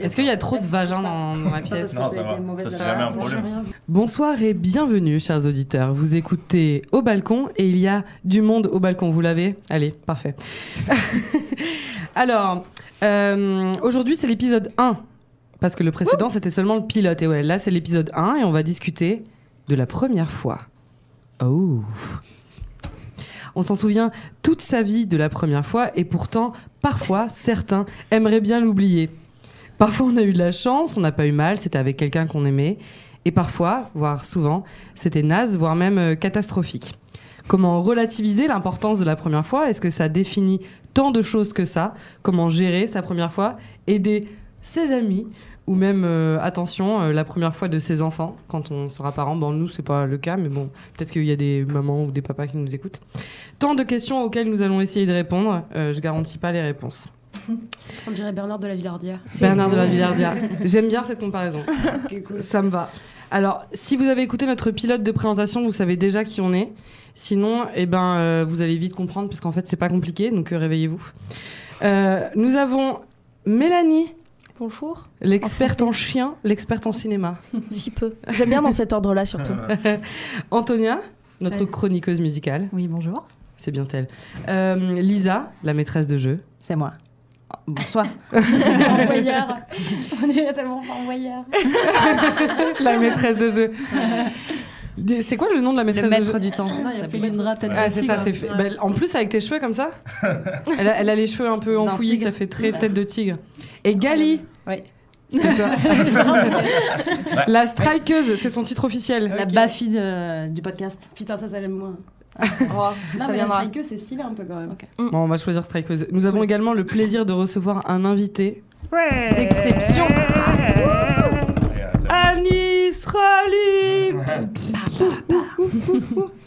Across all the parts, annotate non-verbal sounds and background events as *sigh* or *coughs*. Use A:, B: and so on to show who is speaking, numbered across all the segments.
A: Est-ce qu'il y a trop de vagins dans, dans la Ah, pièce
B: Non, ça va. Ça, c'est jamais un problème.
A: Bonsoir et bienvenue, chers auditeurs. Vous écoutez Au Balcon et il y a du monde au balcon. Vous l'avez Allez, parfait. *laughs* Alors, euh, aujourd'hui, c'est l'épisode 1. Parce que le précédent, c'était seulement le pilote. Et ouais, là, c'est l'épisode 1 et on va discuter de la première fois. Oh On s'en souvient toute sa vie de la première fois et pourtant, parfois, certains aimeraient bien l'oublier. Parfois, on a eu de la chance, on n'a pas eu mal, c'était avec quelqu'un qu'on aimait. Et parfois, voire souvent, c'était naze, voire même euh, catastrophique. Comment relativiser l'importance de la première fois Est-ce que ça définit tant de choses que ça Comment gérer sa première fois Aider ses amis ou même, euh, attention, euh, la première fois de ses enfants quand on sera parent. Bon, nous, c'est pas le cas, mais bon, peut-être qu'il y a des mamans ou des papas qui nous écoutent. Tant de questions auxquelles nous allons essayer de répondre. Euh, je garantis pas les réponses.
C: On dirait Bernard de la Villardière.
D: Bah.
A: Bernard de la Villardia. J'aime bien cette comparaison.
C: Ok, cool.
A: Ça me va. Alors, si vous avez écouté notre pilote de présentation, vous savez déjà qui on est. Sinon, eh ben, euh, vous allez vite comprendre parce qu'en fait, c'est pas compliqué. Donc, euh, réveillez-vous. Euh, nous avons Mélanie,
C: Bonjour.
A: l'experte en chien, l'experte en cinéma.
C: Si peu. J'aime bien dans cet ordre-là
B: *laughs*
C: surtout.
A: Antonia, notre
E: Ouais.
A: chroniqueuse musicale.
E: Oui, bonjour.
A: C'est bien elle. Euh, Lisa, la maîtresse de jeu.
E: C'est moi. Bonsoir.
D: *laughs* Envoyeur. On dirait tellement envoyeur.
A: la maîtresse de jeu. C'est quoi le nom de la maîtresse
E: *laughs* Le
A: de jeu
E: maître du temps.
D: Non, il y a
E: Ça
D: plus
E: pourrait
D: d'une
E: être.
D: rate à
A: *laughs* Ah,
D: deux
A: c'est ça,
D: tigres.
A: c'est fait-
D: Ouais.
A: bah, en plus avec tes cheveux comme
B: *laughs*
A: ça. elle, a, elle a les cheveux un peu enfouis,
E: tigre.
A: ça fait très tête de tigre. Et Gali,
E: Ouais.
A: c'est toi. *laughs* la strikeuse, c'est son titre officiel.
E: La
D: Ok.
E: Bafi de- du
D: *laughs*
E: podcast.
C: Putain, ça, ça l'aime moins.
E: ça
C: non, mais
E: viendra.
C: c'est que c'est stylé un peu quand même.
A: Bon, on va choisir strikeuse. Nous avons également le plaisir de recevoir un invité,
E: D'exception.
B: Et, euh,
A: Anis Ralib.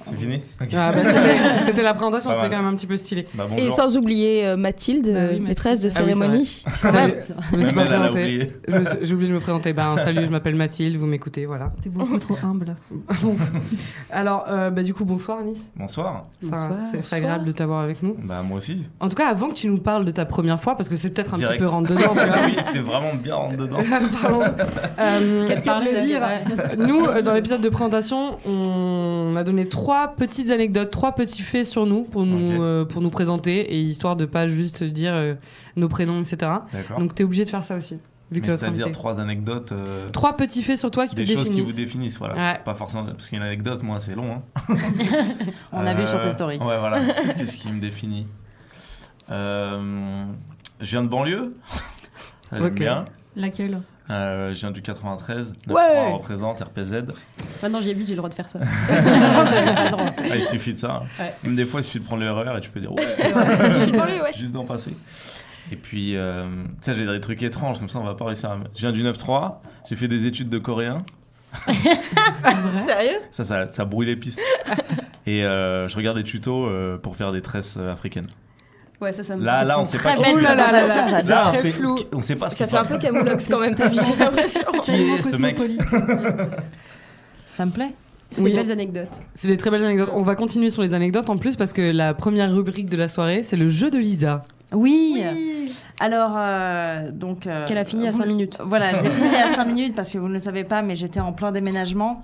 B: C'est fini Ok.
A: Ah, bah, c'était- C'était la présentation,
B: Pas
A: c'était
B: mal.
A: quand même un petit peu stylé.
B: Bah, bonjour.
F: Et sans oublier euh, Mathilde,
E: Bah
A: Ah oui,
F: euh, maîtresse
A: Ah
F: de
A: oui, c'est
E: *laughs*
F: cérémonie.
A: Salut, je me suis
B: Même
A: pas
B: elle, elle a
A: présentée.
B: oublié.
A: Je me suis- J'ai oublié de me présenter. Ben, salut, je m'appelle Mathilde, vous m'écoutez, voilà.
E: T'es beaucoup trop humble.
A: Alors, euh, bah, du coup, bonsoir Anis.
B: Bonsoir.
A: Ça-
E: Bonsoir,
A: c'est- C'est
E: bonsoir.
A: agréable de t'avoir avec nous.
B: Bah,
A: *laughs*
B: moi aussi.
A: En tout cas, avant que tu nous parles de ta première fois, parce que c'est peut-être un
B: Direct.
A: petit peu rentre dedans,
B: *laughs*
A: tu vois.
B: Ah oui, c'est vraiment bien rentre dedans.
A: *laughs* Parlons. Euh,
E: Quelle
A: parler
E: parole,
A: dire.
E: *laughs*
A: Nous, euh, dans l'épisode de présentation, on a donné trois petites anecdotes, trois petits faits sur nous pour nous,
B: Ok.
A: euh, pour nous présenter, et histoire de pas juste dire euh, nos prénoms, etc.
B: D'accord.
A: Donc, t'es obligé de faire ça aussi, vu
B: Mais
A: que notre
B: C'est-à-dire
A: invité.
B: trois anecdotes. euh,
A: Trois petits faits sur toi qui
B: Des
A: te
B: choses qui
A: définissent.
B: vous définissent, voilà.
A: Ouais.
B: Pas forcément. Parce qu'une anecdote, moi,
A: *laughs*
B: c'est long. hein. Euh,
E: On a vu sur tes stories.
B: Ouais, voilà. Qu'est-ce qui me définit Euh, Je viens de banlieue. Ça, J'aime
A: Ok.
B: bien.
D: Laquelle
B: Euh, je viens du 93. La
F: Ouais.
B: France représente RPZ.
C: Maintenant, j'ai vu, j'ai le droit de faire ça.
B: Ah, il suffit de ça. hein.
C: Ouais.
B: Même des fois, il suffit de prendre le RER et tu peux dire ouais, *laughs* juste d'en passer. Et puis, euh, tu sais, j'ai des trucs étranges, comme ça, on va pas réussir à. me- Je viens du 9-3, j'ai fait des études de coréen.
F: *laughs* Sérieux
B: Ça, ça, ça brouille les pistes. Et euh, je regarde des tutos euh, pour faire des tresses euh, africaines.
F: Ouais, ça, ça me
B: Là,
F: c'est
B: là, on
F: une
B: sait
F: très
B: pas qui est
F: belle
B: là.
F: présentation.
E: là,
B: Là, on
A: très
B: sait,
A: flou.
B: on sait pas ce
F: Ça
B: qui
F: fait un
B: se
F: peu
B: passe.
F: Camoulox quand même, t'as vu,
B: *laughs*
F: j'ai l'impression.
B: Qui est ce mec
E: Ça me plaît.
C: C'est
A: Oui.
C: des belles anecdotes.
A: C'est des très belles anecdotes. On va continuer sur les anecdotes en plus parce que la première rubrique de la soirée, c'est le jeu de Lisa.
E: Oui. Alors, euh, donc. euh,
C: Qu'elle a fini à
E: vous-
C: 5 minutes.
E: Voilà, je l'ai fini à 5 minutes parce que vous ne le savez pas, mais j'étais en plein déménagement.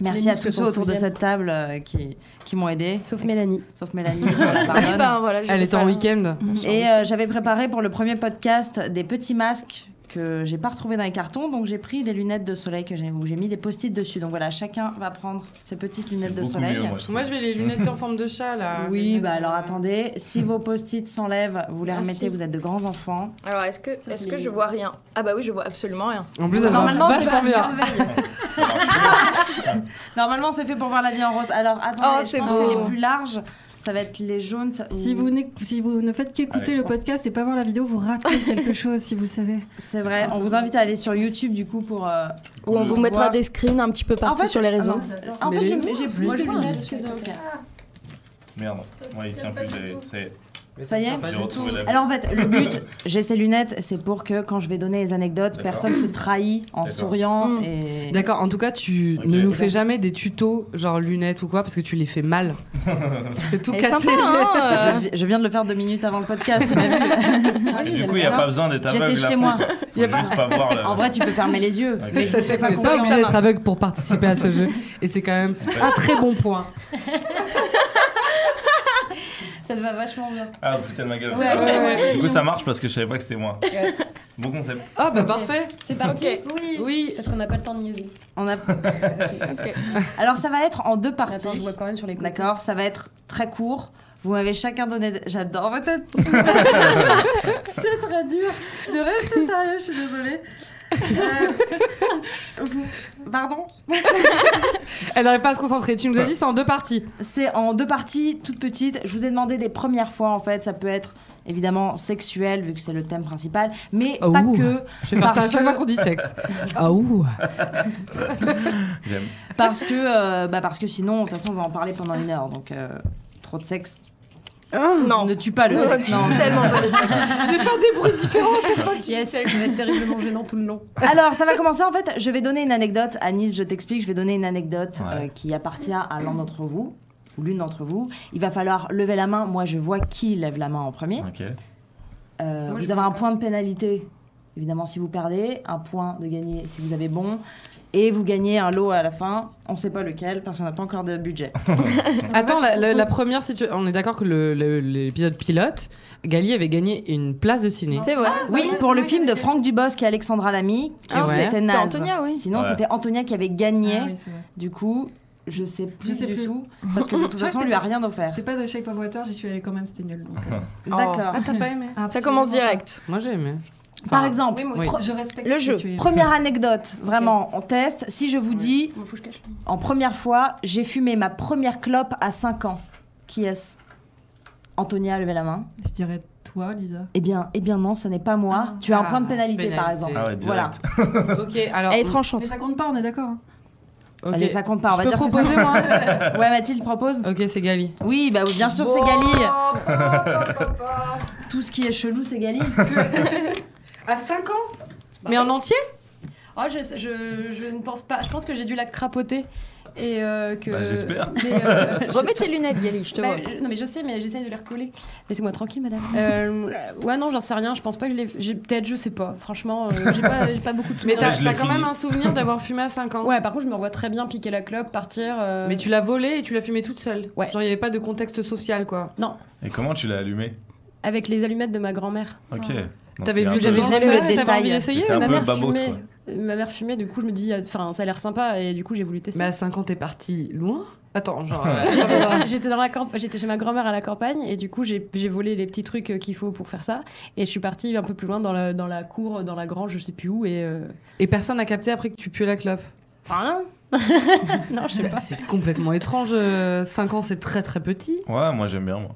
E: Merci
C: Les
E: à
C: minutes que
E: tous ceux
C: t'en
E: autour de
C: souviennent.
E: cette table euh, qui, qui m'ont aidé,
C: Sauf Mélanie.
E: sauf Mélanie, on
F: *laughs*
E: la pardonne.
F: Eh ben, voilà, j'étais
A: Ah, Elle est
F: pas
A: en
F: là.
A: week-end.
E: Et euh, j'avais préparé pour le premier podcast des petits masques que j'ai pas retrouvés dans les cartons, donc j'ai pris des lunettes de soleil que j'ai où j'ai mis des post-it dessus. Donc voilà, chacun va prendre ses petites
B: C'est
E: lunettes de
B: beaucoup
E: soleil.
B: mieux, moi, je
A: vais
B: trouve.
A: les lunettes en forme de chat
F: Ah,
A: là.
E: oui, bah alors attendez, si vos post-it s'enlèvent, vous les
C: Ah,
E: remettez,
C: si.
E: vous êtes de grands enfants.
F: Alors, est-ce que,
C: Ça,
F: est
C: c'est
F: que
C: les-
F: je vois rien Ah, bah oui, je vois absolument rien.
A: En plus, elle va
E: Normalement, c'est
A: vachement bien.
E: Normalement, c'est fait pour voir la vie en rose. Alors
F: Oh,
E: attendez,
F: c'est
E: je pense
F: beau.
E: que les plus larges, ça va être les jaunes. ça-
G: Si vous, n'éc- si vous ne faites qu'écouter
B: Allez.
G: le podcast et pas voir la vidéo, vous ratez quelque chose, si vous savez.
E: C'est vrai, on vous invite à aller sur YouTube du coup pour. euh,
F: Ou on
E: Je
F: vous mettra
E: vois.
F: des screens un petit peu partout
E: En fait,
F: sur les réseaux. *laughs*
E: ah non. En
A: Mais
E: fait,
A: les
E: j'ai
A: noms,
E: j'ai plus
C: moi,
E: de
C: je vois.
E: lunettes que de.
B: Merde. Ouais, il tient plus. j'ai- ça y est.
E: Ça y est
B: J'ai retrouvé la-
E: Alors en fait, le but, *laughs* j'ai ces lunettes, c'est pour que quand je vais donner les anecdotes,
B: D'accord.
E: personne se trahit en
B: D'accord.
E: souriant.
F: Mm.
E: Et...
A: D'accord, en tout cas, tu
B: Ok.
A: ne nous
B: Et
A: fais jamais des tutos, genre lunettes ou quoi, parce que tu les fais mal. *laughs* C'est tout
E: Elle est
A: cassé.
E: sympa,
F: Ah,
E: hein, euh, je, je viens de le faire deux minutes avant le podcast. tu m'as
B: *laughs*
E: vu. *laughs* Moi, je les
B: Ah, Du
E: aime
B: coup, il n'y a
E: bien.
B: pas besoin d'être aveugle.
E: J'étais
B: la
E: chez
B: foule.
E: moi.
B: Faut juste pas voir le-
E: En vrai, tu peux fermer les yeux.
B: Ok.
E: Mais
B: Ça,
E: c'est pas
A: On n'est pas
E: compliqué.
A: obligé d'être aveugle pour participer à ce jeu. Et c'est quand même un très bon
E: *laughs*
A: point.
D: Ça te va vachement bien.
B: Ah, vous foutez de ma gueule.
D: Ouais,
B: Ah,
D: ouais, ouais.
B: Du coup, ça marche parce que je savais pas que c'était moi.
D: Ouais.
B: Bon concept.
A: Ah bah parfait.
D: C'est parti
F: Ok.
D: Oui.
A: Oui.
D: Parce qu'on n'a pas le temps de niaiser.
E: *laughs* On a-
F: Ok.
E: Alors, ça va être en deux parties.
D: Attends, je vois quand même sur les côtés.
E: D'accord Ça va être très court. Vous m'avez chacun donné. J'adore votre tête. C'est très dur de rester sérieux, je suis désolée. Euh, vous- Pardon
A: Elle n'arrive pas à se concentrer. Tu nous as dit c'est en deux parties.
E: C'est en deux parties, toutes petites. Je vous ai demandé des premières fois, en fait. Ça peut être évidemment sexuel, vu que c'est le thème principal, mais
A: Oh,
E: pas
A: ouh.
E: que.
A: Je vais faire
E: Parce
A: ça à chaque
E: que-
A: fois qu'on dit
E: *laughs*
A: sexe. Ah ouh.
B: J'aime.
E: Parce que, euh, bah parce que sinon, de toute façon, on va en parler pendant une heure. Donc, euh, trop de sexe.
F: Non.
E: Ne tue pas le
F: Oh. Non,
E: sexe.
F: tu-
E: Non.
F: tellement pas le sexe.
A: Je vais faire des bruits différents.
D: Yes, ça va être terriblement gênant tout le long.
E: Alors, ça va commencer. En fait, je vais donner une anecdote. Anis, je t'explique. Je vais donner une anecdote
B: Ouais.
E: euh, qui appartient à l'un d'entre vous ou l'une d'entre vous. Il va falloir lever la main. Moi, je vois qui lève la main en premier.
B: Ok.
E: Euh,
D: Moi, je
E: vous
D: vois
E: avez un
D: pas.
E: point de pénalité, évidemment, si vous perdez. Un point de gagner si vous avez bon. Et vous gagnez un lot à la fin. On ne sait pas lequel parce qu'on n'a pas encore
B: *laughs*
E: de budget. Ah,
A: Attends, la, la- la première situation. On est d'accord que le- le- l'épisode pilote, Gali avait gagné une place de ciné.
F: C'est vrai.
E: Oui, pour le film de Franck Dubosc et Alexandra Lamy, qui
A: Ah, ouais.
E: c'était
F: C'était
E: naze.
F: Antonia, oui.
E: Sinon,
B: Ouais.
E: c'était Antonia qui avait gagné.
G: Ah oui, c'est vrai.
E: Du coup, je sais plus
G: Je sais
E: du
G: plus.
E: tout. Parce *laughs* que de toute
G: crois
E: façon, on
G: que
E: lui a
G: t'es-
E: rien offert.
G: C'était pas de Shape of Water, j'y suis allée quand même,
D: *laughs*
G: c'était nul. donc, euh,
E: D'accord.
D: Oh.
C: t'as pas aimé
F: Ça
G: absolument
F: commence
G: pas.
F: direct.
A: Moi j'ai aimé.
E: Par exemple,
A: Oui.
G: Pro- Je respecte
F: Le
G: ce que
F: jeu.
G: tu es.
E: première anecdote, vraiment, on teste. Si je vous dis,
C: Faut que je cache.
E: en première fois, j'ai fumé ma première clope à 5 ans. Qui est-ce Antonia, levez la main.
G: Je dirais toi, Lisa.
E: Eh bien, eh bien non, ce n'est pas moi. tu as un
A: Ah,
E: point de pénalité, par
A: pénalité.
E: exemple.
B: Ah ouais, direct.
E: Voilà.
A: Ok, alors.
F: Elle est tranchante.
G: Mais ça compte pas, on est d'accord. hein.
A: ok.
E: Allez, ça compte pas. On
A: Je
E: va
A: peux
E: dire
A: proposer,
E: que ça... moi. ouais, Mathilde propose.
A: Ok, c'est Gali.
E: Oui, bah bien sûr, c'est
G: *laughs*
E: Gali.
G: Oh,
E: Tout ce qui est chelou, c'est Gali.
D: À 5 ans
A: Mais en entier
D: Oh, je, je, je ne pense pas. Je pense que j'ai dû la crapoter. Et euh, que.
B: Bah, j'espère.
D: *laughs* Mais,
F: *laughs*
D: euh, je-
F: Remets tes lunettes, Gali, je te
D: bah,
F: vois.
D: je- non, mais je sais, mais j'essaye de les recoller. Laissez-moi tranquille, madame. Euh, ouais, non, j'en sais rien. Je pense pas que je l'ai. j'ai- Peut-être, je sais pas. Franchement, euh, j'ai pas, j'ai pas beaucoup de
F: *laughs*
A: Mais
D: souvenirs.
A: t'as
B: je l'ai
A: t'as quand
B: fini.
A: même un souvenir d'avoir fumé à 5 ans.
D: Ouais, par contre, je me revois très bien piquer la clope, partir. euh,
A: Mais tu l'as volé et tu l'as fumé toute seule.
D: Ouais.
A: Genre, il n'y avait pas de contexte social, quoi.
B: Et comment tu l'as allumé
D: Avec les allumettes de ma grand-mère.
B: Ok. Donc,
A: T'avais
B: t'es un
A: vu que
B: peu-
A: j'avais
E: J'ai jamais
A: jamais
E: le
A: le
E: détail.
A: envie d'essayer
B: T'étais un
D: ma
B: peu
D: mère
B: babos,
D: fumait.
B: quoi.
D: euh, Ma mère fumait, du coup, je me dis, ah, enfin, ça a l'air sympa, et du coup, j'ai voulu tester.
A: Mais à 5 ans, t'es parti loin Attends, genre.
D: J'étais- J'étais dans la camp- j'étais chez ma grand-mère à la campagne et du coup j'ai j'ai volé les petits trucs euh, qu'il faut pour faire ça et je suis partie un peu plus loin dans la, dans la cour, dans la grange, je sais plus où et euh,
A: et personne n'a capté après que tu puais la clope.
D: rien. non, je sais pas.
A: C'est complètement étrange. 5 ans, c'est très très petit.
B: Ouais, moi j'aime bien, moi.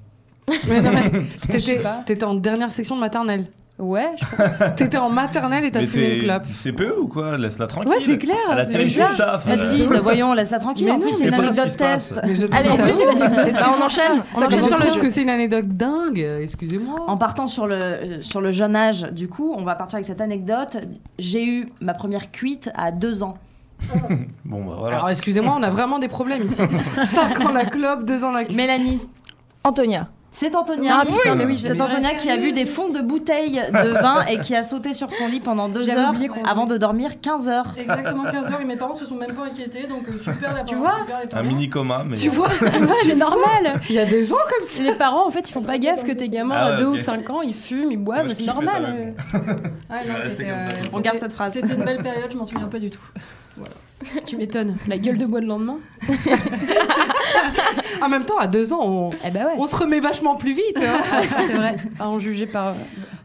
A: Mais non, mais *laughs*
D: sais
A: t'étais-
D: pas.
A: t'étais en dernière section de maternelle.
D: Ouais, je pense.
A: T'étais en maternelle et t'as
B: Mais
A: fumé
B: t'es-
A: une clope.
B: C'est peu ou quoi Laisse-la tranquille.
D: Ouais, c'est clair.
B: Elle a
D: c'est
B: tenu
D: bizarre.
B: tout ça. enfin, euh,
E: Mathilde, bah, voyons, laisse-la tranquille.
A: Mais
E: en
A: non,
E: plus,
A: je
E: c'est une
B: sais pas ce qui
E: anecdote
B: se passe.
E: test.
A: Mais je trouve
F: Allez,
A: ça
F: plus,
A: ouf.
F: j'ai une anecdote. Bah, on enchaîne. On
A: Ça,
F: enchaîne
A: je
F: sur le
A: trouve
F: jeu.
A: que c'est une anecdote dingue. Excusez-moi.
E: En partant sur le, euh, sur le jeune âge, du coup, on va partir avec cette anecdote. J'ai eu ma première cuite à deux ans.
B: Bon, bah voilà.
A: Alors, excusez-moi, on a vraiment des problèmes *laughs* ici. 5 ans la clope, 2 ans la clope.
E: Mélanie,
F: Antonia.
E: c'est Antonia.
D: Ah, putain, mais oui,
E: c'est
D: j'avais-
E: Antonia qui a bu des fonds de bouteilles de vin et qui a sauté sur son lit pendant deux
G: J'avais
E: heures
G: oublié qu'on-
E: avant de dormir 15 heures.
G: Exactement 15h et mes parents se sont même pas inquiétés, donc
D: *laughs*
G: euh, super la
D: Tu
G: parole,
D: vois
G: super les
B: Un
G: parents.
B: mini coma, mais.
D: tu vois, tu vois, c'est *laughs* normal.
A: Il y a des gens comme ça.
D: Les parents, en fait, ils font pas gaffe que tes gamins
B: Ah
D: à
B: ouais,
D: 2
B: ok.
D: ou 5 ans, ils fument, ils
B: moi,
D: boivent,
B: je
D: c'est
B: kiffais quand
D: normal.
B: *laughs* même.
G: Ah,
B: Je
G: non,
B: vais rester
G: c'était,
B: comme ça,
G: euh,
B: comme ça.
E: On garde cette phrase.
G: C'était une belle période, je m'en souviens pas du tout.
D: Tu m'étonnes. La gueule de bois le lendemain.
A: En même temps, à 2 ans, on,
D: Eh bah ouais,
A: on se remet vachement plus vite. hein.
D: *laughs* c'est vrai. À en juger par. euh,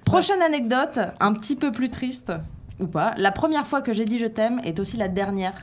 E: Prochaine anecdote, un petit peu plus triste, ou pas. La première fois que j'ai dit je t'aime est aussi la dernière.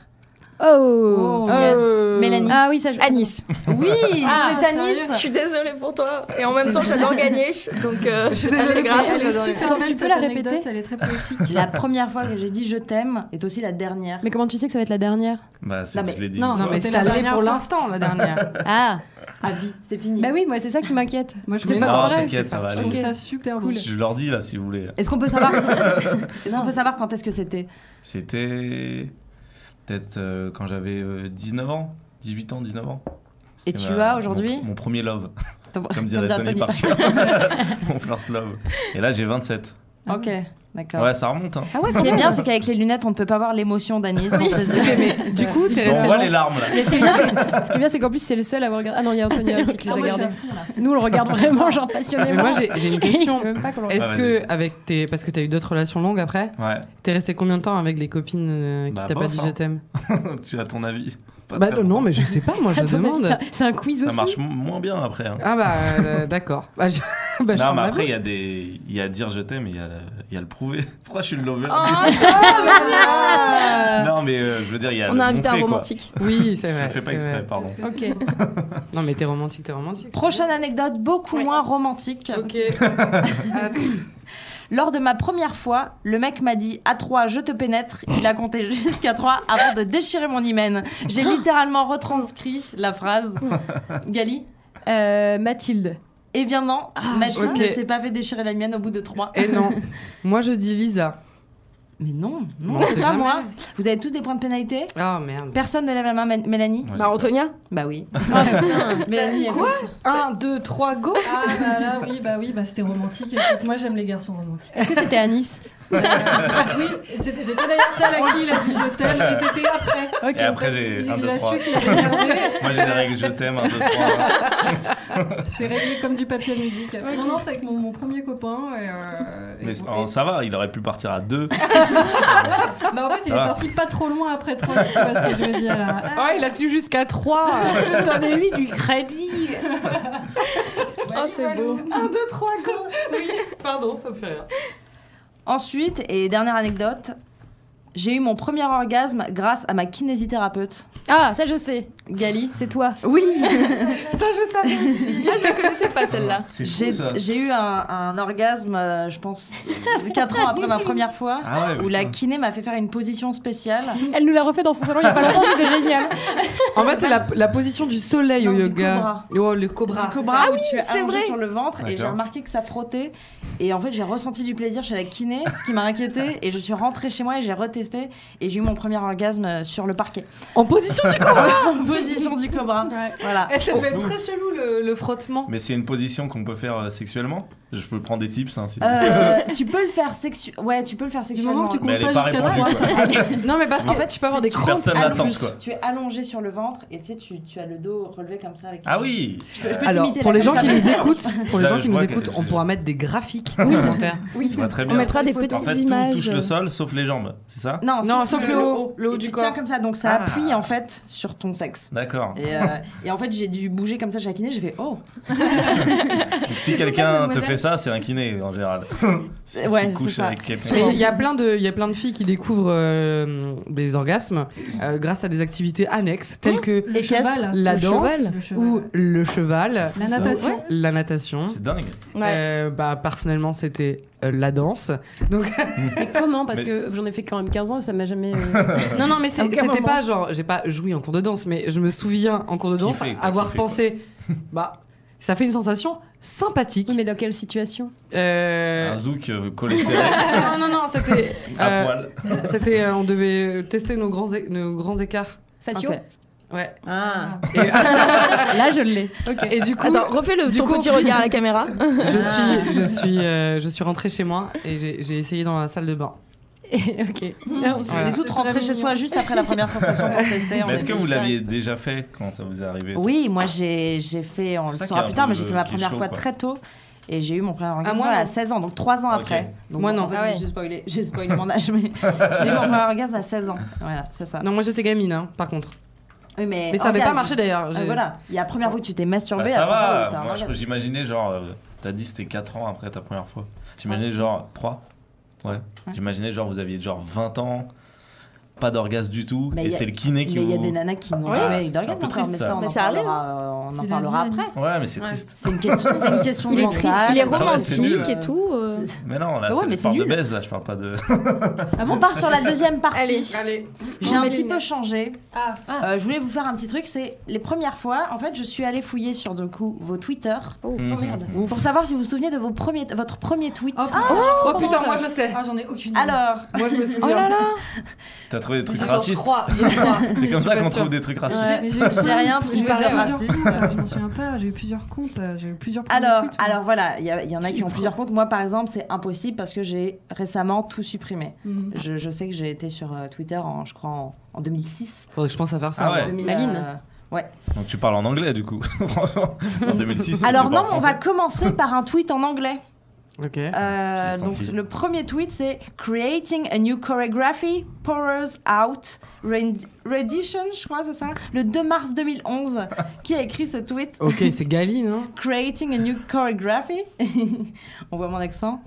F: Oh.
E: Yes.
A: euh, Mmh.
E: Mélanie.
D: Ah oui, ça. Je...
F: Anis.
E: Oui,
D: Ah,
E: *laughs* c'est Anis.
F: Je suis désolée pour toi. Et en même temps, j'adore *laughs* gagner. Donc, euh,
A: suis
F: c'est pas très
A: désolée pour
F: grave.
A: toi,
D: Elle est
A: j'adore les-
D: super Attends,
G: Belle,
D: tu peux
G: cette
D: la
G: anecdote,
D: répéter
G: Elle est très *laughs* poétique.
E: La première fois que j'ai dit je t'aime est aussi la dernière.
D: Mais comment tu sais que ça va être la dernière
B: Bah, c'est
E: Non,
B: que
E: mais-
B: je l'ai dit.
A: Non,
B: une
A: non,
B: fois.
A: mais
G: C'était
A: ça
G: la
A: l'est
G: dernière
A: pour
D: *laughs*
G: fois.
A: l'instant, la dernière.
D: Ah
E: à vie. C'est fini.
D: Bah oui, moi, c'est ça qui m'inquiète.
G: Moi, je
D: C'est
G: trouve
D: pas
G: ça-
D: ton
B: Non,
D: rêve.
B: t'inquiète, ça va
G: je
B: aller.
G: trouve ça super cool.
B: Je leur dis là, si vous voulez.
E: Est-ce qu'on peut savoir Est-ce qu'on peut savoir quand est-ce que c'était
B: C'était peut-être euh, quand j'avais euh, 19 ans, 18 ans, 19 ans.
E: Et
B: C'était
E: tu as aujourd'hui
B: mon, mon premier love,
E: Comme,
B: comme dirait
E: dirait
B: Tony Parker. *laughs* mon first love. Et là, j'ai 27.
E: Ok, d'accord.
B: Ouais, ça remonte. Hein.
E: Ah ouais, ce qui est bien, c'est qu'avec les lunettes, on ne peut pas voir l'émotion d'Anis dans ses yeux.
A: Du coup, t'es
B: Bon, on
A: resté
B: voit les larmes là.
D: Mais ce qui est bien, c'est ce qui est bien, c'est qu'en plus, c'est le seul à avoir regardé. Ah non, il y a Antonia aussi qui les a gardés. Nous, on le regarde vraiment, genre
A: Mais
D: passionnément.
A: moi, j'ai j'ai une
D: Et *laughs* il
A: question. *laughs*
D: sait même pas qu'on le regarde.
A: Est-ce
B: Ah,
A: que, avec tes. Parce que t'as eu d'autres relations longues après,
B: Ouais,
A: t'es resté combien de temps avec les copines euh, qui
B: Bah,
A: t'as pas
B: bof,
A: dit
B: hein.
A: je t'aime
B: tu as ton avis. Pas
A: Bah
B: très
A: non,
B: longtemps.
A: mais je sais pas, moi je
D: Attends, mais
A: demande.
D: *laughs* ça- C'est un quiz
B: Ça
D: aussi.
B: marche mo- moins bien après. hein.
A: Ah bah euh, d'accord. Bah, je... *laughs* bah, je
B: non,
A: ferme
B: mais
A: ma
B: après, il
A: bouche.
B: y a des. Il y a dire je t'aime, mais il y, a le- il y a le prouver. *laughs* Pourquoi je suis le lover
F: Oh, Ah.
B: Non, mais euh, je veux dire, il y a
F: On
B: le
F: a invité un
B: montrer, quoi.
F: romantique.
A: Oui, c'est
B: Je
A: vrai.
B: le fais pas
A: c'est
B: exprès,
A: vrai.
B: pardon.
D: Ok.
A: Non, mais t'es romantique, t'es romantique.
E: Prochaine anecdote beaucoup moins romantique.
A: Ok.
E: Lors de ma première fois, le mec m'a dit à 3 je te pénètre. Il a compté *laughs* jusqu'à 3 avant de déchirer mon hymen. J'ai littéralement retranscrit la phrase. Gali
D: Euh, Mathilde.
E: Eh bien non, Mathilde
A: Ah, ok.
E: ne s'est pas fait déchirer la mienne au bout de 3.
A: *laughs* Et non. Moi je dis Lisa.
E: Mais non, non,
A: On sait
E: pas
A: jamais.
E: moi. Vous avez tous des points de pénalité
A: Ah merde.
E: Personne ne lève la main, Mé- Mélanie
B: Moi, j'ai
F: Bah, Antonia
E: *laughs* Bah
A: *laughs*
E: oui.
A: Ah,
E: *laughs* Mélanie, elle-
A: 1, 2, 3, go
G: Ah bah là, oui, bah oui, bah c'était romantique. Écoute, moi j'aime les garçons romantiques.
D: Est-ce que c'était à Nice
G: Ah oui, c'était- j'étais d'ailleurs celle à qui il a dit je t'aime et c'était après.
B: Et après, j'ai
G: Il
B: 1, 2,
G: a
B: 3.
G: su
B: *laughs*
G: qu'il avait gardé.
B: Moi, j'ai des règles je t'aime, 1, 2, 3.
G: C'est réglé comme du papier à musique. Non, non, c'est avec mon, mon premier copain. Et, euh, et-
B: Mais
G: et-
B: oh, ça va, il aurait pu partir à deux.
G: bah, en fait, il
B: Ah.
G: est parti pas trop loin après 3, tu vois ce que je veux dire là.
A: Oh, il a tenu jusqu'à 3 Donnez-lui du crédit
G: Oh,
F: Ah, c'est beau.
A: 1, 2, 3, go Oui, pardon, ça me fait rire.
E: Ensuite, et dernière anecdote, j'ai eu mon premier orgasme grâce à ma kinésithérapeute.
D: Ah, ça je sais.
E: Gali
D: C'est toi.
E: Oui
A: Ça, je savais aussi
F: *laughs* Ah, je la connaissais pas celle-là.
B: C'est
E: J'ai
B: fou, ça.
E: j'ai eu un, un orgasme, euh, je pense,
A: *laughs*
E: 4 ans après ma première fois.
B: Ah ouais,
E: Où
B: putain.
E: la kiné m'a fait faire une position spéciale.
D: Elle nous l'a refait dans son salon il y a pas longtemps, c'était génial.
A: En fait, c'est la, la position du soleil
E: Non,
A: au
E: du
A: yoga. Oh, le cobra.
E: Du
A: c'est
E: cobra
A: ça.
E: où tu es
F: c'est
E: allongé
F: vrai.
E: sur le ventre et
B: D'accord.
E: j'ai remarqué que ça frottait. Et en fait, j'ai ressenti du plaisir chez la kiné, ce qui m'a inquiété. Et je suis rentrée chez moi et j'ai retesté. Et j'ai eu mon premier orgasme euh, sur le parquet. *laughs*
A: En position du cobra
E: En position du cobra. Voilà.
A: Eh, Ça peut être très chelou le, le frottement.
B: Mais c'est une position qu'on peut faire euh, sexuellement. Je peux prendre des tips. Hein, si-
E: Euh, tu peux le faire sexu... Ouais, tu peux le faire
G: Du
E: sexuellement.
G: moment que tu
B: Mais
G: comptes
B: elle est
G: pas
B: pas
G: jusqu'à
B: répandue.
G: 3,
B: Quoi.
A: Non, mais parce qu'en
E: Oui.
A: fait, tu peux avoir des crampes.
B: Personne
E: Ah,
B: n'attend
E: plus,
B: quoi.
E: Tu es allongé sur le ventre et tu sais, tu, tu as le dos relevé comme ça avec.
B: Ah oui
E: Je peux- je peux
A: Alors,
E: t'imiter,
A: pour
E: là,
A: les gens
E: comme
A: qui
E: ça,
A: nous écoutent, pour les
B: Là,
A: gens
B: je
A: qui nous
B: vois que-
A: écoutent, on
B: je-
A: pourra mettre des graphiques en commentaire.
B: Je vois très
F: On
B: bien.
F: mettra des
B: En
F: petites
B: fait, tout touche
F: images.
B: le
E: euh.
B: sol sauf les jambes, c'est ça
E: mais- Non,
A: Non, sauf le haut, le haut
E: Et
A: du
E: tu tiens
A: corps.
E: comme ça, donc ça
B: Ah.
E: appuie en fait sur ton sexe.
B: D'accord.
E: Et, euh, et en fait, j'ai dû bouger comme ça chez la kiné, j'ai fait oh
B: Donc, si
D: ça que
B: quelqu'un
D: le
B: te
D: modèle-
B: fait ça, c'est un kiné en général. si
E: *laughs* Ouais,
B: tu couches
E: c'est ça.
B: avec quelqu'un.
A: Mais il y a plein de, il y a plein de filles qui découvrent euh, des orgasmes euh, grâce à des activités annexes telles que
G: Le
E: Équestre,
G: cheval. hein.
A: la
G: Le
A: danse
G: cheval, le cheval,
A: ou
G: ouais.
A: Oh, le cheval,
B: C'est fou,
G: La
B: ça.
G: natation.
A: la natation.
B: C'est dingue.
F: Ouais.
A: Euh, bah personnellement, c'était euh, la danse. Donc
D: Mais comment Parce
B: Mais-
D: que j'en ai fait quand même 15 ans et ça m'a jamais. euh,
A: *coughs* non, non, mais c'est-
D: À aucun
A: c'était
D: moment.
A: pas genre, j'ai pas joui en cours de danse, mais je me souviens en cours de danse
B: Kiffé, quoi,
A: avoir
B: kiffé, *laughs*
A: pensé, bah ça fait une sensation sympathique.
D: Oui, mais dans quelle situation
A: Euh,
B: Un zouk euh, collé serré,
A: *laughs* non, non, non, c'était,
B: à
A: euh,
B: poil.
A: c'était, euh, on devait tester nos grands, é- nos grands écarts.
D: Facio
E: Ok.
A: Ouais.
D: Ah.
A: Et-
D: *laughs* Là, je l'ai.
A: Et du coup,
F: Attends, refais le
A: Du
F: ton
A: coup,
F: petit
A: tu-
F: regard à la caméra.
A: je
E: Ah.
A: suis, je suis, euh, je suis rentrée chez moi et j'ai j'ai essayé dans la salle de bain.
D: ok.
E: On
A: Voilà.
E: est toutes rentrées chez soi juste après la première sensation *laughs* pour tester. on
B: Mais est-ce
E: est
B: que vous
E: hyper
B: l'aviez
E: excitées.
B: déjà fait quand ça vous est arrivé ça
E: Oui, moi j'ai j'ai fait, on
B: C'est
E: le
B: ça
E: saura
B: qui est
E: plus
B: un
E: tard,
B: peu
E: mais j'ai fait
B: le-
E: ma
B: qui est
E: première
B: chaud,
E: fois
B: quoi.
E: très tôt. Et j'ai eu mon premier orgasme
A: moi,
E: à
A: non.
E: 16 ans, donc 3 ans
B: Ok.
E: après. Donc,
A: Moi,
E: bon,
A: non.
E: en fait,
F: Ah ouais.
E: J'ai spoilé, *laughs* j'ai spoilé mon âge,
B: *laughs*
E: mais j'ai eu mon premier orgasme à 16 ans. Voilà, c'est ça.
A: Non, moi j'étais gamine, hein, par contre.
E: Oui, mais,
A: Mais ça n'avait pas
E: orgasme.
A: marché d'ailleurs.
E: Ah,
A: j'ai-
E: voilà, il y a la première fois où tu t'es
B: Bah,
E: masturbé,
B: ça
E: la première
B: va.
E: fois où t'as un
B: Moi, je-
E: orgasme.
B: j'imaginais genre, euh, t'as dit c'était 4 ans après ta première fois. J'imaginais genre 3. Ouais. J'imaginais genre vous aviez genre 20 ans. pas d'orgasme du tout,
E: Mais
B: et
E: y a-
B: c'est le kiné qui
E: mais il y a
B: vous-
E: des nanas qui n'ont
B: Ouais,
E: jamais
B: c'est
E: eu
B: un
E: d'orgasme
B: peu
E: encore,
B: triste,
E: mais
B: ça.
E: ça, on
F: Mais
E: en
F: ça arrive.
E: parlera, euh, on en
G: C'est la
E: parlera
G: vie,
E: après.
B: Ouais, mais c'est
G: Ouais.
B: triste.
E: C'est une question, c'est *laughs* une question
F: Il est
E: mentale.
F: triste, il est
B: Ah ouais, c'est
F: romantique
B: nul.
F: et tout. euh.
B: Mais non, là,
E: Ouais,
B: c'est
E: mais
B: le
E: c'est
B: sport de
E: nul.
B: baise, là, je parle pas
E: *laughs*
B: de.
E: Ah bon, on part sur la deuxième partie.
F: *laughs* Allez.
G: Allez.
E: J'ai un
F: Mets les
E: petit peu
F: lunettes.
E: changé. Euh, je voulais vous faire un petit truc, c'est les premières fois, en fait, je suis allée fouiller sur du coup vos Twitter
F: Oh,
B: Mhm.
F: merde.
E: pour savoir si vous vous souvenez de vos premiers, votre premier tweet.
G: Oh,
A: Oh putain, moi je sais.
G: Ah, j'en ai aucune.
E: Ah, Alors,
A: Moi je me
D: Oh
E: Oh
A: hein, souviens.
B: *laughs* T'as trouvé des trucs
A: J'en
B: racistes
A: crois, j'en crois.
B: *laughs* C'est comme
A: suis
B: ça
A: pas
B: qu'on
A: sûre.
B: trouve des trucs racistes.
E: Ouais.
G: Mais j'ai
E: j'ai *laughs* rien trouvé de raciste.
G: Je m'en souviens pas, j'ai eu plusieurs comptes, euh, j'ai eu plusieurs premiers
E: alors,
G: tweets, moi.
E: alors voilà, il y, a- il y en a
G: Tu
E: qui ont
G: prends.
E: plusieurs comptes. Moi, par exemple, c'est impossible parce que j'ai récemment tout supprimé.
G: Mhm.
E: Je, je sais que j'ai été sur euh, Twitter, en, je crois, en, en 2006.
A: Faudrait que je pense à faire ça.
B: Ah ouais.
E: 2000,
D: Maline.
E: euh,
B: Donc tu parles en anglais, du coup. *laughs* Franchement, en 2006.
E: Alors
B: c'était pas
E: non,
B: en
E: on va
B: français.
E: commencer par un tweet en anglais.
A: Ok.
E: Euh,
B: *laughs* Je l'ai
E: donc
B: senti.
E: le premier tweet c'est Creating a new choreography powers out rend- rendition, je crois c'est ça, le 2
B: *laughs*
E: mars 2011. qui a écrit ce tweet
B: Oh.
A: Ok, c'est Galine, hein
E: Creating a new choreography. *laughs* on voit mon accent.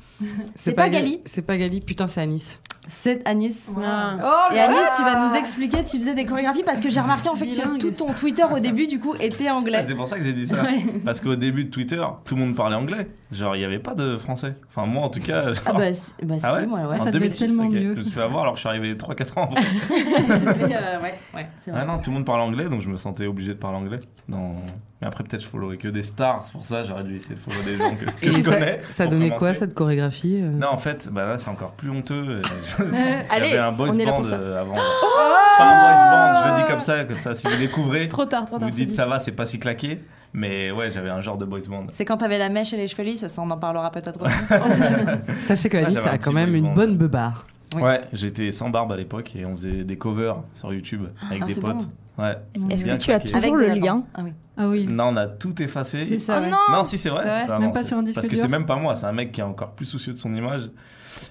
E: C'est pas Gali.
A: C'est pas Gali, putain, c'est Anis.
E: C'est Anis.
D: Ah.
G: Wow.
F: Oh
E: Et Anis, tu vas nous expliquer, tu faisais des chorégraphies parce que j'ai remarqué en fait que
G: Bilingue.
E: tout ton Twitter au début du coup était
B: Ah,
E: anglais. *laughs*
B: c'est pour ça que j'ai dit ça.
E: Ouais.
B: Parce qu'au début de Twitter, tout le monde parlait anglais. Genre, il n'y avait pas de français. Enfin, moi en tout cas. genre-
E: Ah bah, si- bah
B: Ah
E: si, moi, ouais.
B: en
G: ça devait
B: 2006,
G: être tellement
B: ok.
G: mieux.
B: Je me suis fait avoir alors que je suis arrivé 3-4 ans après.
E: Mais, euh, ouais, ouais, c'est vrai.
B: Ah non, tout le monde parle anglais, donc je me sentais obligé de parler anglais. Non. Mais après, peut-être je followerais que des stars, c'est pour ça j'aurais dû essayer de follower des gens que, que je connais.
A: ça, ça
B: pour
A: donnait quoi
B: commencer.
A: cette chorégraphie euh
B: Non, en fait, bah là c'est encore plus honteux. *laughs*
F: Allez,
B: J'avais un boys
F: on est là
B: band
F: pour ça.
B: euh, avant. Pas un boys band, je le dis comme ça, comme ça, si vous découvrez,
D: Trop tard, trop tard.
B: vous
D: c'est
B: dites
D: dit.
B: ça va, c'est pas si claqué. Mais ouais, j'avais un genre de boys band.
E: C'est quand t'avais la mèche et les cheveux lisses, ça on en parlera peut-être
B: *laughs*
E: aussi.
A: Sachez que
B: Ah,
A: Alice
B: j'avais
A: a
B: un
A: quand
B: petit
A: même
B: boys
A: une
B: band.
A: bonne beubare.
E: Oui.
B: Ouais, j'étais sans barbe à l'époque et on faisait des covers sur YouTube avec
E: Ah,
B: des
E: c'est
B: potes. Ouais.
F: Est-ce
B: Bien
F: que tu as
B: claqué.
F: toujours
E: de
F: le
E: la
F: lien
E: danse. Ah oui.
G: Ah oui.
B: Non, on a tout effacé.
D: C'est
E: Ah
D: ça.
E: Oh
D: ouais.
B: Non, si, c'est vrai.
D: C'est vrai
B: Ah
G: Même
B: non,
G: pas
B: c'est-
G: sur un disque
B: Parce que
G: dur
B: c'est même pas moi, c'est un mec qui est encore plus soucieux de son image.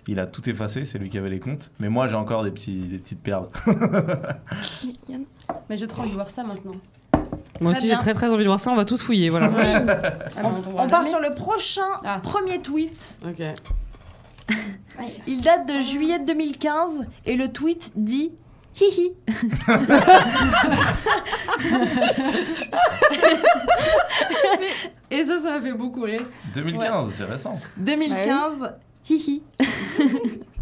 B: Il a tout effacé, c'est lui qui avait les comptes. Mais moi, j'ai encore des, petits, des petites perles.
D: Mais j'ai trop envie de voir ça maintenant.
A: Moi
E: Très
A: aussi, j'ai
E: bien.
A: très très envie de voir ça, on va tous fouiller, voilà.
E: On, on part sur le prochain
D: Ah.
E: premier tweet.
A: Ok.
E: Il date de juillet 2015 et le tweet dit hihi. et ça, ça m'a fait beaucoup rire.
B: 2015, c'est récent.
E: 2015, hihi.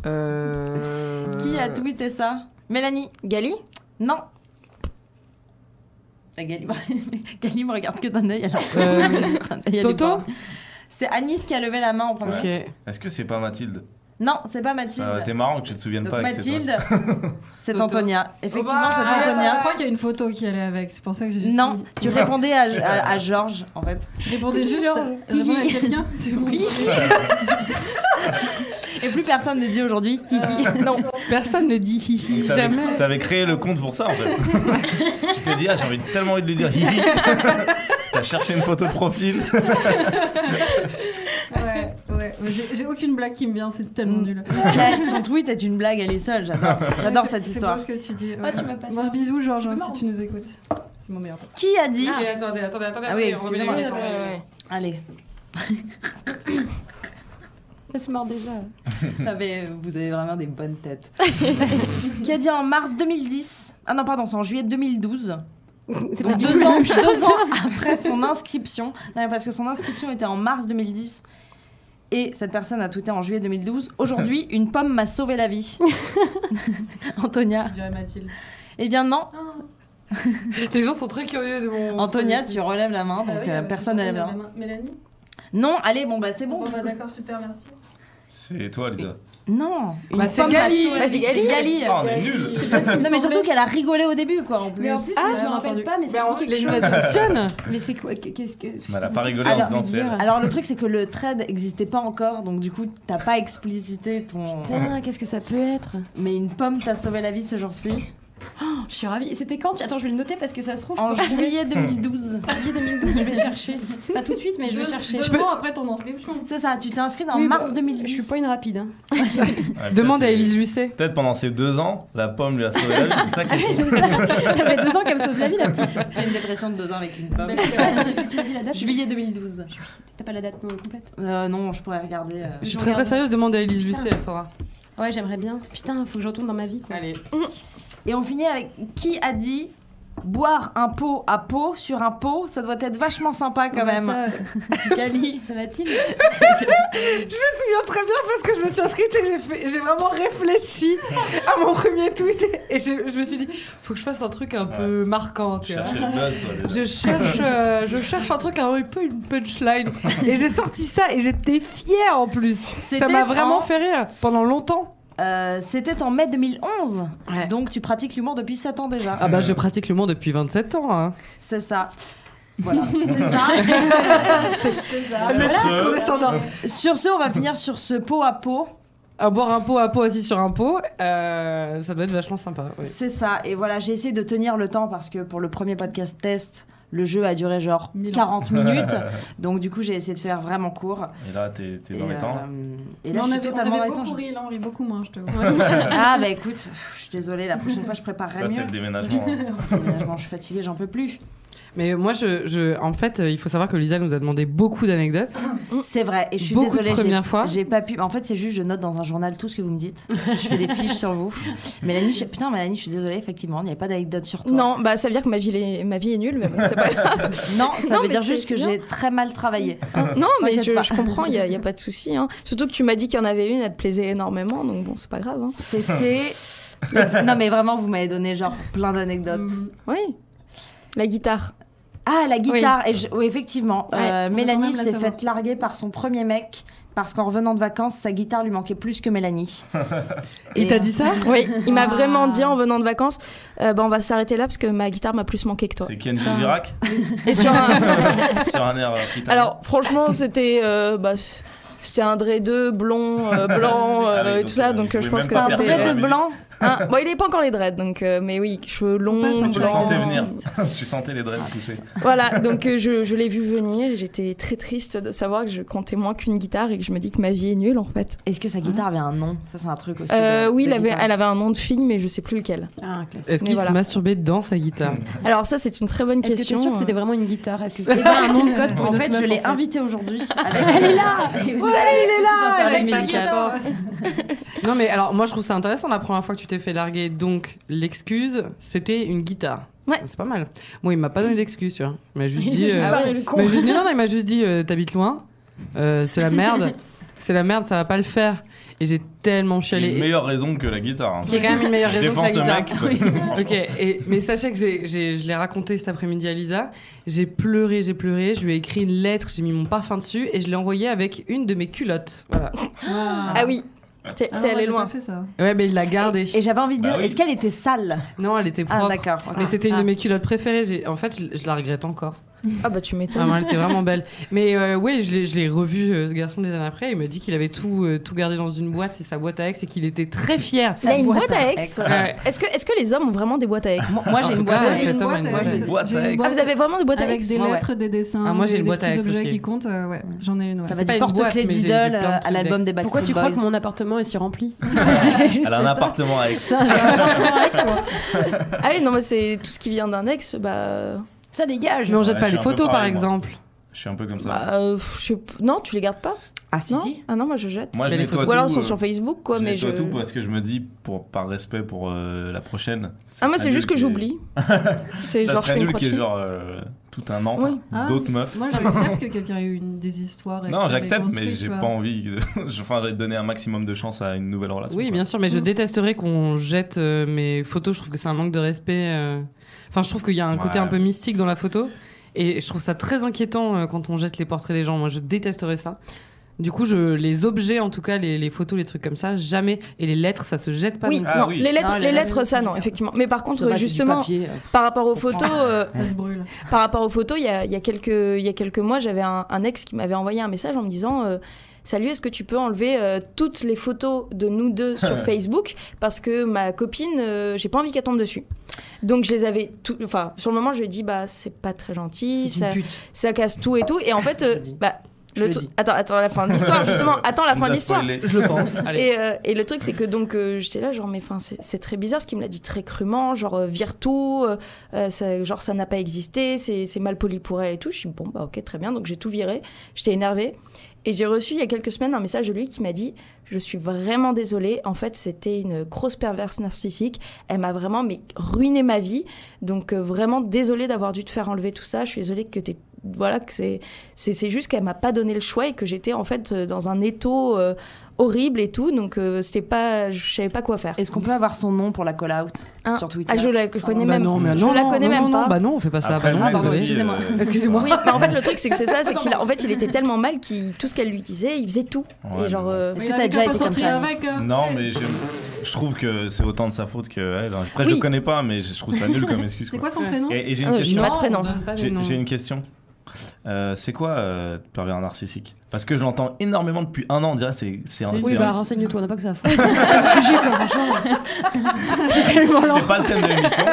A: Euh...
E: Qui a tweeté ça Mélanie
F: Gali
E: Non. Ah, Gali, *laughs* Gali me regarde que d'un œil alors. *laughs* que
A: Euh,
E: je suis un œil, elle est
A: Toto
E: pas- C'est Anis qui a levé la main en premier.
A: Ok. Ah
B: Est-ce que c'est pas Mathilde
E: Non, c'est pas Mathilde.
B: Ça, T'es marrant que tu te souviennes
E: Donc
B: pas. que c'est toi.
E: Mathilde, c'est
G: Toto.
E: Antonia. Effectivement, c'est
G: Ah, bah, attends, je
E: Antonia.
G: crois qu'il y a une photo qui allait avec, c'est pour ça que j'ai juste
E: Non,
G: mis-
E: tu répondais à, à, à Georges, en fait.
G: Je répondais juste. euh, Je répondais à quelqu'un. C'est bon.
E: Et plus personne ne dit aujourd'hui. hihi. *laughs* non.
A: Personne ne dit
B: Donc,
A: hihi,
B: t'avais-
A: jamais.
B: T'avais créé le compte pour ça en fait. tu t'es dit, ah, j'ai envie, tellement envie de lui dire hihi. T'as cherché une photo de profil.
G: Ouais, ouais. Mais J'ai j'ai aucune blague qui me vient, c'est tellement
E: Mm.
G: nul.
E: Mais ton tweet est une blague à lui seule, j'adore. J'adore
G: Ouais,
E: cette
G: c'est-
E: histoire.
G: C'est beau ce que tu dis.
D: Ah, tu m'as passé.
G: Bon, bisous, Georges, hein,
D: peux
G: si tu nous écoutes. C'est mon meilleur pote.
E: Qui a dit
A: attendez, attendez, attendez.
E: Ah oui, excusez-moi.
F: Ouais, Euh, ouais,
E: Allez.
D: Elle se marre déjà.
E: Non, mais vous avez vraiment des bonnes têtes. *laughs* Qui a dit en mars 2010. Ah non, pardon, c'est en juillet 2012.
F: ouais. C'est
E: Donc
F: pas du tout
E: deux
F: la
E: ans,
F: même chose.
E: deux ans après son inscription. Non, mais parce que son inscription était en mars 2010. Et cette personne a tweeté en juillet 2012. Aujourd'hui, une pomme m'a sauvé la vie. *laughs* Antonia.
G: Je dirais Mathilde.
E: Eh bien non,
A: Les gens sont très curieux de mon.
E: Antonia, tu relèves la main,
G: Ah
E: donc
G: bah,
E: euh, personne ne lève la main.
G: Mélanie
E: Non, allez, bon bah c'est bon.
G: Bon, bah d'accord, super, merci.
B: C'est toi, Lisa.
E: Non, une
A: Bah, c'est
E: pomme m'a
A: Gali.
E: sauvé la
F: Bah,
E: vie.
F: c'est Gali.
E: Gali.
B: Ah, on est nuls.
E: Non mais surtout qu'elle a rigolé au début quoi en plus.
D: Mais en plus,
G: Ah,
D: moi, je
G: j'avais
D: me rappelle
G: entendu.
D: pas, mais c'est
A: on- les nouvelles
G: Ah,
A: fonctionnent
D: Mais c'est quoi Qu'est-ce que.
B: Mais elle a pas rigolé
E: Alors,
B: en se disant c'est elle.
E: *laughs* Alors le truc c'est que le trade n'existait pas encore, donc du coup t'as pas explicité ton.
D: Putain, qu'est-ce que ça peut être
E: Mais une pomme t'a sauvé la vie ce jour-ci.
D: Oh, Je suis ravie. C'était quand tu- Attends, je vais le noter parce que ça se trouve.
E: En
D: je peux-
E: juillet 2012.
D: Juillet 2012, je vais chercher. Pas tout de suite, mais je vais chercher.
G: Deux ans après ton inscription.
E: C'est ça, tu t'es inscrit en
D: Oui,
E: mars
D: bah,
E: 2010.
D: Je suis pas une rapide. hein.
B: Ouais,
A: Demande
B: peut-être
A: à
B: c'est-
A: Élise Lucet.
B: Peut-être pendant ces deux ans, la pomme lui a sauvé la vie. C'est ça
D: *laughs*
B: qui est
D: Ah C'est ça. Ça fait deux ans qu'elle me sauve la vie, la
E: *laughs*
D: petite.
E: Tu fais une dépression de deux ans avec une pomme.
D: Tu as dit la date
E: Juillet 2012.
D: T'as pas la date non, complète
E: *laughs* Euh, non, je pourrais regarder. euh.
A: Je suis
D: Je
A: très très
D: regarde.
A: sérieuse, demande à Élise
D: Putain.
A: Lucet, elle saura.
D: Ouais, j'aimerais bien. Putain, faut que je retourne dans ma vie. quoi.
A: Allez.
E: Et on finit avec qui a dit boire un pot à pot sur un pot, ça doit être vachement sympa quand
D: Bah,
E: même.
D: Ça,
E: Gali.
D: ça va-t-il
H: Je me souviens très bien parce que je me suis inscrite et j'ai fait- j'ai vraiment réfléchi à mon premier tweet et je, je me suis dit, faut que je fasse un truc un peu marquant, tu vois.
B: Chercher le buzz, toi, déjà.
H: Je cherche, euh, je cherche un truc un peu une punchline et j'ai sorti ça et j'étais fière en plus. Ça
E: C'était
H: m'a vraiment
E: en-
H: fait rire pendant longtemps.
E: Euh, C'était en mai 2011.
H: Ouais.
E: Donc tu pratiques l'humour depuis 7 ans déjà.
A: Ah bah je pratique l'humour depuis 27 ans. hein.
E: C'est ça. Voilà, c'est ça. C'est
B: Sur
E: ça.
B: ce,
H: Condescendant.
E: Sur ce, on va finir sur ce pot à pot.
A: À boire un pot à pot assis sur un pot, euh, ça doit être vachement sympa. ouais.
E: C'est ça. Et voilà, j'ai essayé de tenir le temps parce que pour le premier podcast test, le jeu a duré genre
B: *laughs*
E: 40 minutes. Donc du coup, j'ai essayé de faire vraiment court.
B: Et là, t'es t'es dans
E: et,
B: les temps.
E: euh, et
G: Mais
E: là,
G: on
E: je suis
G: avait, on
E: totalement
G: avait
E: dans les temps.
G: beaucoup ri, là on rit beaucoup moins, je te vois.
E: Ah bah écoute, pff, je suis désolée, la prochaine fois je préparerai
B: Ça, c'est
E: mieux.
B: le déménagement. hein.
E: Déménagement, je suis fatiguée, j'en peux plus.
A: Mais moi, je, je- en fait, euh, il faut savoir que Lisa nous a demandé beaucoup d'anecdotes.
E: C'est vrai, et je suis
A: Beaucoup de
E: désolée. j'ai-
A: premières fois.
E: J'ai pas pu. En fait, c'est juste, je note dans un journal tout ce que vous me dites. Je fais des fiches
B: *laughs*
E: sur vous. Mélanie, je... putain, Mélanie, je suis désolée, effectivement, il n'y a pas d'anecdote sur toi.
F: Non, bah ça veut dire que ma vie, est... ma vie est nulle, mais bon, *laughs* c'est pas grave.
E: Non, ça veut
F: Non, mais
E: dire
F: c'est-
E: juste que
F: c'est bien.
E: j'ai très mal travaillé.
F: non,
E: Hein
F: mais
E: T'inquiète
F: je,
E: pas.
F: je comprends, il n'y a, y a pas de souci. hein. Surtout que tu m'as dit qu'il y en avait une, elle te plaisait énormément, donc bon, c'est pas grave. hein.
E: C'était.
A: *laughs*
E: non, mais vraiment, vous m'avez donné genre plein d'anecdotes.
G: Mm.
F: Oui. La guitare.
E: Ah, la guitare Et je- oui, Effectivement,
F: Ouais,
E: euh,
F: on
G: va quand
E: Mélanie
G: même la
E: s'est
G: savoir.
E: faite larguer par son premier mec parce qu'en revenant de vacances, sa guitare lui manquait plus
A: *laughs*
E: que Mélanie.
A: Il t'a dit ça
F: Oui, il m'a
E: Ah.
F: vraiment dit en venant de vacances, euh, bah, on va s'arrêter là parce que ma guitare m'a plus manqué que *laughs* toi.
B: C'est Kenji Girac
F: Et sur un-
B: sur un air euh, guitare.
F: Alors, franchement, c'était. euh, bah, c- c'était un Dre 2, blond,
B: *laughs*
F: euh,
B: Ah
F: blanc,
B: oui,
F: euh, et
B: donc,
F: tout ça,
B: euh,
F: donc
B: il
F: euh, je
B: pouvait
F: pense que
B: même pas
E: un
B: faire
F: c'était.
B: ça.
E: trait de
B: musique.
E: blanc.
F: un- Bon, il est pas encore les dreads, donc, euh, mais oui, cheveux
G: passe
F: longs,
G: un
B: tu le sentais
F: blancs.
B: venir. Tu sentais les dreads pousser.
F: Voilà, donc euh, je, je l'ai vu venir et j'étais très triste de savoir que je comptais moins qu'une guitare et que je me dis que ma vie est nulle en fait.
E: Est-ce que sa guitare avait un nom Ça, c'est un truc aussi.
F: Euh,
E: de-
F: oui,
E: de
F: elle avait,
E: guitare. Ah,
F: elle avait un nom de fille, mais je sais plus lequel.
A: Est-ce
F: Mais
A: qu'il
F: voilà.
A: se masturbait dans sa guitare
F: Alors, ça, c'est une très bonne
D: Est-ce que
F: question. euh, hein.
D: t'es sûr que c'était vraiment une guitare Est-ce que c'était pas Eh ben, un nom de code pour
E: En
D: une
E: fait,
D: autre
E: je
D: meuf,
E: l'ai
D: en fait
E: invitée aujourd'hui. Avec... Elle est là Et vous allez, il est là
H: avec sa guitare.
A: Non, mais alors moi, je trouve ça intéressant. La première fois que tu t'es fait larguer, donc l'excuse, c'était une guitare.
F: Ouais.
A: C'est pas mal. Moi, il m'a pas donné d'excuse, tu vois. Il m'a juste
D: Ils
A: dit.
D: ont juste
A: euh,
D: parlé, le con.
A: il m'a juste dit, non, non, il m'a juste dit, euh, t'habites loin, euh, c'est la merde, c'est la merde, ça va pas le faire. Et j'ai tellement
B: Il y a
A: chialé.
B: Une meilleure raison que la guitare. hein.
A: Il y a quand même une meilleure
B: Je
A: raison que
B: défends
A: la
B: ce
A: guitare.
B: mec. parce que franchement,
A: Ok, et, mais sachez que j'ai, j'ai- je l'ai raconté cet après-midi à Lisa. J'ai pleuré, j'ai pleuré. Je lui ai écrit une lettre, j'ai mis mon parfum dessus et je l'ai envoyé avec une de mes culottes. Voilà.
F: Ah oui, t'es t'es
G: Ah, moi,
F: allé
G: j'ai
F: loin.
G: pas fait ça.
A: Ouais, mais il l'a gardée.
E: Et j'avais envie de
B: Bah
E: dire,
B: oui.
E: est-ce qu'elle était sale
A: Non, elle était propre.
E: Ah, d'accord. ok.
A: Mais c'était une
D: Ah.
A: de mes culottes préférées. J'ai- En fait, je, je la regrette encore.
F: Ah bah, tu m'étonnes.
A: Vraiment, elle était vraiment belle. Mais euh, ouais, je l'ai, je l'ai revu euh, ce garçon des années après. Il m'a dit qu'il avait tout, euh, tout gardé dans une boîte, c'est sa boîte à ex et qu'il était très fier.
F: Il a une boîte à
E: ex.
F: ex. Est-ce que, est que les hommes ont vraiment des boîtes à ex
E: Moi, j'ai
A: En
E: une
A: tout cas, cet homme a
E: boîte.
G: J'ai
A: une
G: une
A: boîte à
G: boîte,
A: ex.
G: j'ai-
B: Boîte
G: j'ai
B: à
G: une
B: ex.
F: Ah, vous avez vraiment des boîtes à
G: avec
F: ex
G: des
E: ouais.
G: lettres, des dessins,
A: Ah, moi, j'ai
G: des-
A: une
G: des
A: boîte à
G: petits
A: ex
G: objets
A: aussi.
G: qui comptent. euh, ouais, j'en ai une. ouais.
E: Ça va
A: C'est pas
E: du
A: une
E: porte-clés
A: boîte, mais j'ai- j'ai
E: d'idole
A: plein de
E: euh, à
A: trucs
E: l'album
A: d'ex.
E: des Backstreet
D: Pourquoi tu crois que
E: Boys.
D: mon appartement est si rempli *laughs*
B: Elle a un appartement avec ça.
F: Ah oui, non, mais c'est tout ce qui vient d'un ex, bah.
D: Ça dégage
A: Mais on jette
B: Ouais,
A: pas
B: je suis
A: les
B: un peu
A: photos, par
B: pareil, moi.
A: exemple.
B: Je suis un peu comme ça.
F: bah, euh, pff, je sais p- Non, tu les gardes pas
A: Ah si,
F: non
A: si.
F: Ah non, moi je jette.
B: Moi, je
A: mais les
B: nettoie
A: photos-
B: tout.
F: Ou alors ils sont
B: euh,
F: sur Facebook, quoi,
B: je
F: mais je.
B: nettoie tout parce que je me dis, pour, par respect pour euh, la prochaine.
F: Ah, moi
B: ça
F: c'est juste
B: annule
F: que
B: qu'il y ait- *laughs*
F: j'oublie. C'est
B: Ça
F: genre je
B: serait
F: fais une
B: nul qu'il y ait
F: crottine.
B: genre euh, tout un an
F: Oui.
G: Ah.
B: d'autres meufs.
G: Moi, j'accepte que quelqu'un ait eu une des histoires. et que
B: Non,
G: ça
B: j'accepte,
G: déconstruit,
B: mais
G: tu
B: j'ai
G: vois.
B: pas envie. Que... *laughs* enfin, j'allais te donner un maximum de chance à une nouvelle relation.
A: Oui,
B: quoi.
A: bien sûr, mais je
F: Mm.
A: détesterais qu'on jette euh, mes photos. Je trouve que c'est un manque de respect. euh. Enfin, je trouve qu'il y a un côté
B: Ouais.
A: un peu mystique dans la photo. Et je trouve ça très inquiétant euh, quand on jette les portraits des gens. Moi, je détesterais ça. Du coup, je, les objets, en tout cas, les, les photos, les trucs comme ça, jamais. Et les lettres, ça se jette pas.
F: Oui,
A: non
B: Ah
F: non,
B: oui.
F: les lettres,
D: Non,
F: les
D: les
F: lettres,
D: lettres,
F: ça non,
D: c'est-
F: effectivement. Mais par
D: Ça
F: contre,
D: va, c'est du
F: justement,
D: papier, euh,
F: par rapport aux
D: Ça se
F: photos, euh,
G: Ça se brûle.
F: par rapport aux photos, il y a, il y a quelques, il y a quelques mois, j'avais un, un ex qui m'avait envoyé un message en me disant. euh, Salut, est-ce que tu peux enlever euh, toutes les photos de nous
B: *laughs*
F: deux sur Facebook parce que ma copine, euh, j'ai pas envie qu'elle tombe dessus. Donc je les avais tout, enfin sur le moment je lui ai dit bah c'est pas très gentil,
A: C'est
F: ça,
A: une
F: *laughs*
A: pute.
F: ça casse tout et tout et en fait euh, bah
A: Je
F: le
A: le
F: tru-
A: dis.
F: attends attends la fin de l'histoire justement attends la
B: Elle
F: fin
B: nous
F: de
B: a
F: l'histoire
B: spoilé.
A: Je le pense. Allez.
F: et, euh, et le truc, c'est que donc euh, j'étais là, genre, mais enfin, c'est c'est très bizarre ce qu'il me l'a dit très crûment, genre, euh, vire tout, euh, euh, ça- genre, ça n'a pas existé, c'est c'est mal poli pour elle et tout. Je suis bon, bah ok, très bien, donc j'ai tout viré, j'étais énervée. Et j'ai reçu il y a quelques semaines un message de lui qui m'a dit Je suis vraiment désolée. En fait, c'était une grosse perverse narcissique. Elle m'a vraiment mais, ruiné ma vie. Donc, euh, vraiment désolée d'avoir dû te faire enlever tout ça. Je suis désolée que t'aies- Voilà, que c'est, c'est, c'est juste qu'elle m'a pas donné le choix et que j'étais en fait euh, dans un étau euh, horrible et tout. Donc, euh, c'était pas. Je savais pas quoi faire.
E: Est-ce qu'on peut avoir son nom pour la call-out
F: Ah,
E: sur Twitter
F: Ah, je la je connais
E: Bah
A: Bah
F: même.
A: non, mais
F: je
A: non,
F: la
A: non,
F: connais
A: non,
F: même
A: non,
F: pas.
A: bah non, on fait pas ça.
B: Après,
A: bah non,
B: Maëlle,
A: pardon.
B: aussi,
E: excusez-moi.
B: euh,
A: Excusez-moi.
F: Oui, mais en fait, le truc, c'est que
A: *laughs*
F: c'est ça, c'est qu'il, a- en fait, il était tellement mal qu'il, tout ce qu'elle lui disait, il faisait tout.
B: Ouais,
F: et genre,
B: mais bon.
F: euh,
E: Est-ce que t'as déjà été comme ça Alice
B: Non, mais j'aime- je trouve que c'est autant de sa faute que elle. Après, je
F: Oui.
B: le connais pas, mais je je trouve ça nul comme excuse.
G: C'est
B: quoi.
G: quoi son prénom
B: Et, et j'ai
F: Ah,
B: une
F: j'ai
B: question.
F: pas
B: *laughs*
F: de prénom.
B: J'ai j'ai une question. Euh, c'est quoi euh, pervers narcissique Parce que je l'entends énormément depuis un an. On dirait c'est c'est un.
D: Oui,
B: c'est
D: bah
B: un-
D: renseigne-toi, on n'a pas que ça à foutre. Le sujet, quoi, franchement. C'est tellement lent.
B: c'est pas le thème de l'émission.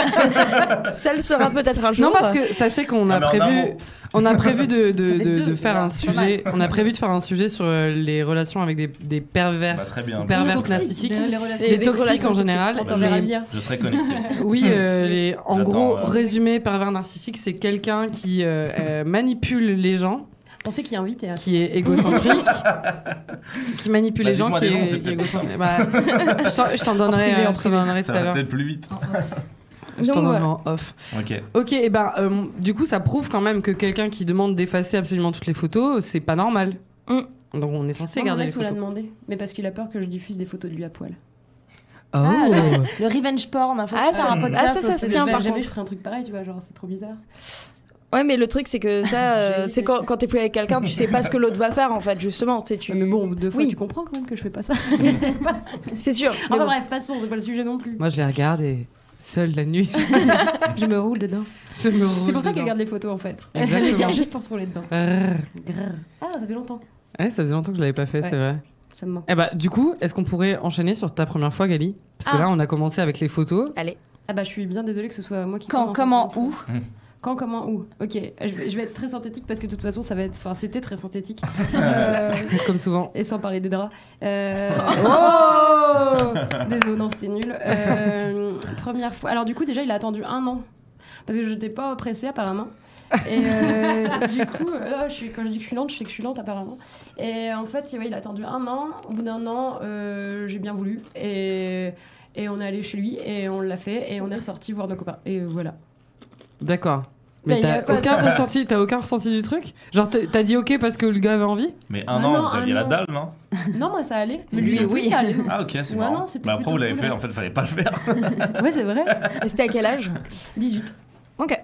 F: ça le sera peut-être un jour.
A: Non, parce que sachez qu'on
B: Non,
A: a
B: Ah, mais en un
A: prévu,
B: mot.
A: on a prévu de, de-
E: Ça fait
A: de- de
E: deux,
A: faire
E: déjà.
A: un
E: C'est pas
A: sujet. On a prévu de faire un sujet sur euh, les relations avec des, des pervers,
B: Bah, très bien.
A: ou perverses
B: Toxique.
A: narcissiques,
G: Les relations.
A: des
F: les
A: toxiques
F: relations
A: en général.
D: On t'enverra
A: Mais-
D: le lien.
B: Je serai connecté.
A: Oui, euh, les, en
B: J'attends,
A: gros,
B: euh.
A: résumé pervers narcissique, c'est quelqu'un qui euh, euh, manipule les gens,
D: On sait qui invite et
A: qui est
B: *laughs*
A: égocentrique, qui manipule
B: Bah,
A: les gens,
B: dites-moi
A: qui
B: des noms,
A: est,
B: c'est
A: qui est
B: peut-être
A: égocentrique. Bah, je t'en- je t'en donnerai,
D: privé, en
A: euh, je t'en donnerai tout
B: Ça
A: à
B: va
A: l'heure.
B: peut-être plus vite.
A: Je t'en
F: Donc,
A: donnerai
F: voilà.
A: en off.
B: Ok.
A: Ok, et ben euh, du coup, ça prouve quand même que quelqu'un qui demande d'effacer absolument toutes les photos, c'est pas normal.
F: Mm.
A: Donc on est censé
D: Mon
A: garder les
D: ex vous l'a
A: photos.
D: demandé, mais parce qu'il a peur que je diffuse des photos de lui à poil.
A: Oh.
E: Ah, le, le revenge porn, faut
F: Ah,
E: faire
F: ça-
E: un
F: ah,
E: podcast
F: ça, ça se
E: aussi.
F: tient
D: Jamais-
F: par
D: jamais
F: contre.
D: je ferais un truc pareil, tu vois, genre c'est trop bizarre.
F: Ouais, mais le truc, c'est
D: *laughs*
F: que ça, euh, c'est quand, quand t'es plus avec quelqu'un, tu sais pas ce que l'autre va faire, en fait, justement. tu sais, Tu...
D: Ah, Mais bon, deux fois
F: Oui.
D: tu comprends quand même que je fais pas ça.
F: c'est sûr. mais
D: Enfin
F: bon.
D: bref, passons, c'est pas le sujet non plus.
A: Moi, je les regarde et seule la nuit,
D: Je me roule dedans.
A: je me
D: C'est pour ça
A: roule
D: qu'elle garde les photos en fait. Elle
A: Exactement.
D: les garde juste pour se rouler dedans.
A: dedans. Rrr.
D: Ah, ça fait longtemps.
A: Ouais, ça faisait longtemps que je l'avais pas fait,
D: Ouais.
A: c'est vrai.
D: Ça me manque.
A: Eh bah, du coup, est-ce qu'on pourrait enchaîner sur ta première fois, Gali Parce que
D: Ah.
A: là, on a commencé avec les photos.
F: Allez.
D: Ah bah je suis bien désolée que ce soit moi qui
E: Quand,
D: commence,
E: comment,
D: encore une
E: où
D: fois. Quand, comment, où Ok, je vais, je vais être très synthétique parce que de toute façon ça va être, enfin c'était très synthétique. Euh,
A: Comme souvent.
D: et sans parler des draps. *laughs* Euh... Désolé, non c'était nul. Euh, Première fois. Alors du coup déjà il a attendu un an parce que je n'étais pas pressée apparemment. Et euh, du coup, euh, je suis, quand je dis que je suis lente, je sais que je suis lente apparemment. Et en fait, ouais, il a attendu un an. Au bout d'un an, euh, j'ai bien voulu. Et, et on est allé chez lui et on l'a fait. Et on est ressorti voir nos copains. Et voilà.
A: D'accord.
D: Bah,
A: Mais
D: il y a
A: t'as
D: pas de-
A: aucun, ressenti, t'as aucun ressenti du truc Genre, t'as- t'as dit ok parce que le gars avait envie
B: Mais un
D: Bah
B: an,
D: non,
B: vous
D: un
B: aviez la
D: an.
B: dalle, non
D: Non, moi ça allait. Mais lui,
E: Lui,
D: oui,
E: oui.
D: ça allait.
B: Ah ok, c'est
D: Ouais,
B: marrant.
D: non, c'était
B: Bah, après,
D: plutôt
B: vous l'avez
D: cool,
B: fait.
D: hein.
B: En fait, fallait pas le faire.
D: Ouais, c'est vrai.
F: Et C'était à
D: *laughs*
F: quel âge
D: 18.
F: Ok.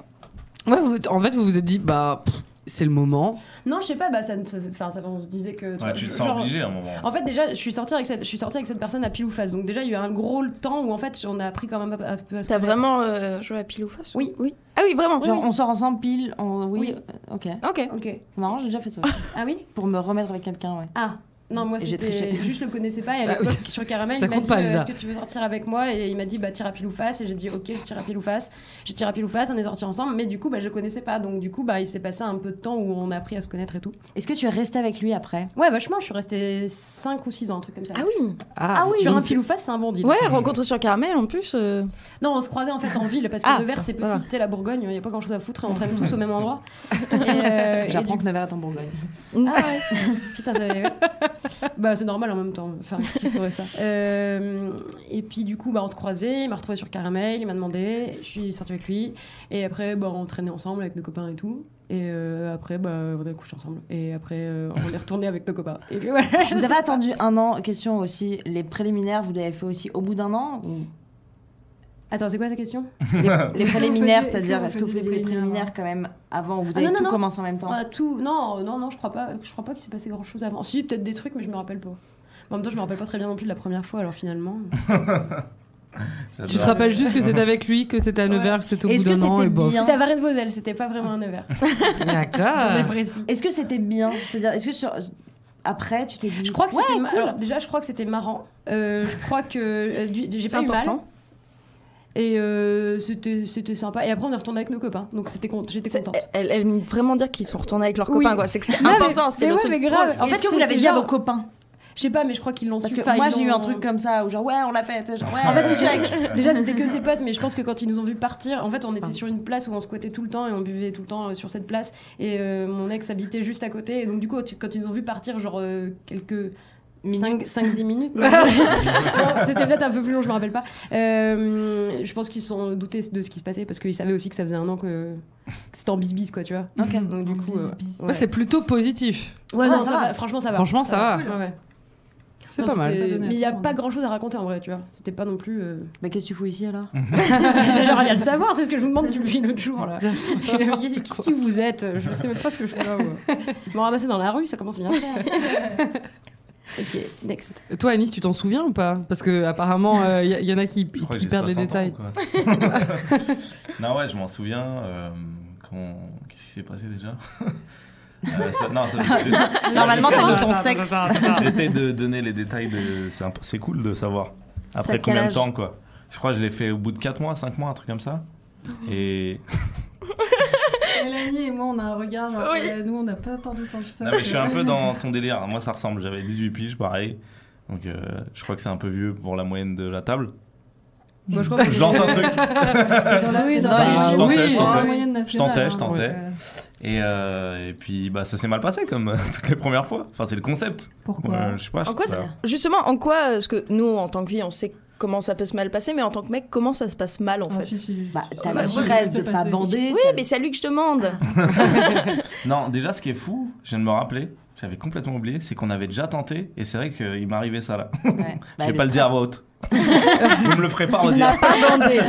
A: Ouais, vous- en fait, vous vous êtes dit, bah, pff, c'est le moment.
D: Non, je sais pas, bah, ça, ne se- enfin, ça, on se disait que.
B: Ouais,
D: vois,
B: tu te
D: je-
B: sens
D: genre- oh,
B: obligé à un moment.
D: En fait, déjà, je suis sortie avec cette, je suis sortie avec cette personne à pile ou face. Donc déjà, il y a eu un gros temps où en fait, on a appris quand même un peu à se
F: T'as
D: connaître.
F: vraiment euh, joué à pile ou face
D: Oui.
F: oui. Ah oui, vraiment
E: Genre, on sort ensemble pile, on- oui,
D: Oui.
E: euh, ok.
F: Ok.
D: Ok.
E: C'est marrant, j'ai déjà fait ça.
D: Ah oui.
E: Pour me remettre avec quelqu'un, ouais.
D: Ah. Non, moi,
E: Et j'ai
D: c'était
E: triché.
D: juste je le connaissais pas. Et à
A: Ah oui.
D: l'époque, sur Caramel,
A: Ça
D: il m'a
A: compte
D: dit
A: pas,
D: euh,
A: Elsa.
D: Est-ce que tu veux sortir avec moi Et il m'a dit Bah, tire à pile ou face. Et j'ai dit Ok, je tire à pile ou face. J'ai tiré à pile ou face, on est sortis ensemble. Mais du coup, bah, je le connaissais pas. Donc, du coup, bah, il s'est passé un peu de temps où on a appris à se connaître et tout.
E: Est-ce que tu es resté avec lui après
D: Ouais, vachement, je suis restée 5 ou 6 ans, un truc comme ça.
F: Ah oui.
D: Ah oui, sur
A: donc
D: un pile ou face, c'est un bon deal.
F: Ouais, rencontre sur caramel en plus. euh.
D: Non, on se croisait en fait en ville parce que
F: Ah,
D: Nevers c'est petit,
F: voilà.
D: tu sais, la Bourgogne, il n'y a pas grand chose à foutre et on traîne tous au même *laughs* endroit. Et, euh, et
E: J'apprends
D: du-
E: que Nevers est
A: *laughs*
E: en Bourgogne.
D: Ah ouais Putain, ça- ouais. Bah, c'est normal en même temps, enfin, qui saurait ça. Euh, et puis du coup, bah, on se croisait, il m'a retrouvé sur Caramel, il m'a demandé, je suis sortie avec lui. Et après, bah, on traînait ensemble avec nos copains et tout. Et euh, après, bah, on a couché ensemble. Et après, euh, on est retourné avec nos copains. Et puis voilà.
E: Vous avez attendu un an, question aussi, les préliminaires, vous l'avez fait aussi au bout d'un an ou
D: Attends, c'est quoi ta question
E: les, les préliminaires,
G: Est-ce que vous
E: c'est-à-dire
G: faisiez-
E: est-ce que vous faisiez les préliminaires quand même avant ou Vous
D: Ah
E: avez
D: non, non,
E: tout
D: non.
E: commencé en même temps
D: Ah, tout non non non je crois pas je crois pas qu'il s'est passé grand chose avant si peut-être des trucs mais je me rappelle pas Mais en même temps je me rappelle pas très bien non plus de la première fois alors finalement
B: J'adore.
A: Tu te rappelles juste que c'est avec lui, que c'était à 9h, que c'était au bout
E: Est-ce que
A: d'un an
E: c'était
A: et bof.
E: bien
D: c'était à Varennes Vosel c'était pas vraiment un nevers si on est
A: D'accord.
D: précis
E: Est-ce que c'était bien C'est-à-dire, est-ce que sur- après, tu t'es dit.
D: je crois que c'était
E: Ouais,
D: ma-
E: cool.
D: alors, déjà je crois que c'était marrant Euh, je crois que euh, du- j'ai
F: C'est
D: pas eu mal
F: important.
D: et euh, c'était c'était sympa et après on est retourné avec nos copains donc c'était con- j'étais
F: C'est- eh,
D: contente
F: Elle, elle aime vraiment dire qu'ils sont retournés avec leurs
D: Oui.
F: copains, quoi. C'est que c'est
D: Non, mais-
F: important, c'est
D: mais
F: le
D: ouais,
F: truc.
D: mais grave.
F: drôle.
D: En
E: Est-ce
D: fait,
E: que vous
D: c'était
E: l'avez dit à
D: genre-
E: vos copains
D: Je sais pas, mais je crois qu'ils l'ont
E: Parce
D: su.
E: que
D: Enfin,
E: moi
D: ils
E: j'ai eu
D: l'ont-
E: un truc comme ça où genre ouais on l'a fait, tu sais, genre ouais.
D: En fait, c'est check. Déjà, c'était que ses potes, mais je pense que quand ils nous ont vu partir, en fait, on était sur une place où on squattait tout le temps et on buvait tout le temps euh, sur cette place. Et euh, mon ex habitait juste à côté. Et donc, du coup, tu- quand ils nous ont vu partir, genre euh, quelques. 5-10 minutes. *laughs* Non,
B: *laughs*
D: C'était peut-être un peu plus long, je me rappelle pas. Euh, je pense qu'ils se sont doutés de ce qui se passait parce qu'ils savaient aussi que ça faisait un an que, que c'était en bisbis, quoi, tu vois. Donc, du coup. euh,
A: Ouais, c'est plutôt positif.
D: Ouais,
E: Ah,
D: non,
E: ça
D: ça
E: va.
D: va. Franchement, ça va.
A: Franchement, ça va.
D: Ouais, ouais.
A: C'est
D: Non,
A: pas mal.
D: c'était-
G: Ça donnait à
D: Mais il n'y a
G: comprendre.
D: pas hein. grand chose à raconter en vrai, tu vois. C'était pas non plus. euh,
E: *laughs* Mais qu'est-ce que tu fous ici alors
B: Mhm.
D: *laughs* J'aimerais bien le savoir, c'est ce que je vous demande depuis l'autre jour. Là. *laughs* Je me dis, c'est qui qui vous êtes Je sais même pas ce que je fais
E: *laughs*
D: là. ouais. Ils m'ont ramassé dans la rue, ça commence bien. ok, next.
A: Toi, Anis, tu t'en souviens ou pas Parce que apparemment, il y, en a qui,
B: Je crois que
A: qui
B: j'ai
A: perdent les
B: 60 ans,
A: détails.
B: quoi. non, ouais, je m'en souviens. euh, quand- Qu'est-ce qui s'est passé déjà *laughs* Euh, ça- non, ça- je-
E: *laughs* Normalement,
B: j'essaie
E: t'as
B: de-
E: mis ton sexe.
B: *laughs* J'essaie de donner les détails. De... C'est imp- c'est cool de savoir.
E: à
B: Après
E: quel
B: combien de
E: âge
B: temps, quoi Je crois que je l'ai fait au bout de 4 mois, 5 mois, un truc comme ça. Et
G: Mélanie et moi, on a un regard. Genre, euh, nous, on n'a pas attendu quand je sais.
B: non, mais je suis un
E: *laughs*
B: peu dans ton délire. Moi, ça ressemble. J'avais 18 piges, pareil. Donc, euh, je crois que c'est un peu vieux pour la moyenne de la table.
D: Moi, je crois que
B: Je lance un truc.
G: Dans la, oui, dans
E: Non,
G: la,
B: je tentais, je
G: dans la
B: tentais.
G: moyenne
B: Je
G: nationale.
B: tentais, je
G: hein.
B: tentais. Et, euh, et puis, bah, ça s'est mal passé comme *laughs* toutes les premières fois. Enfin, c'est le concept.
G: Pourquoi
B: Euh, je sais pas. je
F: En quoi
B: trouve ça-
F: ça- Justement, en quoi, euh, ce que nous, en tant que vie, on sait comment ça peut se mal passer, mais en tant que mec, comment ça se passe mal en
G: Ah,
F: fait
G: si, si.
E: Bah, t'as
G: Bah,
E: la
G: moi, je
E: stress
G: vais
E: de
G: te
E: pas
G: passer.
E: bander.
F: Oui, mais c'est à lui que je demande.
D: Ah.
B: Non, déjà, ce qui est fou, je viens de me rappeler, j'avais complètement oublié, c'est qu'on avait déjà tenté. Et c'est vrai qu'il m'arrivait ça là.
E: Ouais.
B: je
E: Bah,
B: vais pas le dire à voix haute. Vous me le ferez pas
F: Il n'a
B: redire.
F: pas bandé.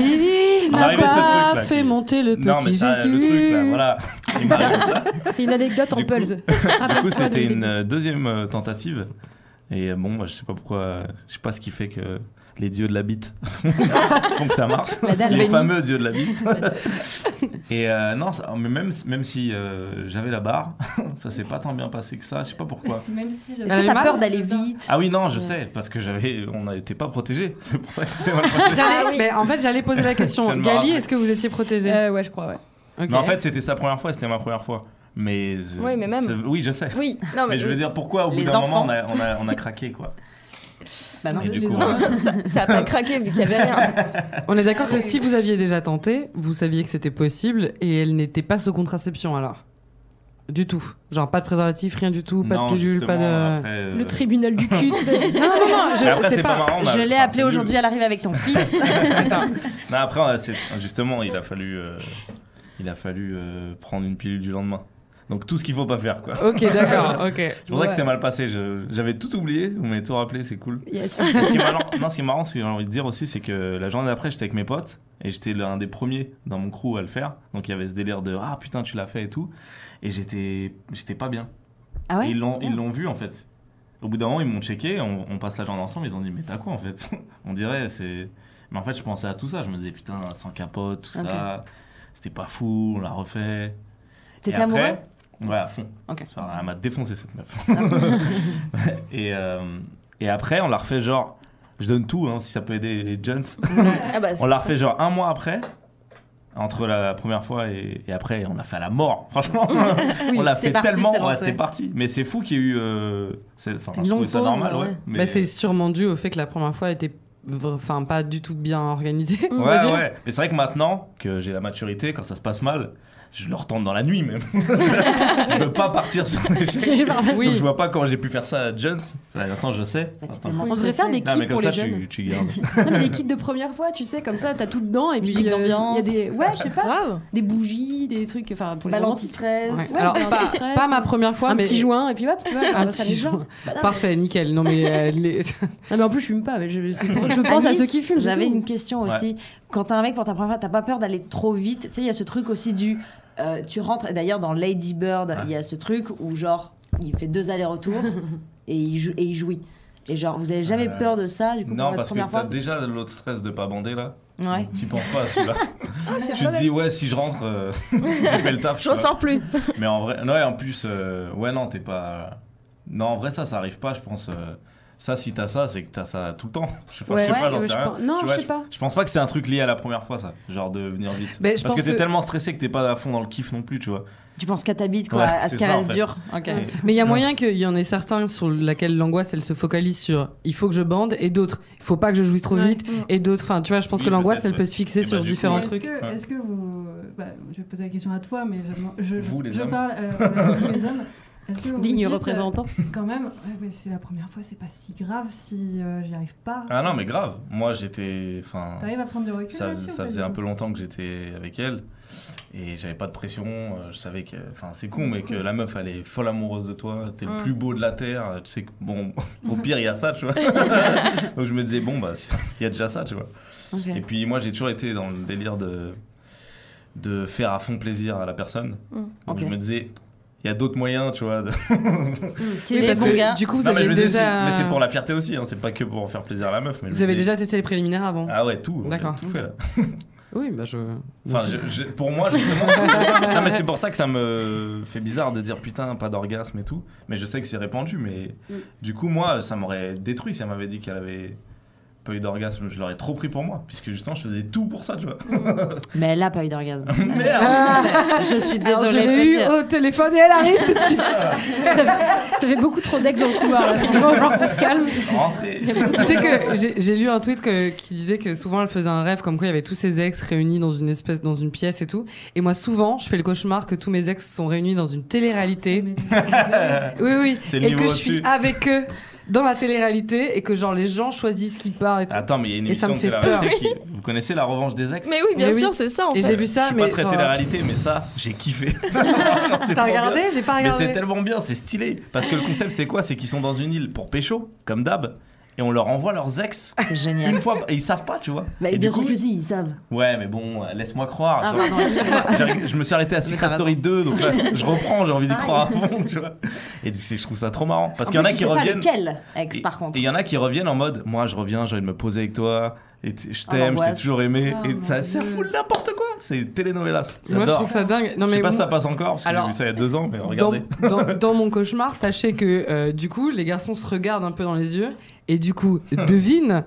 D: *laughs*
A: Il
B: m'a Arrivé ce pas truc, là, fait
A: fait
B: qui-
A: monter le petit
B: Non, mais ça, le truc là, voilà. Il m'arrive ça.
D: c'est une anecdote en
B: Du coup-
D: Pulse.
B: Du coup,
D: Rappelle-toi
B: c'était
D: de-
B: une euh, deuxième euh, tentative. Et euh, bon, bah, je sais pas pourquoi, euh, je sais pas ce qui fait que les dieux de la bite *laughs* font que ça marche. les
E: Dalbany.
B: fameux dieux de la bite. *laughs* Et euh, non, ça- mais même, même si euh, j'avais la barre, *laughs* ça s'est pas tant bien passé que ça, je sais pas pourquoi.
G: Même si j'avais.
E: Est-ce que
A: Elle
E: t'as
A: avait
E: peur
A: mal
E: d'aller vite
B: Ah oui, non, je sais, parce que j'avais, on n'était pas protégés. *laughs* C'est pour ça que c'est mal passé.
A: J'allais-
F: Ah oui.
A: mais en fait, j'allais poser la
B: *laughs* Je
A: question.
B: viens de me
A: Gali,
B: rappeler.
A: est-ce que vous étiez protégé
D: Euh, ouais, je crois, ouais.
A: Ok.
B: Mais en fait, c'était sa première fois, c'était ma première fois. Mais euh,
F: Oui, mais même.
B: c'est- Oui, je sais.
F: Oui, non, mais,
B: Mais je veux dire, pourquoi au bout
E: Les
B: d'un moment
E: enfants.
B: on a, on, a, on a
A: *laughs*
B: craqué quoi
E: Bah non.
B: Et du coup,
F: Non, ça, ça a pas craqué vu qu'il y avait
B: *laughs*
F: rien.
A: On est d'accord que si vous aviez déjà tenté, vous saviez que c'était possible et elle n'était pas sous contraception alors Du tout. Genre pas de préservatif, rien du tout, pas
B: non,
A: de pilule, pas
B: justement,
A: de.
B: après, euh,
D: Le tribunal du cul. tu *laughs* sais.
A: Non, non, non, je-
B: Mais après, c'est
A: c'est
B: pas, marrant. on a-
E: Je l'ai
B: enfin, c'est
E: appelé
B: nul.
E: aujourd'hui, elle arrive avec ton fils.
B: Non, après, on a- c'est- justement, il a fallu, euh, il a fallu euh, prendre une pilule du lendemain. Donc tout ce qu'il faut pas faire, quoi.
A: *laughs* Ok, d'accord, ok.
B: C'est pour ça que c'est mal passé. je- J'avais tout oublié, vous m'avez tout rappelé, c'est cool.
D: Yes.
B: Et *laughs* ce qui est marrant, non, ce qui est marrant, ce que j'ai envie de dire aussi, c'est que la journée d'après, j'étais avec mes potes et j'étais l'un des premiers dans mon crew à le faire. Donc il y avait ce délire de ah putain, tu l'as fait et tout. Et j'étais, j'étais pas bien.
E: Ah
B: Et
E: ouais
B: ils l'ont, ils l'ont vu en fait. Au bout d'un moment, ils m'ont checké, on, on passe la journée ensemble, ils ont dit mais t'as quoi en fait *laughs* On dirait c'est. Mais en fait, je pensais à tout ça, je me disais putain, sans capote, tout ça, c'était pas fou, on l'a refait.
E: T'étais
B: Et après-
E: amoureux
B: Ouais, à fond.
E: Ok.
B: Genre, elle m'a défoncé cette meuf.
E: Ah,
B: *laughs* et, euh, et après, on l'a refait genre, je donne tout, hein, si ça peut aider les jeunes.
F: Ah bah, c'est
B: On l'a
F: pour ça.
B: refait genre un mois après, entre la première fois et, et après, on l'a fait à la mort, *laughs* franchement. on l'a
E: c'était
B: fait
E: parti,
B: tellement,
E: c'était
B: ouais,
E: lancé.
B: c'était parti. Mais c'est fou qu'il y ait eu. euh, c'est- Enfin, je
A: Longue
B: trouvais ça
A: pause,
B: normal, ouais.
A: ouais. Bah, c'est sûrement dû au fait que la première fois était vr- enfin pas du tout bien organisée. on va
B: Ouais,
A: dire.
B: ouais. Mais c'est vrai que maintenant que j'ai la maturité, quand ça se passe mal, je le retente dans la nuit même. *laughs* je veux pas partir sur les échec. Donc
A: Oui.
B: je vois pas comment j'ai pu faire ça à Jones. Enfin, maintenant, je sais.
E: Bah, t'es
B: Attends.
D: On
E: tellement
D: devrait
E: stressée.
D: faire des
B: Non,
D: kits
B: mais comme
D: pour
B: ça,
D: les jeunes.
B: tu, tu
E: *laughs*
B: gardes.
D: Non, mais des kits de première fois, tu sais, comme ça, t'as tout dedans. Et puis,
E: Musique
D: euh, il y a
E: d'ambiance.
D: des. Ouais, je sais pas.
F: Grave.
D: Des bougies, des trucs. Enfin, pour les
E: Bah,
D: romantiques.
E: l'anti-stress.
A: Ouais.
D: Ouais,
A: Alors,
D: mais un
A: pas,
D: petit stress,
A: pas ma
D: ouais.
A: première fois,
D: Un
A: Ah, mais. Ah,
D: petit joint, et puis hop, tu vois,
A: Un
D: bah, ça
A: petit
D: les
A: joint.
D: Bah,
A: *laughs*
D: non,
A: Parfait, nickel. Non, mais. euh, les-
D: Non, Ah, mais en plus, je fume pas, mais je, c'est pour- *laughs* je pense à
E: Alice,
D: ceux qui fument.
E: J'avais
D: c'est tout.
E: une question aussi. Quand t'es un mec pour ta première fois, t'as pas peur d'aller trop vite Tu sais, il y a ce truc aussi du. euh, tu rentres. et D'ailleurs, dans Lady Bird, il y a ce truc où, genre, il fait deux allers-retours et, il jou- et il jouit. Et genre, vous avez jamais
B: Euh,
E: peur de ça du coup,
B: Non,
E: pour votre
B: parce que
E: première
B: t'as
E: fois
B: déjà l'autre stress de pas bander là.
E: Ouais.
B: Tu penses pas à
E: *laughs*
B: celui-là. tu te dis, ouais, si je rentre, euh, *laughs* j'ai fait le taf.
F: Ah, Je
B: tu vois.
F: ressens plus.
B: Mais en vrai, non, ouais, en plus, euh, ouais, non, t'es pas. Non, en vrai, ça, ça arrive pas, je pense. euh, Ça, si t'as ça, c'est que t'as ça tout le temps. Je sais pas,
D: Ouais,
B: je sais pas,
D: ouais,
B: j'en
D: ouais,
B: sais
D: je
B: rien.
D: pense- non,
B: Tu
D: je
B: vois,
D: sais pas.
B: Je pense pas que c'est un truc lié à la première fois, ça. Genre de venir vite.
A: Mais je
B: Parce que
A: pense
B: t'es
A: que-
B: tellement stressé que t'es pas à fond dans le kiff non plus, tu vois.
E: Tu penses qu'à ta bite, quoi,
B: Ouais,
E: à
B: c'est
E: ce qu'elle
B: ça, en
E: reste
B: fait.
E: dure. Ok.
B: Et-
A: Mais il y a moyen qu'il y en ait certains sur laquelle l'angoisse elle se focalise sur il faut que je bande et d'autres il faut pas que je jouisse trop
G: Ouais.
A: vite et d'autres enfin tu vois je pense
B: Oui,
A: que l'angoisse
B: peut-être,
A: elle
B: ouais.
A: peut se fixer
B: Et bah,
A: sur
B: du coup,
A: différents
B: ouais.
G: Est-ce
A: trucs.
G: que, est-ce que vous. bah, je vais poser la question à toi, mais je, je,
B: Vous, les
G: je
B: hommes.
G: parle euh, vous, les
A: *laughs*
G: hommes. Est-ce que vous vous
D: Digne
G: dites, euh,
D: représentant.
G: Quand même, ouais, mais c'est la première fois, c'est pas si grave si euh, j'y arrive pas.
B: Ah non, mais grave. Moi, j'étais. Enfin.
G: T'arrives à prendre du recul
B: Ça,
G: là-dessus ou
B: ça
G: pas du
B: faisait un
G: tout
B: peu longtemps que j'étais avec elle et j'avais pas de pression. euh, Je savais que, enfin, c'est con, mais que la meuf elle est folle amoureuse de toi. T'es le
F: Mm.
B: plus beau de la terre. euh, Tu sais que
A: *laughs*
B: bon, au pire il y a ça, tu vois. *laughs* Donc je me disais bon bah si- il y a déjà ça, tu vois.
E: Ok.
B: Et puis moi j'ai toujours été dans le délire de de faire à fond plaisir à la personne.
F: Mm.
B: Donc
E: Ok.
B: je me disais il y a d'autres moyens, tu vois. de-
E: Si
A: Oui,
E: les
A: parce
E: bons
A: que,
E: gars.
A: du coup vous
B: Non, mais
A: avez
B: je me disais, c'est-
A: déjà
B: mais c'est pour la fierté aussi. hein, c'est pas que pour faire plaisir à la meuf. Mais je
A: vous
B: me
A: avez
B: disais-
A: déjà testé les préliminaires avant.
B: ah ouais tout. D'accord.
A: D'accord.
B: Tout fait là.
A: Oui bah je
B: Enfin, je- je- pour moi, justement, non, mais c'est pour ça que ça me fait bizarre de dire putain, pas d'orgasme et tout. Mais je sais que c'est répandu, mais
A: Mm.
B: du coup, moi, ça m'aurait détruit si elle m'avait dit qu'elle avait pas eu d'orgasme. Je l'aurais trop pris pour moi, puisque justement, je faisais tout pour ça, tu vois.
E: Mais elle a pas eu d'orgasme.
B: Ah, Merde.
E: Je sais. Je suis
H: Alors, je
E: désolée. de
H: l'ai
E: te
H: eu
E: dire.
H: au téléphone et elle arrive tout de suite.
D: *laughs* ça, fait, ça fait beaucoup trop d'ex dans le couloir. Là. Finalement, genre qu'on se calme.
B: Rentrez.
A: tu sais que j'ai- j'ai lu un tweet que- qui disait que souvent elle faisait un rêve comme quoi il y avait tous ses ex réunis dans une espèce dans une pièce et tout et moi souvent je fais le cauchemar que tous mes ex sont réunis dans une télé-réalité
G: Mais-
A: *laughs* Oui, oui.
B: C'est le
A: Et
B: niveau
A: que je suis
B: au-dessus.
A: avec eux dans la télé-réalité et que genre les gens choisissent qui part et tout.
B: Attends, mais il y a une
A: Et ça
B: émission
A: me
B: de
A: fait
B: télé-réalité qui. Vous connaissez La Revanche des Ex
F: Mais oui, bien
A: Mais oui.
F: sûr, c'est ça en
A: Et
F: fait.
A: j'ai vu ça,
B: Je suis
A: mais.
B: pas très
A: genre,
B: télé-réalité, mais ça, j'ai kiffé. Genre, c'est
A: *laughs* Ah, T'as
B: trop bien.
A: regardé J'ai pas
B: Mais
A: regardé.
B: c'est tellement bien, c'est stylé. Parce que le concept, c'est quoi C'est qu'ils sont dans une île pour pécho, comme d'hab, et on leur envoie leurs ex
E: C'est
B: une
E: génial.
B: fois et ils savent pas, tu vois.
E: Bah,
B: et
E: bien
B: du
E: sûr
B: coup,
E: que si, ils savent.
B: Ouais, mais bon, euh, laisse-moi croire.
E: Ah,
B: Genre,
E: pardon, excuse-moi.
B: j'ai- je me suis arrêté à Secret
E: t'as Ah,
B: Story 2, donc là, je reprends, j'ai envie d'y croire à fond, tu vois. Et c'est- je trouve ça trop marrant. Parce
E: En
B: qu'il y en
E: plus,
B: a
E: tu
B: qui
E: sais pas
B: reviennent.
E: lequel ex,
B: et-
E: par contre.
B: Et il y en a qui reviennent en mode Moi, je reviens, j'ai envie de me poser avec toi. Et t- je
E: Ah,
B: t'aime, je t'ai
E: l'angoisse. Oh,
B: toujours aimé.
G: Ah,
B: et
G: mon
B: ça, ça
G: Dieu.
B: fout n'importe quoi. C'est telenovelas.
A: Moi je
B: J'adore.
A: trouve ça dingue. Non,
B: Je
A: mais
B: sais pas
A: moi-
B: si ça passe encore, parce que
A: Alors,
B: j'ai vu ça il y a deux ans, mais
A: dans,
B: regardez.
A: dans-
B: *laughs*
A: dans mon cauchemar, sachez que euh, du coup, les garçons se regardent un peu dans les yeux et du
B: *laughs*
A: coup, devinent.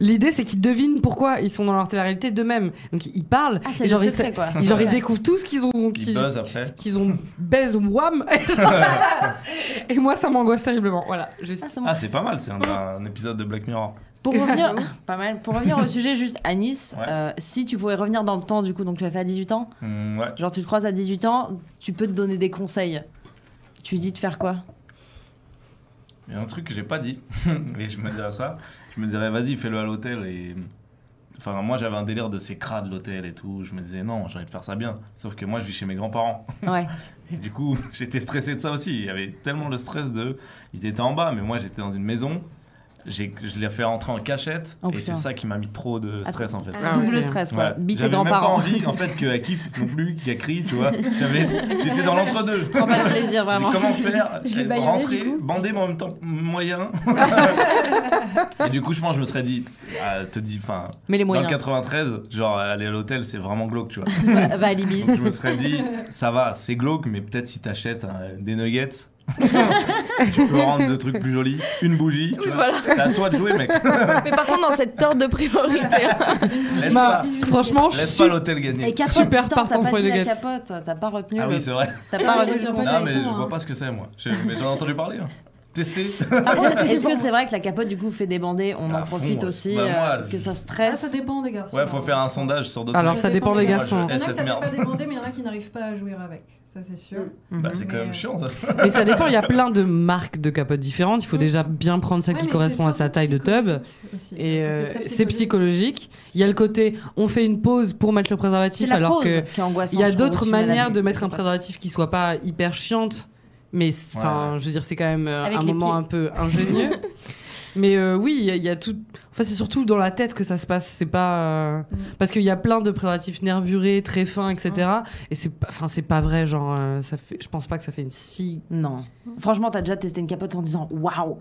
A: L'idée, c'est qu'ils devinent pourquoi ils sont dans leur télé-réalité d'eux-mêmes. Donc ils parlent.
E: Ah,
A: et
E: c'est
A: genre,
E: le
A: ils,
E: secret, quoi.
A: sa- genre, ils découvrent tout ce qu'ils ont.
B: Ils
A: qu'ils-
B: buzzent après.
A: qu'ils ont baise
B: *laughs*
A: wham *laughs* et moi ça m'angoisse terriblement voilà juste
E: Ah, c'est bon.
B: Ah, c'est pas mal, c'est un, un épisode de Black Mirror.
E: Pour revenir, pas mal. Pour revenir au sujet juste à Nice,
B: Ouais.
E: euh, si tu pouvais revenir dans le temps, du coup, donc tu as fait à 18 ans,
B: Hmm, ouais.
E: genre tu te croises à 18 ans, tu peux te donner des conseils. Tu dis de faire quoi
B: Il y a un truc que j'ai pas dit, *laughs* et je me dirais ça. Je me dirais, vas-y, fais-le à l'hôtel. Et... Enfin, moi, j'avais un délire de ces crades, l'hôtel et tout. Je me disais, non, j'ai envie de faire ça bien. Sauf que moi, je vis chez mes grands-parents. *laughs*
E: Ouais.
B: Et du coup, *laughs* j'étais stressé de ça aussi. Il y avait tellement le stress de. Ils étaient en bas, mais moi, j'étais dans une maison. J'ai... Je les fait rentrer en cachette.
E: Oh,
B: et c'est
E: putain.
B: ça qui m'a mis trop de stress, en fait.
A: Ah ouais.
E: Double stress, quoi.
B: Ouais.
E: Bite et
B: J'avais même pas
E: grands-parents.
B: envie, en fait, qu'elle kiffe non plus, qu'elle crie,
E: *laughs*
B: tu vois. J'avais... J'étais dans l'entre-deux.
E: Prends pas de plaisir,
B: Mais
E: vraiment.
B: Comment faire
D: *laughs* Je l'ai
B: Euh,
D: baïonné,
B: Rentrer,
D: du coup.
B: bander, mais en même temps
D: *laughs*
B: moyen. et du coup, je pense, que je me serais dit, ah, te dis, enfin,
E: Mais les
B: dans le
E: moyens.
B: 93, genre aller à l'hôtel, c'est vraiment
D: *laughs*
B: glauque, tu vois.
E: Va, va à l'Ibis.
B: Donc, je me serais dit, ça va, c'est glauque, mais peut-être si t'achètes euh, des
D: *laughs*
B: nuggets. tu peux rendre deux trucs plus jolis, une bougie, tu vois.
F: Oui,
G: *laughs*
F: voilà.
B: C'est à toi de jouer,
D: *laughs*
B: mec.
F: Mais par contre, dans cette ordre de priorité,
G: Ah,
F: hein,
B: Laisse
A: Bah,
B: pas,
A: franchement je
B: laisse
A: suis
B: pas l'hôtel gagner.
E: Et capote,
A: Super
E: putain,
A: partant
E: t'as pas
A: pour
E: dit
A: les
E: la
A: nuggets.
E: capote, t'as pas retenu
B: Ah
E: le-
B: oui, c'est vrai.
E: t'as pas retenu
G: Ils
E: le
G: ont
E: conseil.
G: pas
B: Non, mais je
D: hein.
B: vois pas ce que c'est, moi. Je- mais j'en ai entendu parler. hein. Tester.
E: Par contre, est-ce que c'est vrai que la capote du coup fait débander On
B: À
E: en
B: fond,
E: profite
B: ouais.
E: aussi,
B: Bah,
E: euh,
B: moi,
E: que ça
G: Ah,
E: stresse.
G: ça dépend des garçons.
B: Ouais, faut faire un sondage sur d'autres.
A: alors ça dépend des garçons
G: Il y en a que ça
B: Cette
G: fait pas
B: merde.
G: demander, mais il y en a qui n'arrivent pas à jouer avec. Ça, c'est sûr.
A: Mm.
B: Bah,
D: Mhm.
B: c'est quand
G: Mais-
B: même chiant ça.
A: mais ça dépend il y a plein de marques de capotes différentes il faut
G: Mm.
A: déjà bien prendre celle
G: Ouais,
A: qui
G: mais
A: correspond
G: c'est
A: à sa
G: surtout
A: taille de tub
G: psychologique aussi.
A: et euh,
G: Peut-être très
A: c'est psychologique il y a le côté on fait une pause pour mettre le
E: C'est
A: préservatif
E: la
A: alors
E: pause
A: que
E: qui est angoissante.
A: il y a
E: je trouve,
A: d'autres
E: tu mets la-
A: manières de mettre un préservatif qui soit pas hyper chiante mais c'est- enfin
B: Ouais.
A: je veux dire c'est quand même euh,
E: Avec
A: un
E: les
A: moment
E: pieds.
A: un peu
E: *laughs*
A: ingénieux mais euh, oui il y, a- il y a tout enfin c'est surtout dans la tête que ça se passe c'est pas
E: Mm.
A: euh, parce qu'il y a plein de préservatifs nervurés très fins etc
E: Mm.
A: et c'est pas- enfin c'est pas vrai genre euh, ça fait je pense pas que ça fait une si
E: Non. Franchement, t'as déjà testé une capote en disant waouh,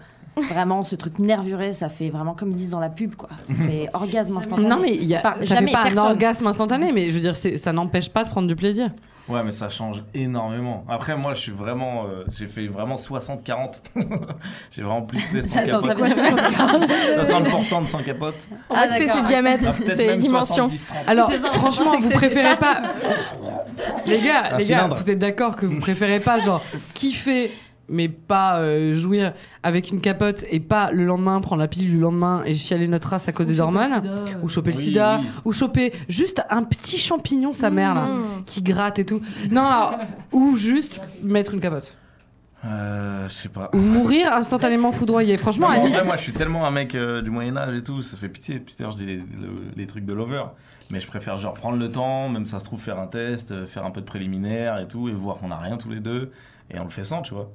E: Vraiment, ce truc nervuré, ça fait vraiment comme ils disent dans la pub, quoi. Ça fait orgasme instantané.
A: Non, mais il y a,
E: Pas-
A: ça
E: jamais,
A: fait pas
E: personne.
A: un orgasme instantané, mais je veux dire, c'est- ça n'empêche pas de prendre du plaisir.
B: Ouais, mais ça change énormément. Après, moi, je suis vraiment. euh, j'ai fait vraiment 60-40. *laughs* j'ai vraiment plus fait sans
E: Attends, ça
B: capote.
E: veut dire quoi
B: 60% de sans capote.
F: En fait, c'est ses diamètres,
B: Ah, peut-être
F: c'est les
B: même
F: dimensions.
B: 70-30.
A: Alors, franchement, vous préférez pas. *laughs* les gars,
B: Un
A: les gars,
B: cylindre.
A: vous êtes d'accord que vous préférez pas, genre, kiffer, mais pas euh, jouir avec une capote et pas le lendemain prendre la pilule du lendemain et chialer notre race à cause des hormones ou choper le
B: Oui,
A: sida,
B: oui.
A: ou choper juste un petit champignon, sa mère, là,
F: Mmh.
A: qui gratte et tout. Non, alors, ou juste mettre une capote.
B: Euh, je sais pas.
A: Ou mourir instantanément foudroyé. Franchement,
B: Non, mais en
A: Alice,
B: vrai, moi, je suis tellement un mec euh, du Moyen Âge et tout, ça fait pitié. Putain, je dis les, le- les trucs de l'over, mais je préfère genre prendre le temps, même ça se trouve faire un test, euh, faire un peu de préliminaire et tout, et voir qu'on a rien tous les deux, et on le fait sans, tu vois.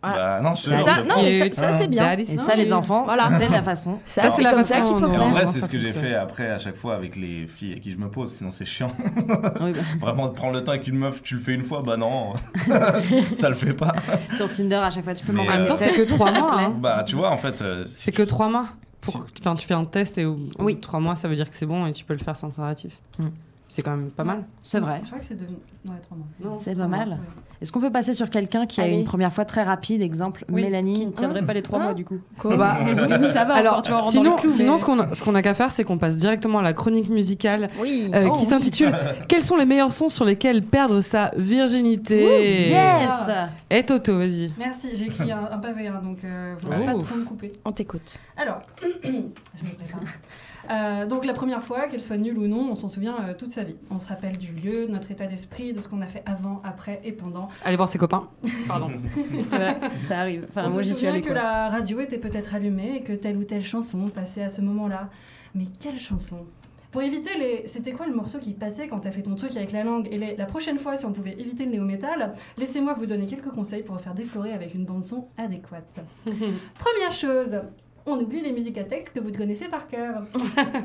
B: Bah non, c'est
F: Ça,
B: genre de
F: non,
B: truc.
F: mais ça, ça, c'est bien.
A: Alice, hein.
E: Et
A: non,
E: ça, les
A: mais-
E: enfants, c'est la façon.
F: Ça, c'est
A: la
F: comme
A: façon
F: ça qu'il faut
A: dont- Ouais,
B: Et en
F: faire.
A: vraiment,
B: vrai, c'est
A: ça
B: ce que j'ai
A: fonctionne.
B: fait après à chaque fois avec les filles à qui je me pose, sinon c'est chiant. *laughs*
E: Oui, bah,
B: Vraiment, de prendre le temps avec une meuf, tu le fais une fois, bah non, *laughs* ça le fait pas.
E: sur Tinder, à chaque fois, tu peux
B: Mais, euh,
E: m'envoyer
A: en
E: un
A: même temps, c'est que *laughs* trois mois. hein.
B: Bah tu vois, en fait, euh, si
A: C'est que trois mois. Pour... Enfin, tu fais un test et au...
E: Oui.
A: au trois mois, ça veut dire que c'est bon et tu peux le faire sans préservatif.
E: Mm.
A: C'est quand même pas mal.
E: C'est vrai.
G: euh. Je crois que c'est devenu. Ouais, trois mois.
E: C'est pas mal.
G: Ouais.
E: Est-ce qu'on peut passer sur quelqu'un qui a
F: Allez.
E: une première fois très rapide, exemple
D: Oui, Qui ne
E: Mélanie
D: tiendrait pas les trois mois du coup.
A: Bah,
D: Ah. Nous, ça va.
A: alors,
D: encore, tu vois, on rentre dans
A: sinon,
D: le clou,
A: sinon
D: mais-
A: ce qu'on a- ce qu'on a qu'à faire, c'est qu'on passe directement à la chronique musicale
F: Oui.
E: Oh
A: euh, qui
E: *laughs*
A: s'intitule Quels sont les meilleurs sons sur lesquels perdre sa virginité
E: Yes
A: Et Toto, vas-y.
G: Merci, j'ai écrit un, un pavé, hein, donc euh, vous n'allez
A: Oh.
G: pas trop me couper.
F: On t'écoute.
G: Alors, *clears throat* je me prépare. Euh, donc la première fois, qu'elle soit nulle ou non, on s'en souvient euh, toute sa vie. On se rappelle du lieu, de notre état d'esprit, de ce qu'on a fait avant, après et pendant.
A: Allez voir ses copains.
E: *laughs*
A: Pardon.
D: C'est vrai, ça arrive. Enfin, moi,
G: on se
D: j'y suis
G: souvient
D: allée.
G: que
D: quoi.
G: la radio était peut-être allumée et que telle ou telle chanson passait à ce moment-là. Mais quelle chanson Pour éviter les... C'était quoi le morceau qui passait quand t'as fait ton truc avec la langue Et les- la prochaine fois, si on pouvait éviter le néo-métal, laissez-moi vous donner quelques conseils pour faire déflorer avec une bande-son
D: *laughs*
G: adéquate. Première chose on oublie les musiques à texte que vous connaissez
D: *laughs*
G: par cœur.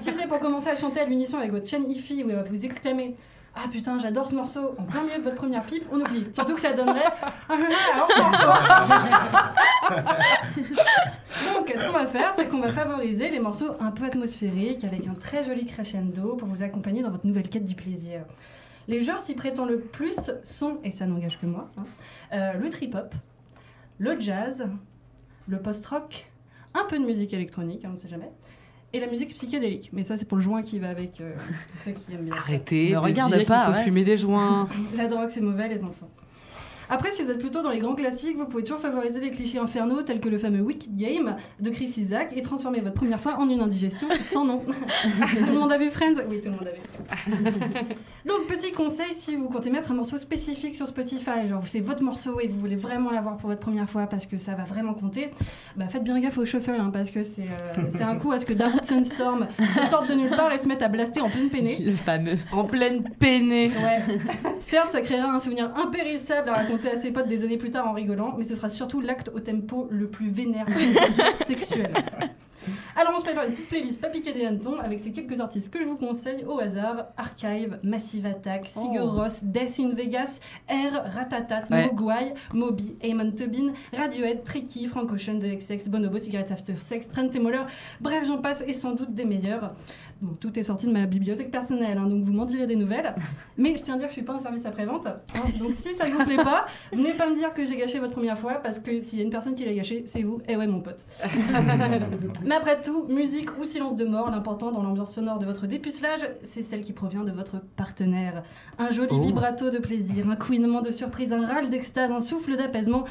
G: si c'est pour commencer à chanter à l'unisson avec votre chaîne hi-fi où euh, vous exclamez Ah putain, j'adore ce morceau en plein milieu de votre première pipe, on oublie. Surtout que ça donnerait. *laughs* Donc, ce qu'on va faire, c'est qu'on va favoriser les morceaux un peu atmosphériques avec un très joli crescendo pour vous accompagner dans votre nouvelle quête du plaisir. Les genres s'y prêtant le plus sont, et ça n'engage que moi, hein, euh, le trip-hop, le jazz, le post-rock, un peu de musique électronique, hein, on ne sait jamais, et la musique psychédélique. Mais ça, c'est pour le joint qui va avec euh, ceux qui aiment bien.
A: Arrêtez.
E: Ne
A: de
E: regarde
A: dire qu'il
E: pas,
A: faut
E: arrête.
A: fumer des
E: *laughs*
A: joints.
G: La drogue, c'est mauvais, les enfants. Après, si vous êtes plutôt dans les grands classiques, vous pouvez toujours favoriser les clichés infernaux tels que le fameux Wicked Game de Chris Isaac et transformer votre première fois en une indigestion sans nom. tout le monde a vu Friends Oui, tout le monde a vu Friends. Donc, petit conseil, si vous comptez mettre un morceau spécifique sur Spotify, genre c'est votre morceau et vous voulez vraiment l'avoir pour votre première fois parce que ça va vraiment compter, bah faites bien gaffe au shuffle hein, parce que c'est euh, c'est un coup à ce que Darude Sunstorm se sorte de nulle part et se mette à blaster en pleine peinée.
E: Le fameux.
A: en pleine peinée.
G: Ouais. *laughs* Certes, ça créera un souvenir impérissable à raconter à ses potes des années plus tard en rigolant, mais ce sera surtout l'acte au tempo le plus vénère de l'existence *laughs* sexuelle. Alors on se prépare une petite playlist pas piqué des hannetons avec ces quelques artistes que je vous conseille au hasard Archive, Massive Attack, Sigur Rós, Death in Vegas, Air, Ratatat,
E: Ouais.
G: Mogwai, Moby, Eamon Tobin, Radiohead, Tricky, Frank Ocean, The XX, Bonobo, Cigarettes After Sex, Trent et Moller, bref j'en passe et sans doute des meilleurs. Bon, tout est sorti de ma bibliothèque personnelle, hein, donc vous m'en direz des nouvelles. Mais je tiens à dire que je suis pas un service après-vente. hein, donc si ça ne vous plaît pas, venez pas me dire que j'ai gâché votre première fois, parce que s'il y a une personne qui l'a gâché, c'est vous. Et ouais, mon pote. Mais après tout, musique ou silence de mort, l'important dans l'ambiance sonore de votre dépucelage, c'est celle qui provient de votre partenaire. Un joli
A: Oh.
G: vibrato de plaisir, un couinement de surprise, un râle d'extase, un souffle d'apaisement.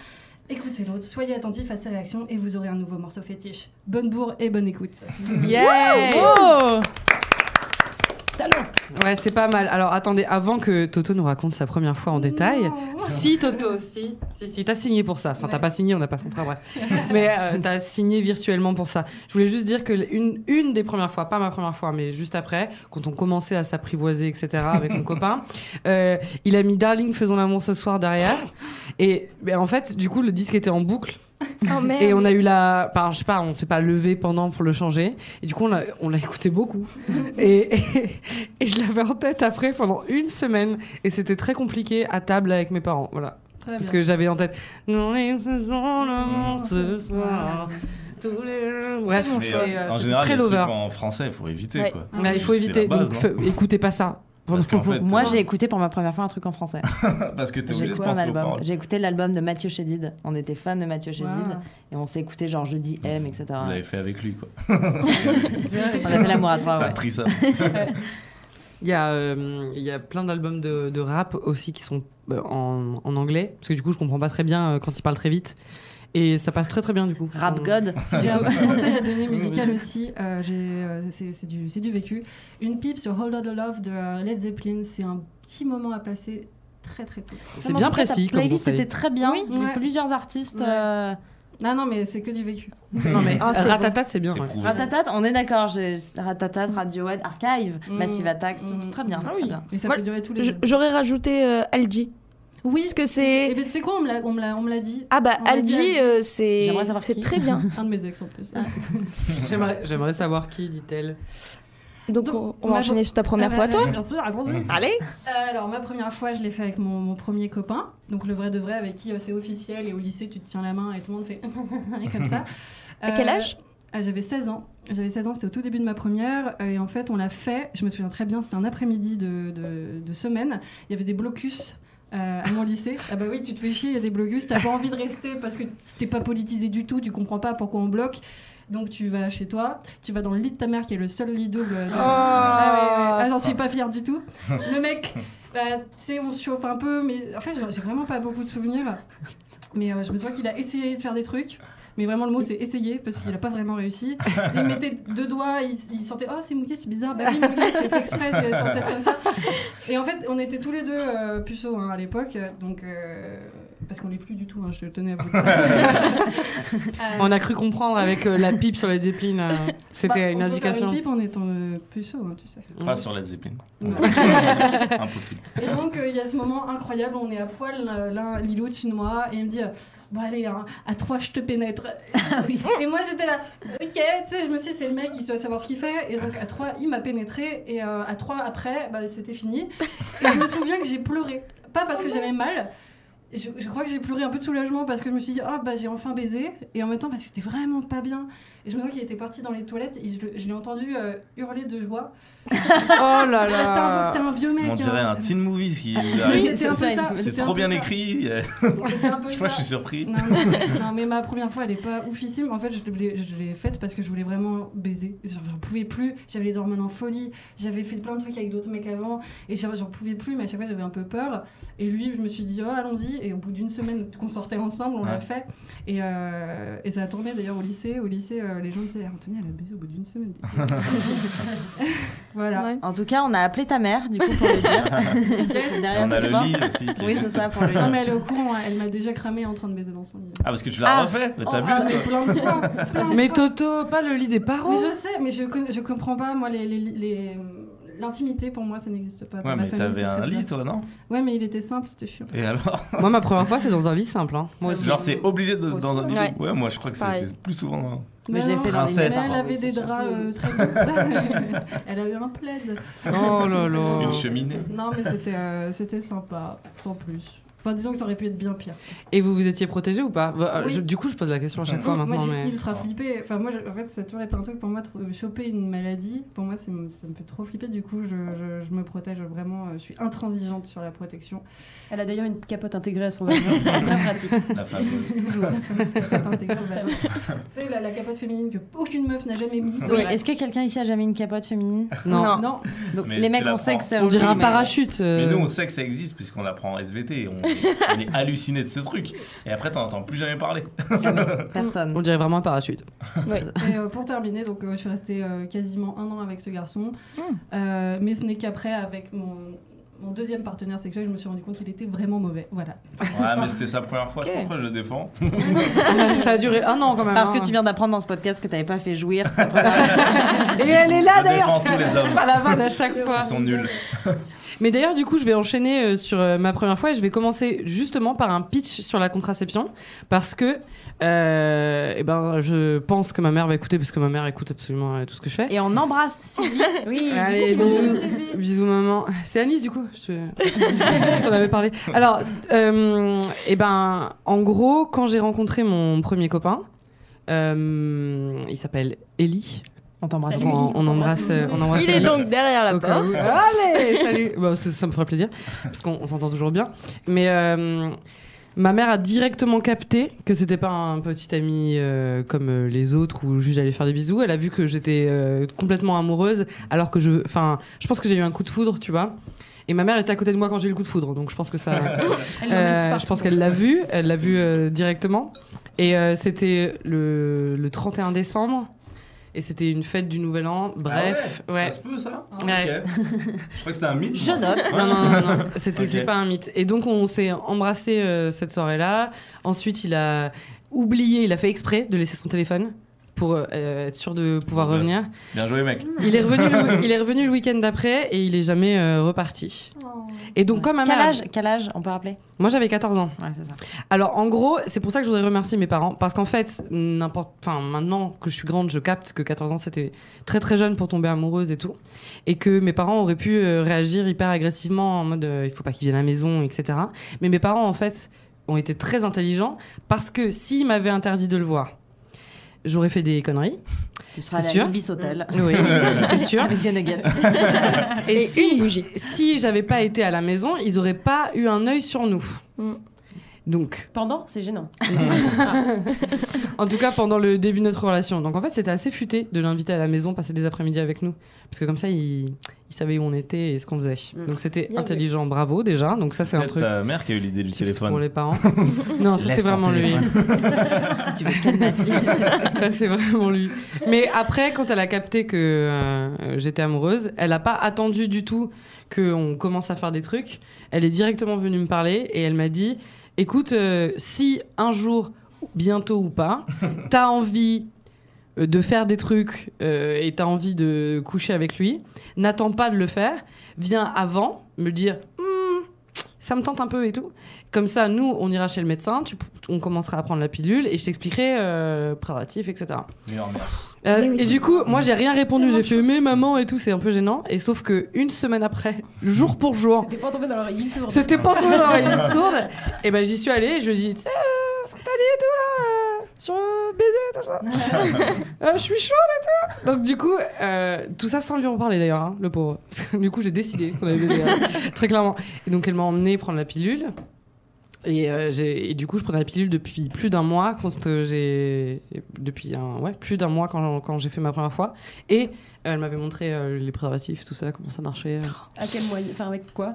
G: Écoutez l'autre, soyez attentif à ses réactions et vous aurez un nouveau morceau fétiche. Bonne bourre et bonne écoute.
F: Yeah
A: Ouais, c'est pas mal. Alors attendez, avant que Toto nous raconte sa première fois en détail.
G: Non.
A: Si Toto, si, si, si, t'as signé pour ça. Enfin, t'as pas signé, on n'a pas de contrat, bref. mais euh, t'as signé virtuellement pour ça. Je voulais juste dire que l- une, une des premières fois, pas ma première fois, mais juste après, quand on commençait à s'apprivoiser, etc., avec mon copain, euh, il a mis Darling, faisons l'amour ce soir derrière. Et mais en fait, du coup, le disque était en boucle.
F: Oh merde.
A: Et on a eu la. Enfin, je sais pas, on s'est pas levé pendant pour le changer. Et du coup, on l'a- on l'a écouté beaucoup. et, et, et je l'avais en tête après pendant une semaine. Et c'était très compliqué à table avec mes parents. Voilà.
G: Très
A: Parce
G: bien.
A: que j'avais en tête. Nous les faisons le monde ce soir. Tous les jours. Bref,
B: Mais,
A: c'est,
B: euh,
A: euh,
B: en
A: c'est
B: général,
A: très
B: les trucs
A: lover.
B: en français, il faut éviter.
F: Ouais.
B: Quoi. *laughs*
A: Ouais, il faut
B: C'est la
A: éviter.
B: base,
A: donc,
B: non
A: fe- écoutez pas ça.
B: Parce qu'en fait,
E: Moi,
B: euh,
E: j'ai écouté pour ma première fois un truc en français.
B: parce que t'es
E: J'ai
B: obligé de
E: écouté un
B: penser aux
E: album.
B: paroles.
E: J'ai écouté l'album de Mathieu Chédid. On était fan de Mathieu Chédid
G: Wow.
E: et on s'est écouté genre jeudi M, etc.
G: euh,
B: Vous l'avez fait avec lui, quoi.
E: On a fait l'amour à
G: Ah
E: trois.
B: *laughs*
E: Ouais.
B: T'as pris ça.
A: Il y, a, euh, il y a plein d'albums de, de rap aussi qui sont euh, en, en anglais. Parce que du coup, je comprends pas très bien euh, quand ils parlent très vite. Et ça passe très très bien du coup.
E: Rap
A: On-
E: God.
G: J'ai un petit conseil à donner musical aussi. euh, j'ai, euh, c'est c'est du, c'est du vécu. Une pipe sur Hold On to Love de euh, Led Zeppelin. C'est un petit moment à passer très très cool.
A: C'est bien précis
E: La
A: comme
E: playlist
A: conseil.
E: était très bien.
G: Oui.
E: J'ai
G: Ouais.
E: Plusieurs artistes.
G: Ouais.
E: euh,
G: Non, non, mais c'est que du vécu.
A: Non,
E: *laughs*
A: mais
F: Ah, c'est
A: Ratata, c'est bien.
B: C'est
A: ouais.
B: prouvé.
G: Ah,
E: Ratatat, on est d'accord. j'ai- Ratatat, Radiohead, Archive,
G: Mm.
E: Massive Attack, tout-
G: Mm.
E: tout très bien.
G: Ah
E: très bien.
G: Et ça
F: Moi,
G: peut durer tous les
F: J-
G: jours.
F: J'aurais rajouté euh, Algie.
G: Oui.
F: Parce que
G: Et
F: c'est.
G: ben, tu sais quoi, on me l'a- on me l'a on me l'a dit.
F: Ah bah,
G: On l'a dit,
F: Algie,
G: Algie.
F: euh, c'est
E: J'aimerais savoir
F: c'est
E: qui.
F: très bien.
G: *laughs* Un de mes ex en plus.
A: J'aimerais- J'aimerais savoir qui, dit-elle.
F: Donc,
G: Donc,
F: on, on
G: ma-
F: va enchaîner sur ta première
G: Ah
F: fois,
G: bah,
F: toi
G: Bien sûr, allons-y.
F: Allez
G: Euh, alors, ma première fois, je l'ai fait avec mon, mon premier copain, donc le vrai de vrai, avec qui euh, c'est officiel et au lycée, tu te tiens la main et tout le monde fait *laughs* comme ça.
F: À quel
G: Euh,
F: âge
G: ah, J'avais 16 ans. J'avais 16 ans, c'était au tout début de ma première. euh, et en fait, on l'a fait, je me souviens très bien, c'était un après-midi de, de- de semaine. Il y avait des blocus. euh, à mon lycée, *laughs* ah bah oui, tu te fais chier, il y a des blocus, t'as pas envie de rester parce que t'es pas politisé du tout, tu comprends pas pourquoi on bloque, donc tu vas chez toi, tu vas dans le lit de ta mère qui est le seul lit double. de- euh, Ah, ouais, ouais. Ah, j'en suis pas fière du tout. *laughs* Le mec, bah, tu sais, on se chauffe un peu, mais en fait, j'ai vraiment pas beaucoup de souvenirs. Mais euh, je me souviens qu'il a essayé de faire des trucs. Mais vraiment, le mot c'est essayer parce qu'il a pas vraiment réussi. Il mettait deux doigts, il, il sentait Oh, c'est mouillé, c'est bizarre. Bah oui, mouillé, c'est fait exprès, c'est censé être comme ça. Et en fait, on était tous les deux euh, puceaux hein, à l'époque. Donc, euh, parce qu'on l'est plus du tout, hein, je tenais à vous le dire. Euh,
A: On a cru comprendre avec euh, la pipe sur les épines.
G: *laughs*
A: euh,
G: bah,
A: C'était
G: on
A: une
G: peut faire
A: indication.
G: Une pipe en étant euh, puceau, hein, tu sais.
B: Pas sur la Zeppelin.
G: Non.
B: Impossible.
G: Et donc, euh, il y a ce moment incroyable, on est à poil, euh, l'un, Lilo au-dessus de moi, et il me dit euh, Bon, allez, hein, à trois, je
A: *laughs*
G: te pénètre.
A: Ah
G: et moi, j'étais là, ok, tu sais, je me suis dit, c'est le mec, il doit savoir ce qu'il fait. Et donc, à trois, il m'a pénétré, et euh, à trois, après, bah, c'était fini. Et je me souviens que j'ai pleuré. Pas parce que
A: Oh
G: j'avais mal, je, je crois que j'ai pleuré un peu de soulagement parce que je me suis dit, oh bah j'ai enfin baisé. Et en même temps, parce que c'était vraiment pas bien. Et je me souviens qu'il était parti dans les toilettes et je, le- je l'ai entendu euh, hurler de joie.
A: *laughs* Oh là
G: C'était un, c'était
A: là
G: un vieux mec.
B: On dirait
G: hein.
B: un teen movie ce qui vous
G: Oui,
B: arrive.
G: c'était un peu
E: C'est
G: ça.
E: ça,
B: C'est
G: C'était
B: trop
G: un peu
B: bien
G: ça.
B: écrit. euh,
G: C'était un peu
B: Je crois que
G: ça.
B: je suis
G: *laughs*
B: surpris. *laughs*
G: Non, non, non, mais ma première fois, elle est pas oufissime. En fait, je l'ai, je l'ai faite parce que je voulais vraiment baiser. Genre, J'en pouvais plus. J'avais les hormones en folie. J'avais fait plein de trucs avec d'autres mecs avant. Et j'en j'en pouvais plus, mais à chaque fois, j'avais un peu peur. Et lui, je me suis dit, oh, allons-y. Et au bout d'une semaine qu'on sortait ensemble, on l'a
B: Ouais.
G: fait. Et, euh, et ça a tourné d'ailleurs au lycée. Au lycée, euh, les gens disaient, Ah, Anthony, elle a baisé au bout
B: *laughs*
G: d'une semaine. *laughs* voilà.
F: Ouais.
E: En tout cas, on a appelé ta mère, du coup, pour le
B: *laughs*
E: dire. Jess, derrière,
B: On a
E: tu
B: le
E: vois.
B: lit aussi. qui-
E: Oui, c'est ça, pour le
G: Non,
E: dire.
G: mais elle est au courant. hein. Elle m'a déjà cramé en train de baiser dans
B: *laughs*
G: son lit.
B: Ah, parce que tu l'as
E: Ah.
B: refait Mais
G: Ah,
B: T'abuses,
G: mais
B: toi.
G: plein de fois, plein de
A: Mais
G: fois.
A: Toto, pas le lit des parents
G: Mais
E: Oh.
G: je sais, mais je, con- je comprends pas, moi, les- les- les- l'intimité, pour moi, ça n'existe pas. Dans
B: Ouais,
G: ma
B: mais
G: famille,
B: t'avais
G: c'est très
B: un
G: bien.
B: lit, toi, non
G: Ouais, mais il était simple, c'était chiant.
B: Et alors
A: Moi, ma première fois, c'est dans un lit simple.
G: *laughs*
A: hein. Moi aussi.
B: Genre, c'est obligé de- dans un lit.
F: Ouais.
B: Ouais, moi, je crois que
F: Pareil.
B: c'était plus souvent. hein.
E: Mais je
G: Non,
E: l'ai
G: non,
E: fait dans les
B: Princesse.
G: Elle avait
E: oui,
G: des
E: c'est sûr.
G: draps euh, très
B: *laughs*
G: beaux. *laughs* Elle a eu un plaid.
A: Oh là là.
B: Une cheminée.
G: Non, mais c'était euh, c'était sympa, sans plus. Enfin, disons que ça aurait pu être bien pire.
A: Et vous vous étiez protégé ou pas Bah,
G: Oui.
A: je- Du coup, je pose la question à chaque
B: Oui,
A: fois
G: moi,
A: maintenant.
G: j'ai
A: mais-
G: ultra flippé. Enfin, moi, je- en fait, ça a toujours été un truc pour moi, tr- euh, choper une maladie. Pour moi, c'est m- ça me fait trop flipper. Du coup, je, je- je me protège vraiment. euh, Je suis intransigeante sur la protection.
D: Elle a d'ailleurs une capote intégrée à son vagin, c'est très *laughs* pratique.
B: La fameuse.
G: Toujours *laughs* la fameuse capote intégrale. tu sais, la, la capote féminine que aucune meuf n'a jamais mise.
E: Oui, Est-ce que quelqu'un ici a jamais une capote féminine
A: Non.
F: Non.
G: Non,
E: Donc,
B: Mais
E: les
B: tu
E: mecs,
B: la
E: on sait
B: prends.
E: que c'est
A: On dirait un
E: mais- *laughs*
A: parachute. euh,
B: Mais nous, on sait que ça existe puisqu'on l'apprend en SVT. On, on est halluciné de ce truc. Et après, t'en entends plus jamais parler.
A: on
E: Personne.
A: dirait vraiment un parachute.
G: et euh, pour terminer, donc, euh, je suis restée euh, quasiment un an avec ce garçon. Euh, mais ce n'est qu'après, avec mon, mon deuxième partenaire sexuel, je me suis rendu compte qu'il était vraiment mauvais. Voilà.
B: Ouais, mais c'était sa première fois. Je sais pas pourquoi je le défends.
A: ça a duré un an quand même.
E: Parce que
A: hein.
E: tu viens d'apprendre dans ce podcast que t'avais pas fait jouir. *laughs*
A: Ah, Et elle est là
B: Je
A: d'ailleurs.
B: défends tous les hommes
A: Enfin, la vanne à chaque fois.
B: qui sont nuls.
A: Mais d'ailleurs, du coup, je vais enchaîner euh, sur euh, ma première fois et je vais commencer justement par un pitch sur la contraception parce que euh, eh ben, je pense que ma mère va écouter parce que ma mère écoute absolument euh, tout ce que je fais.
E: Et on embrasse Sylvie.
A: Allez, bisous. Bisous, maman. C'est Anis, du coup je, *laughs* je t'en avais parlé. Alors, euh, eh ben, en gros, quand j'ai rencontré mon premier copain, euh, il s'appelle Eli. On t'embrasse,
D: Salut,
A: on,
D: Eli.
A: on embrasse, euh, on embrasse.
F: Il est
A: Eli.
F: donc derrière la
A: Au cas
F: porte.
A: où. *laughs* Allez, salut. Bah, ça, ça me fera plaisir parce qu'on on s'entend toujours bien. Mais euh, ma mère a directement capté que c'était pas un petit ami euh, comme euh, les autres où juste j'allais faire des bisous. Elle a vu que j'étais euh, complètement amoureuse alors que je, enfin, je pense que j'ai eu un coup de foudre, tu vois. Et ma mère était à côté de moi quand j'ai eu le coup de foudre, donc je pense que
B: *laughs*
A: ça. Euh, je pense qu'elle l'a vu, elle l'a vu euh, directement. Et euh, c'était le, le 31 décembre. Et c'était une fête du Nouvel An. Bref,
B: Ah ouais,
A: ouais.
B: Ça se peut, ça
A: Ouais.
B: Ok. Je crois que c'était un mythe.
E: Je
B: moi.
E: note.
B: Ouais.
A: Non, non, non, non, non. c'était
B: Ok.
A: c'est pas un mythe. Et donc on s'est embrassé euh, cette soirée-là. Ensuite, il a oublié, il a fait exprès de laisser son téléphone pour euh, être sûr de pouvoir
B: Bon, bah,
A: revenir.
B: Bien joué, mec.
A: Il est revenu,
B: *laughs*
A: le, il est revenu le week-end d'après et il est jamais euh, reparti. Et donc comme ma
E: Oh. Quel
A: mère-
E: âge, quel âge on peut rappeler
A: moi j'avais 14 ans.
E: Ouais, c'est ça.
A: Alors en gros, c'est pour ça que je voudrais remercier mes parents parce qu'en fait, n'importe enfin maintenant que je suis grande, je capte que 14 ans c'était très très jeune pour tomber amoureuse et tout et que mes parents auraient pu euh, réagir hyper agressivement en mode euh, il faut pas qu'il vienne à la maison etc. Mais mes parents en fait ont été très intelligents parce que s'ils m'avaient interdit de le voir, j'aurais fait des conneries.
E: Tu seras à
A: C'est sûr.
E: la Ibis Hotel.
A: Oui, *laughs* c'est
F: *laughs*
A: sûr.
E: *laughs* Avec des nuggets.
A: Et, si,
F: une bougie.
A: si j'avais pas été à la maison, ils auraient pas eu un œil sur nous.
F: Mm.
A: Donc,
D: Pendant, c'est gênant.
A: En tout cas, pendant le début de notre relation. Donc, en fait, c'était assez futé de l'inviter à la maison, passer des après-midi avec nous. Parce que comme ça, il, il savait où on était et ce qu'on faisait. Donc, c'était
F: Mmh. Bien vu.
A: intelligent, bravo déjà. Donc, ça, c'est un
B: Peut-être
A: truc.
B: ta mère qui a eu l'idée du
A: tips pour
B: téléphone.
A: les parents. *laughs* non, ça, c'est
B: Laisse ton
A: vraiment lui.
B: téléphone.
A: *laughs*
E: si tu veux calmer ma fille.
A: ça, c'est vraiment lui. Mais après, quand elle a capté que euh, j'étais amoureuse, elle n'a pas attendu du tout qu'on commence à faire des trucs. Elle est directement venue me parler et elle m'a dit Écoute, euh, si un jour, bientôt ou pas, t'as envie euh, de faire des trucs euh, et t'as envie de coucher avec lui, n'attends pas de le faire, viens avant me dire Hmm, ça me tente un peu et tout. Comme ça, nous, on ira chez le médecin, tu- on commencera à prendre la pilule et je t'expliquerai euh, préservatif, etc.
B: Meilleure mère.
A: Euh,
F: Mais oui,
A: et
F: tu-
A: du coup, moi, j'ai rien répondu.
D: Tellement
A: J'ai
D: de
A: fait
D: choses.
A: mais maman et tout, c'est un peu gênant. Et sauf que une semaine après, jour pour jour,
D: C'était pas tombé dans l'oreille sourde.
A: c'était pas tombé dans l'oreille sourde. Et ben, j'y suis allée. Et je lui ai dit, tu sais, euh, ce que t'as dit et tout là, euh, sur le baiser, tout ça. Euh, je suis chaude et tout. Donc du coup, euh, tout ça sans lui en parler d'ailleurs, hein, le pauvre. Parce que, du coup, j'ai décidé qu'on allait baiser, hein, très clairement. Et donc elle m'a emmenée prendre la pilule. Et, euh, j'ai- et du coup, je prenais la pilule depuis plus d'un mois, quand euh, j'ai depuis un ouais plus d'un mois quand, quand j'ai fait ma première fois. Et elle m'avait montré euh, les préservatifs, tout ça, comment ça marchait. euh.
D: À quel moyen Enfin, avec quoi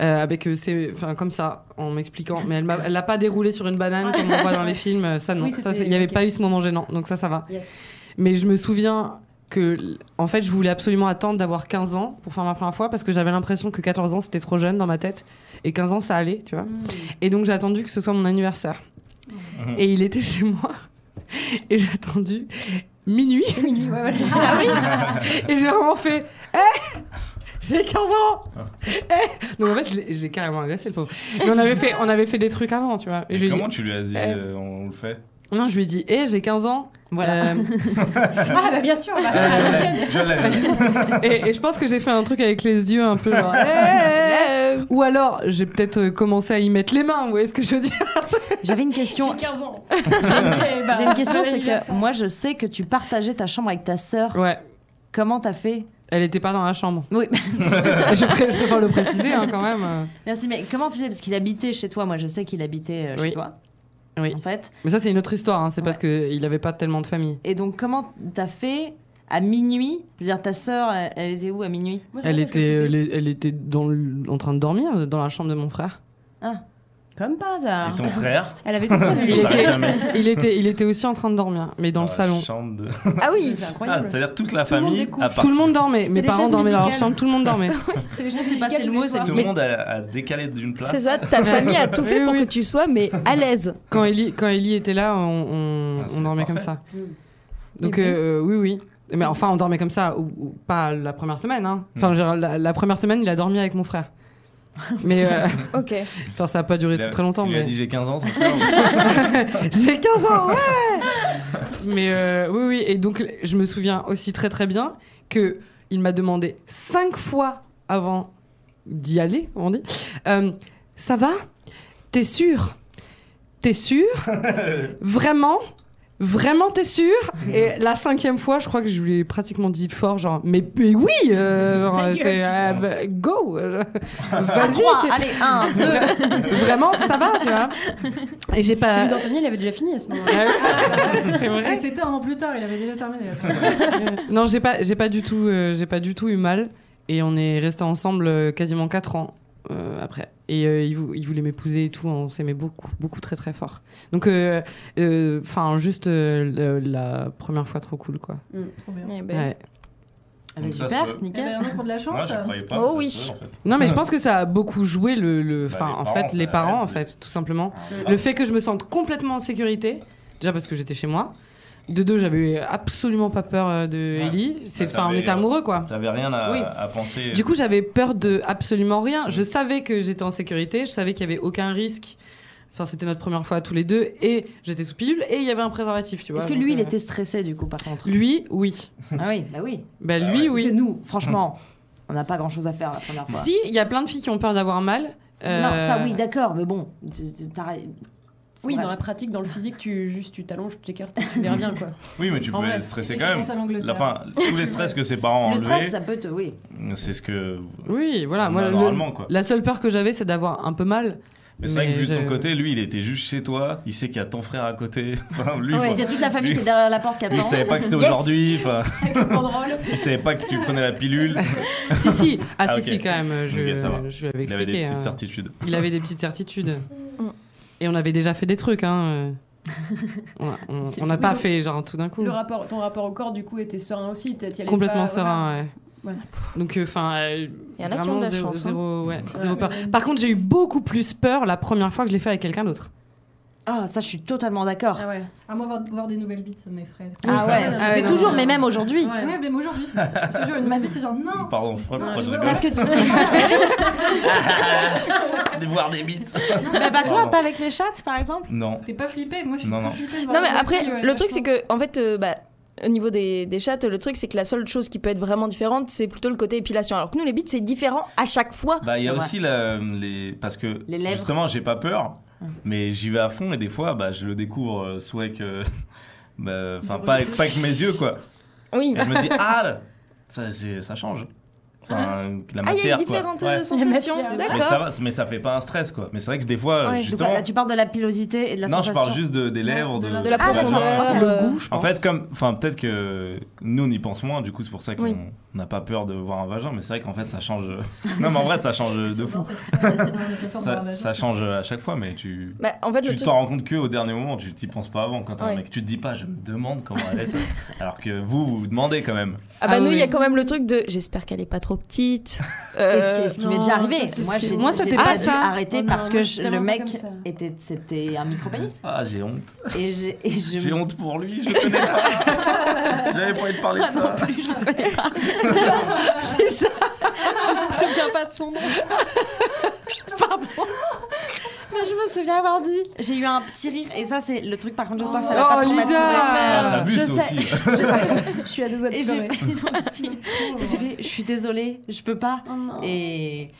A: Euh, avec euh, ses- enfin comme ça en m'expliquant mais elle m'a- elle l'a pas déroulé sur une banane comme on voit
D: *laughs*
A: dans les films euh, ça non
D: Oui,
A: ça
D: c'était-
A: c'est- il n'y avait
D: ok.
A: pas eu ce moment gênant donc ça ça va
D: Yes.
A: mais je me souviens que l- en fait je voulais absolument attendre d'avoir 15 ans pour faire ma première fois parce que j'avais l'impression que 14 ans c'était trop jeune dans ma tête et 15 ans ça allait tu vois
D: Mm.
A: et donc j'ai attendu que ce soit mon anniversaire et il était chez moi *laughs* et j'ai attendu minuit Ah
D: Minuit, ouais, voilà.
A: *laughs* et j'ai vraiment fait Eh J'ai 15 ans Eh Donc en fait, je l'ai- je l'ai carrément agressé, le pauvre. Mais on avait fait, on avait fait des trucs avant, tu vois. Et je lui
B: Et
A: ai
B: comment tu lui as dit
A: Eh.
B: euh, on le fait
A: dit- Non, je lui ai dit Eh, j'ai 15 ans
E: Voilà.
A: Euh,
D: Ah, bah bien sûr. bah, bah, ok.
A: *laughs*
B: Je l'avais dit.
A: et, et je pense que j'ai fait un truc avec les yeux un peu genre, Eh, eh, eh. Ou alors, j'ai peut-être euh, commencé à y mettre les mains, vous voyez ce que je veux dire
E: J'avais une question.
D: J'ai 15 ans.
E: J'ai une question, c'est que moi je sais que tu partageais ta chambre avec ta sœur.
A: Ouais.
E: Comment t'as fait
A: Elle était pas dans la chambre.
E: Oui.
A: *laughs* je, pré- je préfère le préciser hein, quand même. euh.
E: Merci, mais comment tu fais Parce qu'il habitait chez toi. Moi je sais qu'il habitait euh,
A: Oui.
E: chez toi.
A: Oui.
E: En fait.
A: Mais ça, c'est une autre histoire. hein, C'est parce
E: Ouais.
A: qu'il avait pas tellement de famille.
E: Et donc comment t'as fait à minuit Je veux dire, ta sœur, elle, elle était où à minuit
A: Elle était, elle, elle était dans le- en train de dormir euh, dans la chambre de mon frère.
D: Comme par
B: Et
D: hasard.
B: ton frère
D: Elle avait tout prévu.
B: Il s'arrête
A: était-
B: jamais.
A: Il était, il était aussi en train de dormir, mais dans le
B: la
A: salon.
B: chambre de-
F: Ah oui,
D: C'est
B: Ah,
D: incroyable.
B: c'est-à-dire toute la
D: le monde
B: famille.
D: découvre.
B: à part-
A: Tout le monde dormait. Mes
D: les
A: parents
D: gestes
A: dormaient dans leur
D: musicales.
A: chambre, tout le monde dormait.
D: Ah, C'est les gestes
E: C'est passé
D: musicaux
E: le
D: tous
E: mot,
D: les
E: c'est
D: soirs.
B: Tout le
E: Mais-
B: monde a, a décalé d'une place.
F: c'est ça. Ta famille a tout fait
A: Oui,
F: pour
A: oui.
F: que tu sois mais à l'aise.
A: Quand Ellie, quand Ellie était là, on, on,
B: Ah, c'est
A: on dormait comme
B: parfait.
A: ça. Donc euh, oui, oui. Mais enfin, on dormait comme ça, ou, ou pas la première semaine. hein. Enfin,
B: Mm.
A: genre, la, la première semaine, il a dormi avec mon frère.
B: *laughs*
A: Mais euh,
F: Ok.
A: enfin, ça a pas duré
B: Il a-
A: très longtemps.
B: Il
A: mais...
B: a dit j'ai 15 ans, son frère. ou-
A: J'ai 15 ans, ouais *laughs* Mais euh, oui, oui, et donc je me souviens aussi très très bien que il m'a demandé 5 fois avant d'y aller, on dit. Euh, ça va T'es sûr T'es sûr *laughs* Vraiment Vraiment, t'es sûr Et la cinquième fois, je crois que je lui ai pratiquement dit fort, genre, mais, mais oui euh, genre, c'est, euh, bah, Go euh,
E: À trois,
A: Vas-y
E: allez,
A: *laughs*
E: un, deux.
A: Vraiment, ça va, tu vois Et j'ai pas.
D: Celui d'Anthony, il avait déjà fini à ce moment
G: *laughs*
A: c'est
G: Et C'était un an plus tard, il avait
B: *laughs*
G: déjà terminé.
A: Non, j'ai pas, j'ai pas du tout, euh, j'ai pas du tout eu mal. Et on est restés ensemble euh, quasiment 4 ans euh, après. Et euh, il, vou- il voulait m'épouser et tout. hein. On s'aimait beaucoup, beaucoup très très fort. Donc, enfin, juste euh, le- la première fois trop cool, quoi.
G: Trop bien.
F: Eh ben,
A: Ouais.
E: Ah,
B: Donc
E: bah,
B: ça,
E: super,
B: c'est-
G: Il y
A: Eh ben,
G: avait
E: nickel.
G: vraiment trop de la chance.
B: Moi, je
G: ça.
B: croyais pas.
F: Oh
B: que
F: oui.
B: ça se faisait, en fait.
A: Non, mais je pense que ça a beaucoup joué le, le-
B: Bah,
A: enfin,
B: les
A: en
B: parents,
A: fait,
B: ça
A: les
B: aide,
A: parents, en
B: oui.
A: fait, tout simplement.
B: Ah,
A: Le fait que je me sente complètement en sécurité, déjà parce que j'étais chez moi. De deux, j'avais absolument pas peur euh, de
B: Ouais.
A: Ellie. C'est,
B: Ça,
A: enfin, on
B: t'avais,
A: était
B: euh,
A: amoureux, quoi.
B: T'avais rien à,
A: Oui.
B: à penser.
A: Du coup, j'avais peur de absolument rien.
B: Mm.
A: Je savais que j'étais en sécurité, je savais qu'il y avait aucun risque. Enfin, c'était notre première fois tous les deux, et j'étais sous pilule, et il y avait un préservatif, tu vois.
E: Est-ce que
A: donc,
E: lui,
A: euh,
E: il était stressé du coup, par contre
A: Lui, oui.
E: Ah oui, bah oui.
A: Bah,
B: Ah
A: lui,
B: ouais.
E: Parce que
A: oui. Hum.
E: nous, franchement, on n'a pas grand chose à faire la
A: *laughs*
E: première fois.
A: Si, il y a plein de filles qui ont peur d'avoir mal.
E: Non, ça
A: euh,
E: oui, d'accord, mais bon. tu- tu- t'arrêtes-
D: Oui,
E: Bref.
D: dans la pratique, dans le physique, tu juste tu t'allonges, tu t'écartes, tu verras bien quoi.
B: Oui, *laughs* mais tu
D: En
B: peux
D: vrai,
B: être stressé
D: et
B: quand
D: je
B: même.
D: pense à l'Angleterre.
B: La fin, tous les stress que ses parents ont
E: Le
B: enlevés,
E: stress, ça peut te. Oui.
B: c'est ce que.
A: Oui, voilà. Moi, le-
B: normalement, quoi.
A: la seule peur que j'avais, c'est d'avoir un peu mal.
B: Mais c'est vrai que
A: Mais
B: vu de son
A: je-
B: côté, lui, il était juste chez toi. Il sait qu'il y a ton frère à côté. *laughs* Enfin, lui,
E: Ah
B: quoi.
E: Ouais, Il y a toute la famille
B: Lui-
E: qui est derrière la porte qui
B: Lui, il
E: attend.
B: savait pas que c'était
E: Yes.
B: aujourd'hui. Enfin,
D: Avec
B: *laughs*
D: le banderole.
B: il savait pas que tu prenais la pilule.
A: si, si. Ah,
B: Ah,
A: si,
B: ok.
A: si, quand même. Je,
B: Ok, ça va.
A: je lui avais
B: Il avait
A: expliqué.
B: des petites
A: hein.
B: certitudes.
A: Il avait des petites certitudes.
F: *laughs* Mm.
A: Et on avait déjà fait des trucs, hein. On a-
F: *laughs*
A: on-
D: C'est
A: On n'a
D: fou.
A: pas fait genre tout d'un coup.
D: *laughs* Le rapport, ton rapport au corps, du coup, était serein aussi. t'y allais
A: complètement
D: pas, voilà.
A: serein. Ouais.
D: Ouais.
A: Donc, enfin, euh,
F: Il y en a qui
A: vraiment
F: ont de la
A: zéro,
F: chance, hein.
A: zéro- ouais, zéro
D: Ouais.
A: peur. Par contre, j'ai eu beaucoup plus peur la première fois que je l'ai fait avec quelqu'un d'autre.
E: Ah, ça, je suis totalement d'accord.
D: Ah ouais.
G: À moi, voir, voir des nouvelles bites, ça m'effraie.
E: Ah ouais,
D: Ah ouais,
E: *laughs* mais
D: non,
E: toujours,
D: non.
E: mais même aujourd'hui.
G: Ouais,
D: Ouais.
G: mais moi, aujourd'hui, je te jure, une bite, c'est genre non.
B: Pardon, je crois
G: Non,
B: pourquoi je
G: je vois.
B: rigole.
E: Parce que
B: *laughs*
E: tu
B: De
E: sais,
B: voir des bites.
E: bah, bah, toi,
B: Pardon.
E: pas avec les chattes, par exemple
B: Non.
G: T'es pas flippé, moi je suis
B: Non,
G: trop
B: non.
G: flippée.
F: Non, mais après, le truc, c'est que, en fait, euh, bah, au niveau des, des chattes, le truc, c'est que la seule chose qui peut être vraiment différente, c'est plutôt le côté épilation. Alors que nous, les bites, c'est différent à chaque fois.
B: Bah, il y a
E: C'est vrai.
B: aussi la, les. Parce que
E: Les lèvres.
B: justement, j'ai pas peur,
F: Mmh.
B: mais j'y vais à fond et des fois, bah, je le découvre euh, soit avec. euh, *laughs* bah, Enfin, pas, avec- pas avec mes yeux, quoi.
F: Oui.
B: Et je
F: *laughs*
B: me dis, ah, là, ça, c'est- ça change. Enfin, la
F: Ah, il y a
B: matière,
F: eu
B: quoi.
F: différentes
B: Ouais.
F: euh, sensations.
D: matières.
B: Mais ça,
F: D'accord.
B: va, mais ça fait pas un stress, quoi. Mais c'est vrai que des fois,
F: Ouais.
E: Donc, là,
B: Euh, justement.
E: Tu parles de la pilosité et de la
B: non, je
E: sensation.
B: parle juste de, des lèvres, de,
F: De la
E: Ah,
F: profondeur. euh,
A: Le goût, je
B: En
A: pense.
B: fait, comme, enfin, peut-être que nous on y pense moins, du coup c'est pour ça qu'on
F: Oui.
B: n'a pas peur de voir un vagin, mais c'est vrai qu'en fait ça change. euh, non, mais en vrai ça change de fou. Ça, ça change à chaque fois, mais tu,
F: Bah, en fait, le
B: tu
F: truc.
B: t'en rends compte que au dernier moment, tu t'y penses pas avant quand t'as un
F: Ouais.
B: mec. Tu te dis pas, je me demande comment elle est, ça. alors que vous vous vous demandez quand même.
F: Ah bah
A: Ah
F: nous, il y a
A: oui.
F: quand même le truc de j'espère qu'elle est pas trop
A: *laughs*
F: petite.
E: Et
F: Euh,
E: ce qui, ce qui m'est
D: non,
E: déjà
D: ça,
E: arrivé.
D: c'est ce
E: moi,
D: qui-
E: j'ai,
A: Moi, ça
E: j'ai
A: t'est
E: pas,
A: pas
E: dû
A: ça
E: arrêter
D: Oh non,
E: parce
D: moi,
E: que
D: je suis
E: je- le
D: tellement
E: mec
D: pas comme ça.
E: était, c'était un micro-pénis.
B: Ah, j'ai honte.
E: Et, j'ai, et je
B: J'ai
E: me-
B: honte pour lui, je le connais pas. J'avais pas envie de parler de ça.
F: Je me souviens pas de son nom.
E: Moi, je me souviens avoir dit. J'ai eu un petit rire. Et ça, c'est le truc, par contre, j'espère que ça l'a
A: Oh,
E: pas traumatisé.
B: Ah,
A: Lisa
B: t'abuses
E: je
B: toi
E: sais.
B: aussi. *laughs*
D: Je suis à deux doigts de
E: Et j'ai
D: pleurer.
E: fait, moi aussi. Et j'ai fait, je suis désolée, je peux pas.
D: Oh non.
E: Et.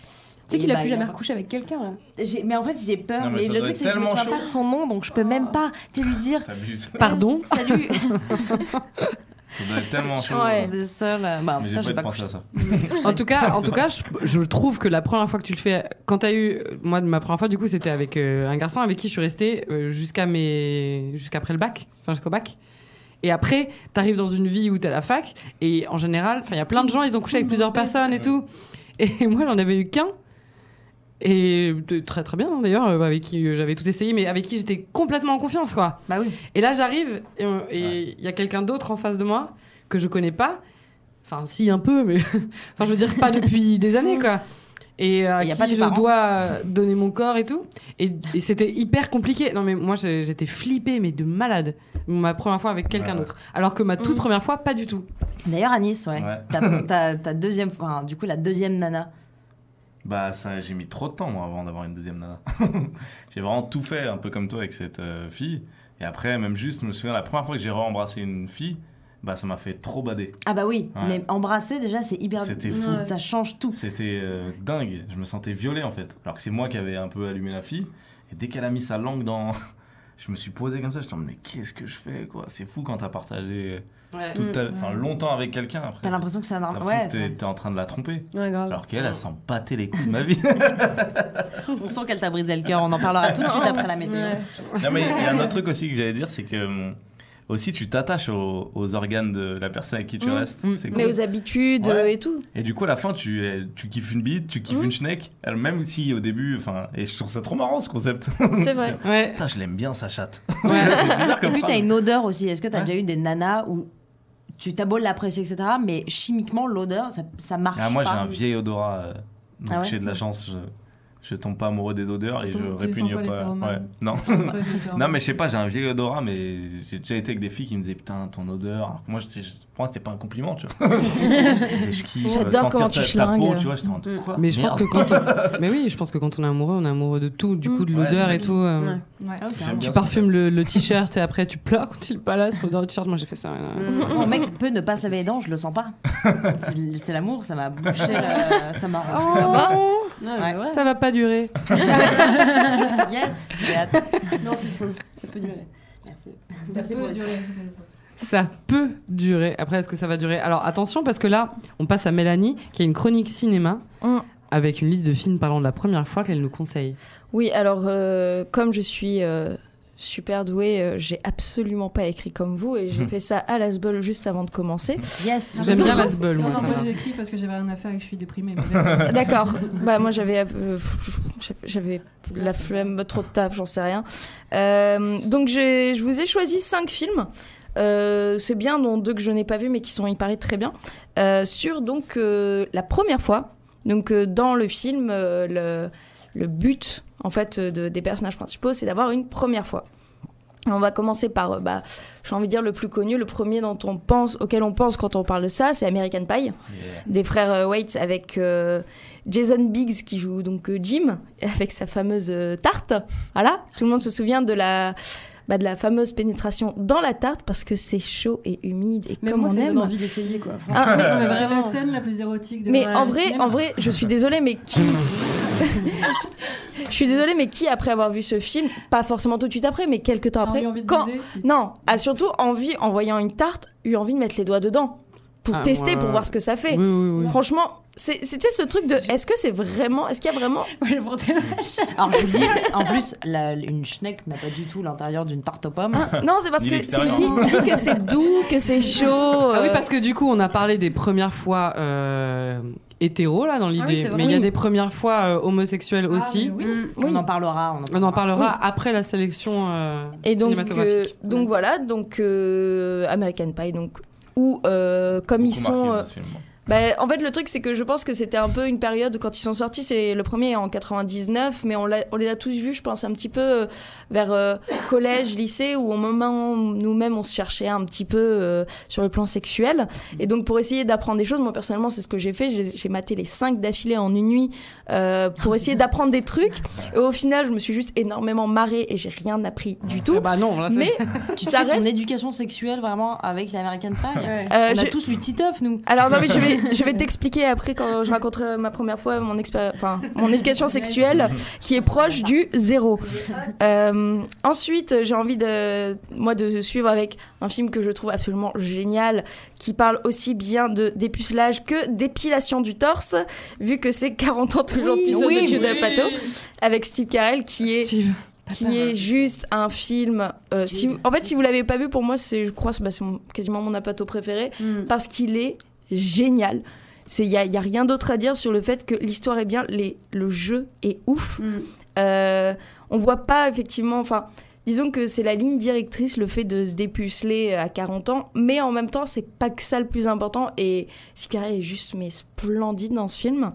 D: Tu sais
E: et
D: qu'il a
E: bah,
D: plus
E: il
D: jamais
E: a-
D: recouché avec quelqu'un là.
E: j'ai- Mais en fait, j'ai peur.
B: Non, mais
E: mais
B: ça
E: le
B: doit
E: truc,
B: être
E: c'est que je me
B: tellement
E: souviens
B: chaud.
E: pas de son nom, donc je peux même pas te lui dire.
B: T'abuses.
A: Pardon
E: Salut.
B: Ça doit être
E: *laughs*
B: tellement chaud.
E: Ouais. Désolée. Bah,
B: Mais
E: putain,
B: j'ai
E: j'ai
B: pas
E: pas
B: pensé
E: couché.
B: à ça.
A: En tout cas, en tout cas je, je trouve que la première fois que tu le fais, quand t'as eu. Moi, ma première fois, du coup, c'était avec euh, un garçon avec qui je suis restée euh, jusqu'à mes. jusqu'après le bac, enfin jusqu'au bac. Et après, t'arrives dans une vie où t'es à la fac, et en général, enfin, il y a plein de gens, ils ont couché avec plusieurs personnes et tout. Et moi, j'en avais eu qu'un. Et de- très très bien hein, d'ailleurs, euh, avec qui euh, j'avais tout essayé, mais avec qui j'étais complètement en confiance quoi.
E: Bah oui.
A: Et là, j'arrive et on- et il y a quelqu'un d'autre en face de moi que je connais pas. Enfin, si, un peu, mais. *laughs* enfin, je veux dire, pas depuis des années, quoi. Et à
E: Et y a
A: qui
E: pas tes
A: je
E: parents.
A: dois euh, donner mon corps et tout. Et, et c'était hyper compliqué. Non, mais moi, j'ai- j'étais flippée, mais de malade. Ma première fois avec quelqu'un
B: Ouais.
A: d'autre. Alors que ma toute première fois, pas du tout.
E: D'ailleurs, à Nice, ouais.
B: Ouais.
E: Ta, ta- ta deuxième, enfin, du coup, la deuxième nana.
B: Bah ça, j'ai mis trop de temps moi avant d'avoir une deuxième nana. *laughs* j'ai vraiment tout fait, un peu comme toi avec cette euh, fille. Et après, même juste, je me souviens la première fois que j'ai re-embrassé une fille, bah ça m'a fait trop bader.
E: Ah bah oui,
B: Ouais.
E: mais embrasser déjà, c'est hyper.
B: C'était fou.
E: Ça change tout.
B: C'était euh, dingue, je me sentais violé en fait. Alors que c'est moi qui avais un peu allumé la fille, et dès qu'elle a mis sa langue dans. *laughs* Je me suis posé comme ça, je me suis dit, mais qu'est-ce que je fais quoi C'est fou quand t'as partagé euh,
A: Ouais.
B: toute ta-
E: Mm.
B: enfin, longtemps avec quelqu'un après.
E: T'as l'impression que c'est un
B: T'as
E: arbre.
B: l'impression
E: Ouais,
B: que t'es- t'es en train de la tromper.
D: Ouais, grave.
B: Alors qu'elle, elle s'en battait les coups de ma vie.
E: on sent qu'elle t'a brisé le cœur, on en parlera tout de suite après la météo.
D: Ouais.
B: Non, mais il y a un autre truc aussi que j'allais dire, c'est que hum, aussi tu t'attaches aux, aux organes de la personne avec qui tu
F: Mm.
B: restes.
A: Mm.
B: C'est
F: Mais
B: cool.
F: aux habitudes
B: Ouais.
F: euh, et tout.
B: Et du coup, à la fin, tu, euh, tu kiffes une bite, tu kiffes
F: Mm.
B: une schneck, elle- même si au début, enfin, et je trouve ça trop marrant ce concept.
F: C'est vrai.
A: Ouais.
B: Putain, je l'aime bien sa chatte.
A: Ouais.
B: *laughs* c'est bizarre
E: Et
B: comme
E: puis t'as
B: phrase.
E: une odeur aussi. Est-ce que t'as
B: Ouais.
E: déjà eu des nanas où tu t'as beau l'apprécier, etc. Mais chimiquement, l'odeur, ça, ça marche
B: Ah, moi, j'ai
E: pas.
B: un vieil odorat, euh, donc
E: Ah ouais
B: j'ai de la chance. Je, je tombe pas amoureux des odeurs et
D: Tu
B: je
D: tombes- tu sens
B: répugne
D: pas
B: pas.
D: les phéromones.
B: ouais.
D: *laughs*
B: Non. non, mais je sais pas, j'ai un vieil odorat, mais j'ai déjà été avec des filles qui me disaient putain, ton odeur. Alors que moi, je, sais- je- pour moi, c'était pas un compliment, tu vois. Et je kiffe,
F: J'adore
B: sentir
F: comment
B: ta-
F: tu
B: ta peau,
F: schlingues.
B: tu vois, j'étais en quoi
A: Mais je pense
B: Merde.
A: que quand on... mais oui, je pense que quand on est amoureux, on est amoureux de tout, du coup de
B: Ouais,
A: l'odeur
B: c'est
A: et tout. euh,
D: Ouais.
B: J'aime bien ce
A: Tu
B: concept.
A: parfumes le, le t-shirt et après tu pleures quand il est pas là, sur l'odeur du t-shirt. Moi j'ai fait ça. euh,
E: *laughs* Mon mec peut ne pas se laver les dents, je le
B: *laughs*
E: sens pas. C'est c'est l'amour, ça m'a bouché, la- ça m'a rendu.
A: Oh,
E: Ouais.
A: ça va pas durer.
E: *laughs* Yes, j'ai hâte.
D: Non, c'est faux. Ça peut durer.
E: Merci.
D: Bah,
G: Merci pour durer.
A: Ça peut durer. Après, est-ce que ça va durer Alors attention, parce que là, on passe à Mélanie, qui a une chronique cinéma,
F: Mm.
A: avec une liste de films parlant de la première fois qu'elle nous conseille.
F: Oui, alors euh, comme je suis euh, super douée, euh, j'ai absolument pas écrit comme vous et j'ai fait ça à l'asbol juste avant de commencer.
E: Yes,
A: J'aime
G: non.
A: bien l'asbol,
G: Non,
A: moi,
G: non,
A: ça
G: moi
A: va.
G: j'ai écrit parce que j'avais rien à faire et que je suis déprimée.
D: *laughs*
G: mais vas-y.
F: *laughs* D'accord. Bah moi j'avais euh, j'avais la flemme, trop de taf, j'en sais rien. Euh, donc j'ai- je vous ai choisi cinq films. Euh, c'est bien, dont deux que je n'ai pas vus, mais qui sont, il paraît, très bien. Euh, sur donc euh, la première fois. Donc euh, dans le film, euh, le, le but en fait euh, de- des personnages principaux, c'est d'avoir une première fois. On va commencer par, euh, bah, j'ai envie de dire le plus connu, le premier dont on pense, auquel on pense quand on parle de ça, c'est American Pie
B: Yeah.
F: des frères euh, Waits avec euh, Jason Biggs qui joue donc euh, Jim *laughs* et avec sa fameuse euh, tarte. Voilà, tout le monde se souvient de la bah, de la fameuse pénétration dans la tarte parce que c'est chaud et humide et
D: Mais
F: comme
D: moi,
F: on
D: ça me donne
F: aime.
D: envie d'essayer, quoi. euh, Franchement.
F: Ah, mais
D: Non, mais
G: C'est
D: vraiment.
G: la scène la plus érotique de
F: mais
G: Ouais,
F: en
G: le
F: vrai,
G: cinéma.
F: en vrai, je suis désolée, mais qui *laughs* Je suis désolée, mais qui après avoir vu ce film, pas forcément tout de suite après, mais quelques temps
G: Ah,
F: après,
G: j'ai envie de
F: quand
G: baiser, si.
F: non, a surtout envie en voyant une tarte, eu envie de mettre les doigts dedans pour
A: Ah,
F: tester,
A: ouais,
F: pour
A: ouais.
F: voir ce que ça fait.
A: Oui, oui, oui.
F: Franchement, c'est- c'était ce truc de est-ce que c'est vraiment est-ce qu'il y a vraiment
D: *laughs* Moi, j'ai porté la vache.
E: Alors je vous dis, en plus, la- une schneck n'a pas du tout l'intérieur d'une tarte aux pommes.
F: non c'est parce
B: Ni
F: que c'est
B: l'extérieur.
F: dit, il dit que c'est doux que c'est chaud
A: Ah oui,
F: euh,
A: parce que du coup, on a parlé des premières fois euh, hétéro là dans l'idée,
D: c'est vrai.
A: mais il y a
D: Oui.
A: des premières fois euh, homosexuelles
G: Ah,
A: aussi.
G: mais oui.
F: Mm.
E: On en parlera. On en
A: On
E: parlera.
A: en parlera après la sélection euh,
F: et donc euh,
A: cinématographique.
F: donc voilà donc euh, American Pie donc ou comme ils
B: Beaucoup marqué,
F: sont euh,
B: ce film.
F: bah, en fait le truc c'est que je pense que c'était un peu une période où quand ils sont sortis c'est le premier en 99 mais on, l'a- on les a tous vus je pense un petit peu euh, vers euh, collège lycée où au moment où nous-mêmes on se cherchait un petit peu euh, sur le plan sexuel Et donc, pour essayer d'apprendre des choses, moi personnellement, c'est ce que j'ai fait. J'ai j'ai maté les 5 d'affilée en une nuit euh, pour essayer d'apprendre des trucs. Et au final, je me suis juste énormément marrée et j'ai rien appris du tout.
A: Ah bah non, là, c'est- *laughs*
F: Mais
E: Tu
F: ça
E: fais ton
F: reste.
E: éducation sexuelle vraiment avec l'American Pie.
F: euh,
E: on a
F: j'ai-
E: tous lu Titeuf, nous.
F: Alors non mais je vais je vais t'expliquer après quand je raconterai ma première fois mon expéri- enfin mon éducation sexuelle qui est proche du zéro. Euh, ensuite j'ai envie de moi de suivre avec un film que je trouve absolument génial qui parle aussi bien de dépucelage que d'épilation du torse vu que c'est 40 ans toujours
E: Oui,
F: plus haut
E: oui,
F: de Judas Pato avec Steve Carell qui est
A: Steve.
F: qui est juste un film. euh, si, vous- en fait, si vous l'avez pas vu, pour moi, c'est, je crois, c'est bah, c'est mon- quasiment mon apato préféré parce qu'il est génial. C'est, il y a, y a rien d'autre à dire sur le fait que l'histoire est bien, les, le jeu est
E: Mm.
F: ouf. Euh, on voit pas effectivement, enfin. Disons que c'est la ligne directrice, le fait de se dépuceler euh, à 40 ans, mais en même temps, c'est pas que ça le plus important. Et Sicaria est juste mais splendide dans ce film.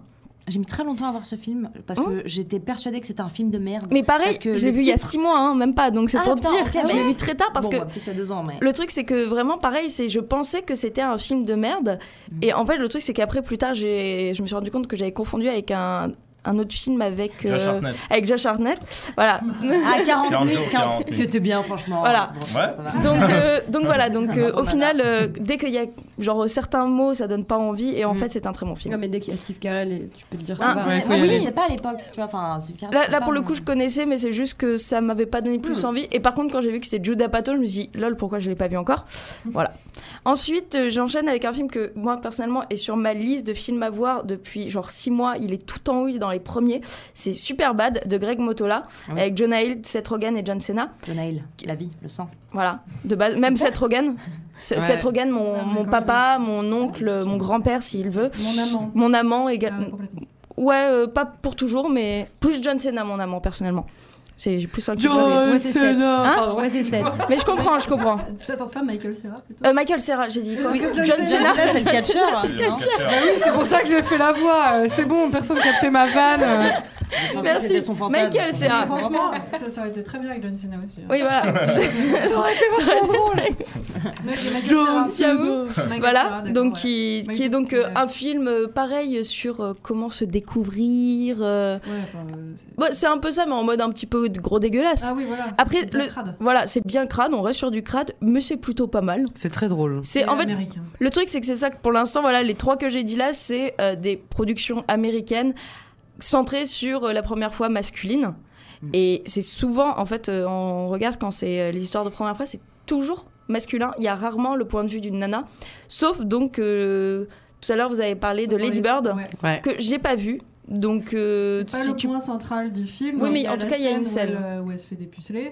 E: J'ai mis très longtemps à voir ce film parce que j'étais persuadée que c'était un film de merde.
F: Mais pareil,
E: Parce que
F: je l'ai
E: le
F: vu il y a
E: titre-
F: 6 mois, hein, même pas, donc c'est
E: Ah,
F: pour
E: putain,
F: dire.
E: ok,
F: je
E: ouais.
F: l'ai vu très tard parce
E: Bon,
F: que
E: bah, peut-être à deux ans, mais.
F: Le truc, c'est que vraiment, pareil, c'est je pensais que c'était un Mhm. film de merde. Et en fait, le truc, c'est qu'après, plus tard, j'ai, je me suis rendu compte que j'avais confondu avec un, un autre film avec
B: Tu vois,
F: euh,
B: Sharknet.
F: avec Josh Hartnett. Voilà.
E: À 40
B: 40
E: 000,
B: jours, 40 000.
E: que t'es bien, franchement.
F: Voilà.
B: Ouais.
E: Ça va.
F: Donc, euh, donc voilà, donc euh,
E: On en
F: au
E: a
F: final, euh, dès qu'il y a genre certains mots, ça donne pas envie, et en
A: Mm.
F: fait, c'est un très bon film.
D: Non, mais dès qu'il y a Steve Carell, et tu peux te dire
F: Ah,
D: ça va.
A: ouais,
E: Ouais,
A: faut
E: moi,
A: y
E: je
A: aller.
E: ne pas à l'époque, tu vois. Enfin, c'est bien,
F: Là,
E: Ah, c'est
F: là,
E: pas
F: pour le
E: mon- Hmm.
F: coup, je connaissais, mais c'est juste que ça m'avait pas donné plus envie. Et par contre, quand j'ai vu que c'est Jude Apatow, je me suis dit, lol, pourquoi je l'ai pas vu
E: *laughs*
F: encore Voilà. Ensuite, euh, j'enchaîne avec un film que moi, personnellement, est sur ma liste de films à voir depuis genre 6 mois. Il est tout en haut, il est dans les premiers. C'est Superbad de Greg Motola,
E: Ah oui.
F: avec Jonah Hill, Seth Rogen et John Cena.
E: Jonah Hill, la vie, le sang.
F: Voilà, de base. Même
E: *laughs*
F: Seth Rogen. C-
A: Ouais.
F: Seth Rogen, mon,
G: Ah,
F: mon
G: quand
F: papa, mon
E: Ah
F: oncle, mon grand-père, s'il veut.
G: *laughs* Mon amant.
F: Mon amant
G: Ah,
F: également.
G: complètement.
F: Ouais, euh, pas pour toujours, mais plus John Cena, mon amant, personnellement. C'est j'ai plus un kiff.
A: John
D: Ouais, c'est sept.
A: Cena.
F: Hein
A: Pardon.
D: Ouais, c'est 7.
F: Mais je comprends, je comprends.
G: Attends, c'est pas Michael Serra plutôt
F: Euh, Michael Serra, j'ai dit. quoi
G: Parce
F: Oui,
G: que
F: John,
G: John
F: Cena.
E: Cena, c'est le catcheur,
F: c'est le
B: C'est le
F: catcheur.
B: catcheur.
H: Oui, c'est pour ça que j'ai fait la voix. euh, C'est bon, personne captait ma vanne.
F: Merci. Michael Cera.
G: Franchement, ça, ça aurait été très bien avec John Cena aussi. hein.
F: Oui,
G: *laughs*
F: voilà. Ça aurait été
G: Mais j'ai Michael
F: John
G: Cera.
F: Cena.
G: Michael Cera,
F: Voilà,
G: d'accord,
F: donc
G: ouais.
F: qui,
G: Michael
F: qui est donc euh,
G: Cera.
F: un film euh, pareil sur euh, comment se découvrir. euh,
G: Ouais, enfin, euh, c'est-
F: bon, c'est un peu ça, mais en mode un petit peu de gros dégueulasse.
G: Ah oui, voilà.
F: Après,
G: C'est bien
F: le-
G: crade.
F: Voilà, c'est bien crade, on reste sur du crade, mais c'est plutôt pas mal.
A: C'est très drôle.
F: C'est en fait
G: américain.
F: Le truc, c'est que c'est ça que pour l'instant, voilà, les trois que j'ai dit là, c'est euh, des productions américaines centrées sur euh, la première fois masculine. Et c'est souvent, en fait, euh, on regarde quand c'est euh, les histoires de première fois, c'est toujours masculin. Il y a rarement le point de vue d'une nana. Sauf donc, euh, tout à l'heure, vous avez parlé de
G: Pour
F: Lady
G: les-
F: Bird,
G: ouais.
A: Ouais.
F: que j'ai pas vu. Donc, euh,
G: C'est pas
F: si
G: le
F: tu-
G: point central du film.
F: Oui, mais
G: Il y a
F: en
G: la
F: tout cas, il y a une
G: Où
F: scène.
G: elle, euh, où elle se fait dépuceler.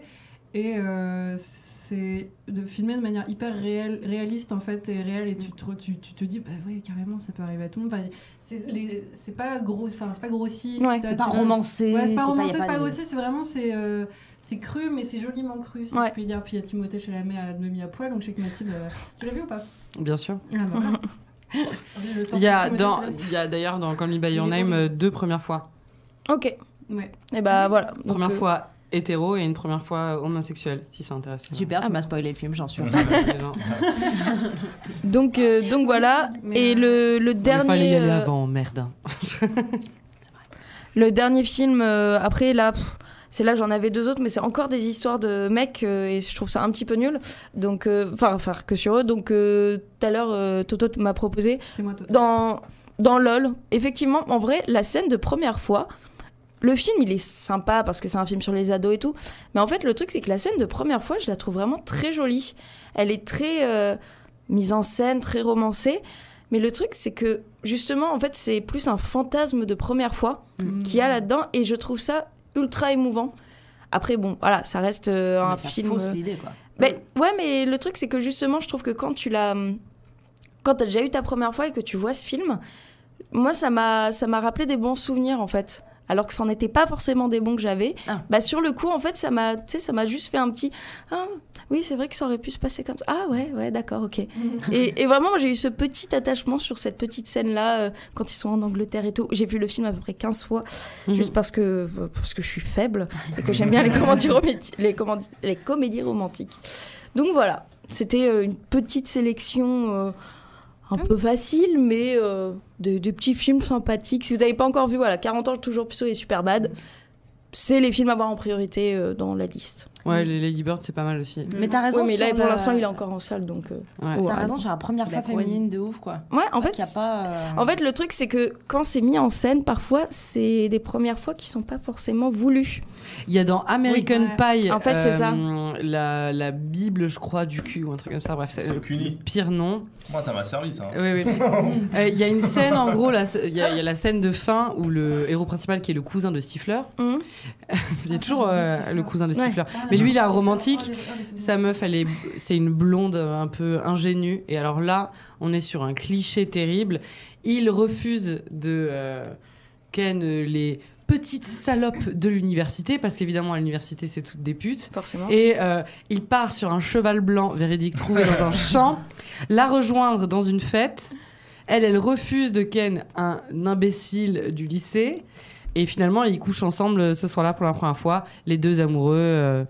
G: Et euh, c'est de filmer de manière hyper réelle, réaliste en fait, et réelle, et tu te, tu, tu te dis, bah ouais, carrément, ça peut arriver à tout le monde. Enfin, c'est les- c'est pas gros, enfin, c'est pas grossi.
F: Ouais,
G: T'as-
E: C'est pas romancé.
G: Ouais, c'est pas
E: y a
G: romancé, c'est
E: de-
G: pas grossi, c'est vraiment, c'est euh, c'est cru, mais c'est joliment cru, si
F: Ouais.
G: je puis dire. Puis il y a Timothée Chalamet à demi à poil, donc je sais que Mathilde, euh, tu l'as vu ou pas
A: Bien sûr.
G: Ah, bah, voilà.
F: *laughs*
G: Le temps
A: Il y a
G: que Timothée
A: dans,
G: Chalamet-
A: il y a d'ailleurs dans Call Me by Your
G: Il est
A: Name
G: bon.
A: euh, deux premières fois.
F: Ok.
G: Ouais.
F: Et bah voilà. Donc,
A: Première
F: euh,
A: fois hétéro et une première fois homosexuelle, si ça intéresse. les gens.
E: Super, tu m'as spoilé le film, j'en suis. *laughs*
A: Ouais, les gens.
F: Donc, euh, donc voilà.
G: Ah, Mais,
F: Et le, le dernier.
A: Il fallait y aller
F: euh,
A: avant, merde.
F: Le dernier film, euh, après, là, pff, c'est là, j'en avais deux autres, mais c'est encore des histoires de mecs, euh, et je trouve ça un petit peu nul. Donc, euh, enfin, enfin, que sur eux. Donc, euh, tout à l'heure, euh, Toto m'a proposé
G: C'est moi, total.
F: dans, dans LOL. Effectivement, en vrai, la scène de première fois, le film, il est sympa parce que c'est un film sur les ados et tout. Mais en fait, le truc, c'est que la scène de première fois, je la trouve vraiment très jolie. Elle est très euh, mise en scène, très romancée. Mais le truc, c'est que justement, en fait, c'est plus un fantasme de première fois
G: Mm.
F: qu'il y a
E: Mhm.
F: là-dedans. Et je trouve ça ultra émouvant. Après, bon, voilà, ça reste euh, un
E: Mais ça
F: film.
E: fausse
F: euh,
E: l'idée, quoi.
F: ben, ouais, mais le truc, c'est que justement, je trouve que quand tu l'as. Quand t'as déjà eu ta première fois et que tu vois ce film, moi, ça m'a ça m'a rappelé des bons souvenirs, en fait. Alors que ça n'était pas forcément des bons que j'avais.
E: Ah.
F: Bah, sur le coup, en fait, ça m'a tu sais, ça m'a juste fait un petit. Ah, oui, c'est vrai que ça aurait pu se passer comme ça. Ah, ouais, ouais, d'accord,
E: *laughs*
F: ok. et, et vraiment, moi, j'ai eu ce petit attachement sur cette petite scène-là, euh, quand ils sont en Angleterre et tout. J'ai vu le film à peu près 15 fois,
E: Mmh.
A: Mhm.
F: juste parce que, parce que je suis faible et que j'aime bien les,
E: *laughs*
F: comédies romé- les, commandi- les comédies romantiques. Donc voilà, c'était euh, une petite sélection euh, un
E: Ah.
F: peu facile, mais euh, de, de petits films sympathiques. Si vous n'avez pas encore vu, voilà, 40 ans toujours plus sur les Superbad, c'est les films à voir en priorité euh, dans la liste.
A: Ouais, les Lady Bird, c'est pas mal aussi.
F: Mm.
E: Mais t'as raison.
F: Ouais, mais là,
E: Ah, sur
F: pour
E: le-
F: l'instant, il est encore en salle, donc... euh,
A: Ouais.
F: ouais.
E: T'as raison sur la première
D: La
E: fois féminine de ouf, quoi.
F: Ouais, en fait,
E: Il y a pas. euh,
F: En fait, le truc, c'est que quand c'est mis en scène, parfois, c'est des premières fois qui sont pas forcément voulues.
A: Il y a dans American Pie. euh,
F: En fait, c'est ça.
A: La, la Bible, je crois, du cul ou un truc comme ça. Bref, c'est le
B: Cuny.
A: pire nom.
B: Moi, ça m'a servi, ça. hein.
A: Oui, oui. Euh, Il y a une scène, en gros, là, il y, a il y a la scène de fin où le héros principal, qui est le cousin de Stifler, *laughs*
E: Mmh.
F: Hum.
A: il y a toujours
G: Ah,
A: euh,
G: Stifler.
A: le cousin de
F: Ouais.
A: Stifler.
G: Ah,
A: Mais
G: là,
A: lui, il est
G: là.
A: romantique.
G: Oh, les- oh, les souvenirs.
A: Sa meuf, elle est, c'est une blonde euh, un peu ingénue. Et alors là, on est sur un cliché terrible. Il refuse de euh, ken euh, les petites salopes de l'université, parce qu'évidemment, à l'université, c'est toutes des putes.
F: Forcément.
A: Et euh, il part sur un cheval blanc véridique trouvé dans
E: *laughs*
A: un champ, la rejoindre dans une fête. Elle, elle refuse de ken un imbécile du lycée. Et finalement, ils couchent ensemble euh, ce soir-là pour la première fois, les deux amoureux. euh.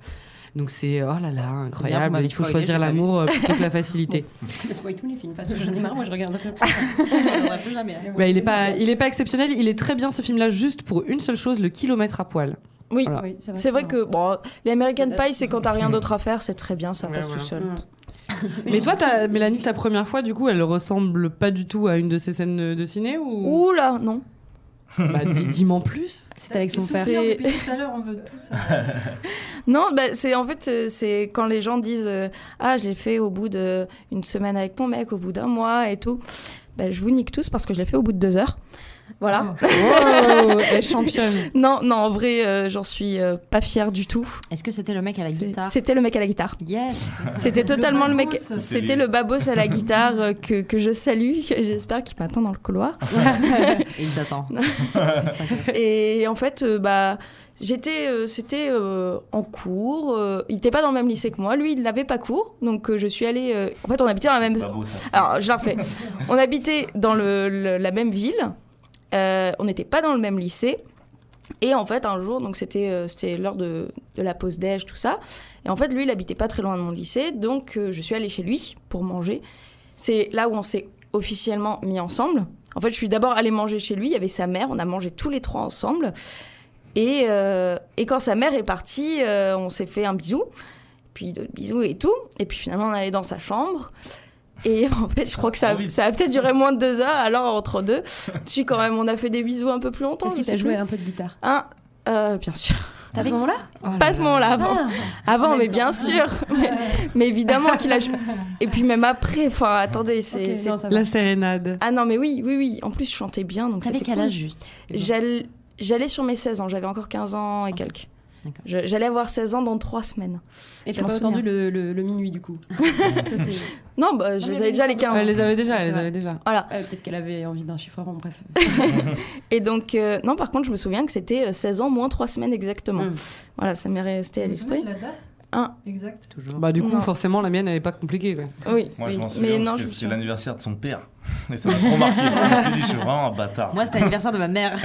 A: Donc c'est, oh là là,
E: bien, vous
A: incroyable,
E: m'avez
A: il faut
E: spoilé,
A: choisir
E: j'ai pas vu.
A: l'amour euh, plutôt que la
E: *laughs*
A: facilité.
D: Je vois tous les films, parce que j'en ai marre, moi je regarde plus. Je regarderai plus jamais.
E: hein.
A: Bah, il est pas, il est pas exceptionnel, il est très bien ce film-là juste pour une seule chose, le kilomètre à poil.
F: Oui,
A: Voilà.
D: Oui,
F: c'est vrai que bon, les American
D: Peut-être.
F: Pie, c'est quand t'as rien d'autre à faire, c'est très bien, ça
A: Hmm. Ouais,
F: passe
A: voilà.
F: tout seul.
A: Mais toi, t'as- Mélanie, ta première fois, du coup, elle ressemble pas du tout à une de ces scènes de ciné ou
F: Ouh là, non.
A: Bah, dis- dis-m'en plus.
E: C'était avec son
G: Tout
E: père.
G: vient depuis tout à l'heure, on veut tout ça.
F: Non, bah, c'est en fait euh, c'est quand les gens disent euh, ah je l'ai fait au bout de une semaine avec mon mec, au bout d'un mois et tout. Bah, je vous nique tous parce que je l'ai fait au bout de deux heures. Voilà. *laughs*
A: Wow, elle championne.
F: Non, non, en vrai, euh, j'en suis euh, pas fière du tout.
E: Est-ce que c'était le mec à la
F: C'est-
E: guitare
F: C'était le mec à la guitare.
E: Yes
A: Ah.
F: C'était totalement le mec.
G: babos.
F: C'était le babos à la guitare euh, que, que je salue. J'espère qu'il m'attend dans le couloir.
E: Il t'attend.
F: Et en fait, euh, bah, j'étais, euh, c'était euh, en cours. euh, il n'était pas dans le même lycée que moi. Lui, il n'avait pas cours. Donc, euh, je suis allée. euh, En fait, on habitait dans la même.
B: Pas beau ça.
F: Alors, je la refais. On habitait dans le- le- la même ville. euh, on n'était pas dans le même lycée. Et en fait, un jour, donc c'était euh, c'était l'heure de, de la pause déj, tout ça. Et en fait, lui, il habitait pas très loin de mon lycée. Donc, euh, je suis allée chez lui pour manger. C'est là où on s'est officiellement mis ensemble. En fait, je suis d'abord allée manger chez lui. Il y avait sa mère. On a mangé tous les trois ensemble. Et, euh, et quand sa mère est partie, euh, on s'est fait un bisou. Puis d'autres bisous et tout. Et puis finalement, on allait dans sa chambre. Et *laughs* en fait, je crois que ça,
B: trop vite.
F: ça a peut-être duré moins de deux heures. Alors, entre deux, je suis quand même, on a fait des bisous un peu plus longtemps.
D: Est-ce
F: je
D: qu'il
F: sais
D: t'a joué
F: plus.
D: un peu de guitare
F: Hein euh, Bien sûr.
E: T'as ce moment-là
F: Pas à ce moment-là, avant.
D: Oh Ah,
F: Avant, mais
D: *laughs*
F: bien sûr. Mais, mais évidemment qu'il a joué. Et puis même après, enfin, attendez, c'est...
D: ok,
F: c'est-
D: non, ça va.
A: La sérénade.
F: Ah non, mais oui, oui, oui. En plus, je chantais bien, donc
E: T'avais
F: c'était
E: quel
F: cool.
E: âge juste
F: J'all- J'allais sur mes 16 ans, j'avais encore 15 ans et quelques.
E: Ah, D'accord.
F: Je- J'allais avoir 16 ans dans 3 semaines.
D: Et
F: Je
D: t'as
F: m'en
D: pas entendu le, le- le minuit du coup Ça, c'est-
F: Non,
E: Ah,
F: bah, je
D: mais
F: les avais
D: les
F: déjà
D: gens-
F: les 15.
A: Elle les avait déjà,
D: C'est
A: elle les
D: vrai.
A: avait déjà.
F: Voilà.
D: Euh, Peut-être qu'elle avait envie d'un chiffre rond, *laughs* bref.
F: Et donc, euh, non, par contre, je me souviens que c'était euh, 16 ans moins 3 semaines exactement.
E: Hum.
D: Mm.
F: Voilà, ça m'est resté à
G: Vous vous souvenez
F: l'esprit.
G: de la date
F: Un.
G: Exact.
E: Toujours.
A: Bah, du coup,
F: Non.
A: forcément, la mienne, elle est pas compliquée. quoi.
F: Oui.
B: Moi, je
D: Oui.
B: m'en
F: Mais
B: souviens
F: non,
B: parce
F: je
B: que
F: me
B: c'était
F: souviens.
B: l'anniversaire de son père. *laughs* Et ça m'a trop marqué. je me suis dit, je suis vraiment un bâtard.
E: Moi, c'était l'anniversaire de ma mère.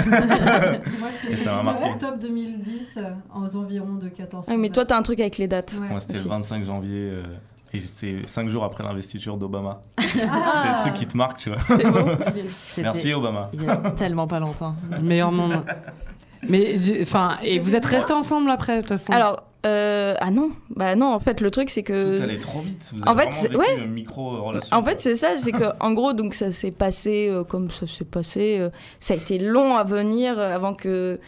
G: Moi, c'était
B: Et
G: le
B: ça m'a
G: 19
B: marqué.
G: octobre 2010, euh, aux environs de 14
F: Oui, Ah, mais toi, t'as un truc avec les dates.
G: Ouais.
B: Moi, c'était
F: aussi.
B: le 25 janvier. euh, Et c'était 5 jours après l'investiture
F: *laughs*
B: d'Obama.
F: Ah.
B: C'est le truc qui te marque, tu vois.
E: *laughs* C'était-
B: Merci Obama.
E: Il y a tellement pas longtemps.
A: Meilleur
D: *laughs*
A: moment. Mais, du- enfin, et vous êtes restés ensemble après, de toute façon. *laughs*
F: Alors, euh, ah non, bah non, en fait, le truc, c'est que.
B: Tout allait trop vite. Vous
F: Euh, en
B: avez
F: fait, c'est-
B: vraiment vécu une micro-relation.
F: En fait, c'est ça, c'est que en gros, donc ça s'est passé euh, comme ça s'est passé. euh, ça a été long à venir euh, avant que,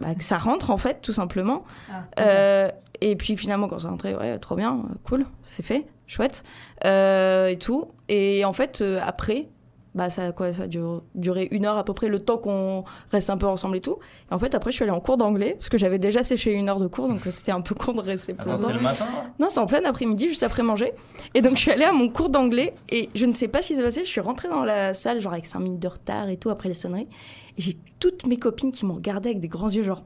F: bah, que ça rentre en fait, tout simplement.
G: Ah.
F: Euh, et puis finalement, quand c'est rentré, ouais, trop bien, euh, cool, c'est fait, chouette euh, et tout. Et en fait, euh, après. Bah ça a quoi ça a dur- duré une heure à peu près le temps qu'on reste un peu ensemble et tout et en fait après je suis allée en cours d'anglais parce que j'avais déjà séché une heure de cours donc euh, c'était un peu con de rester plus
B: Attends,
F: longtemps
B: Ah c'était le matin hein. là
F: non, c'est en plein après-midi, juste après manger. Et donc, je suis allée à mon cours d'anglais et je ne sais pas ce qui s'est passé. Je suis rentrée dans la salle, genre avec 5 minutes de retard et tout, après les sonneries. Et j'ai toutes mes copines qui me regardaient avec des grands yeux, genre.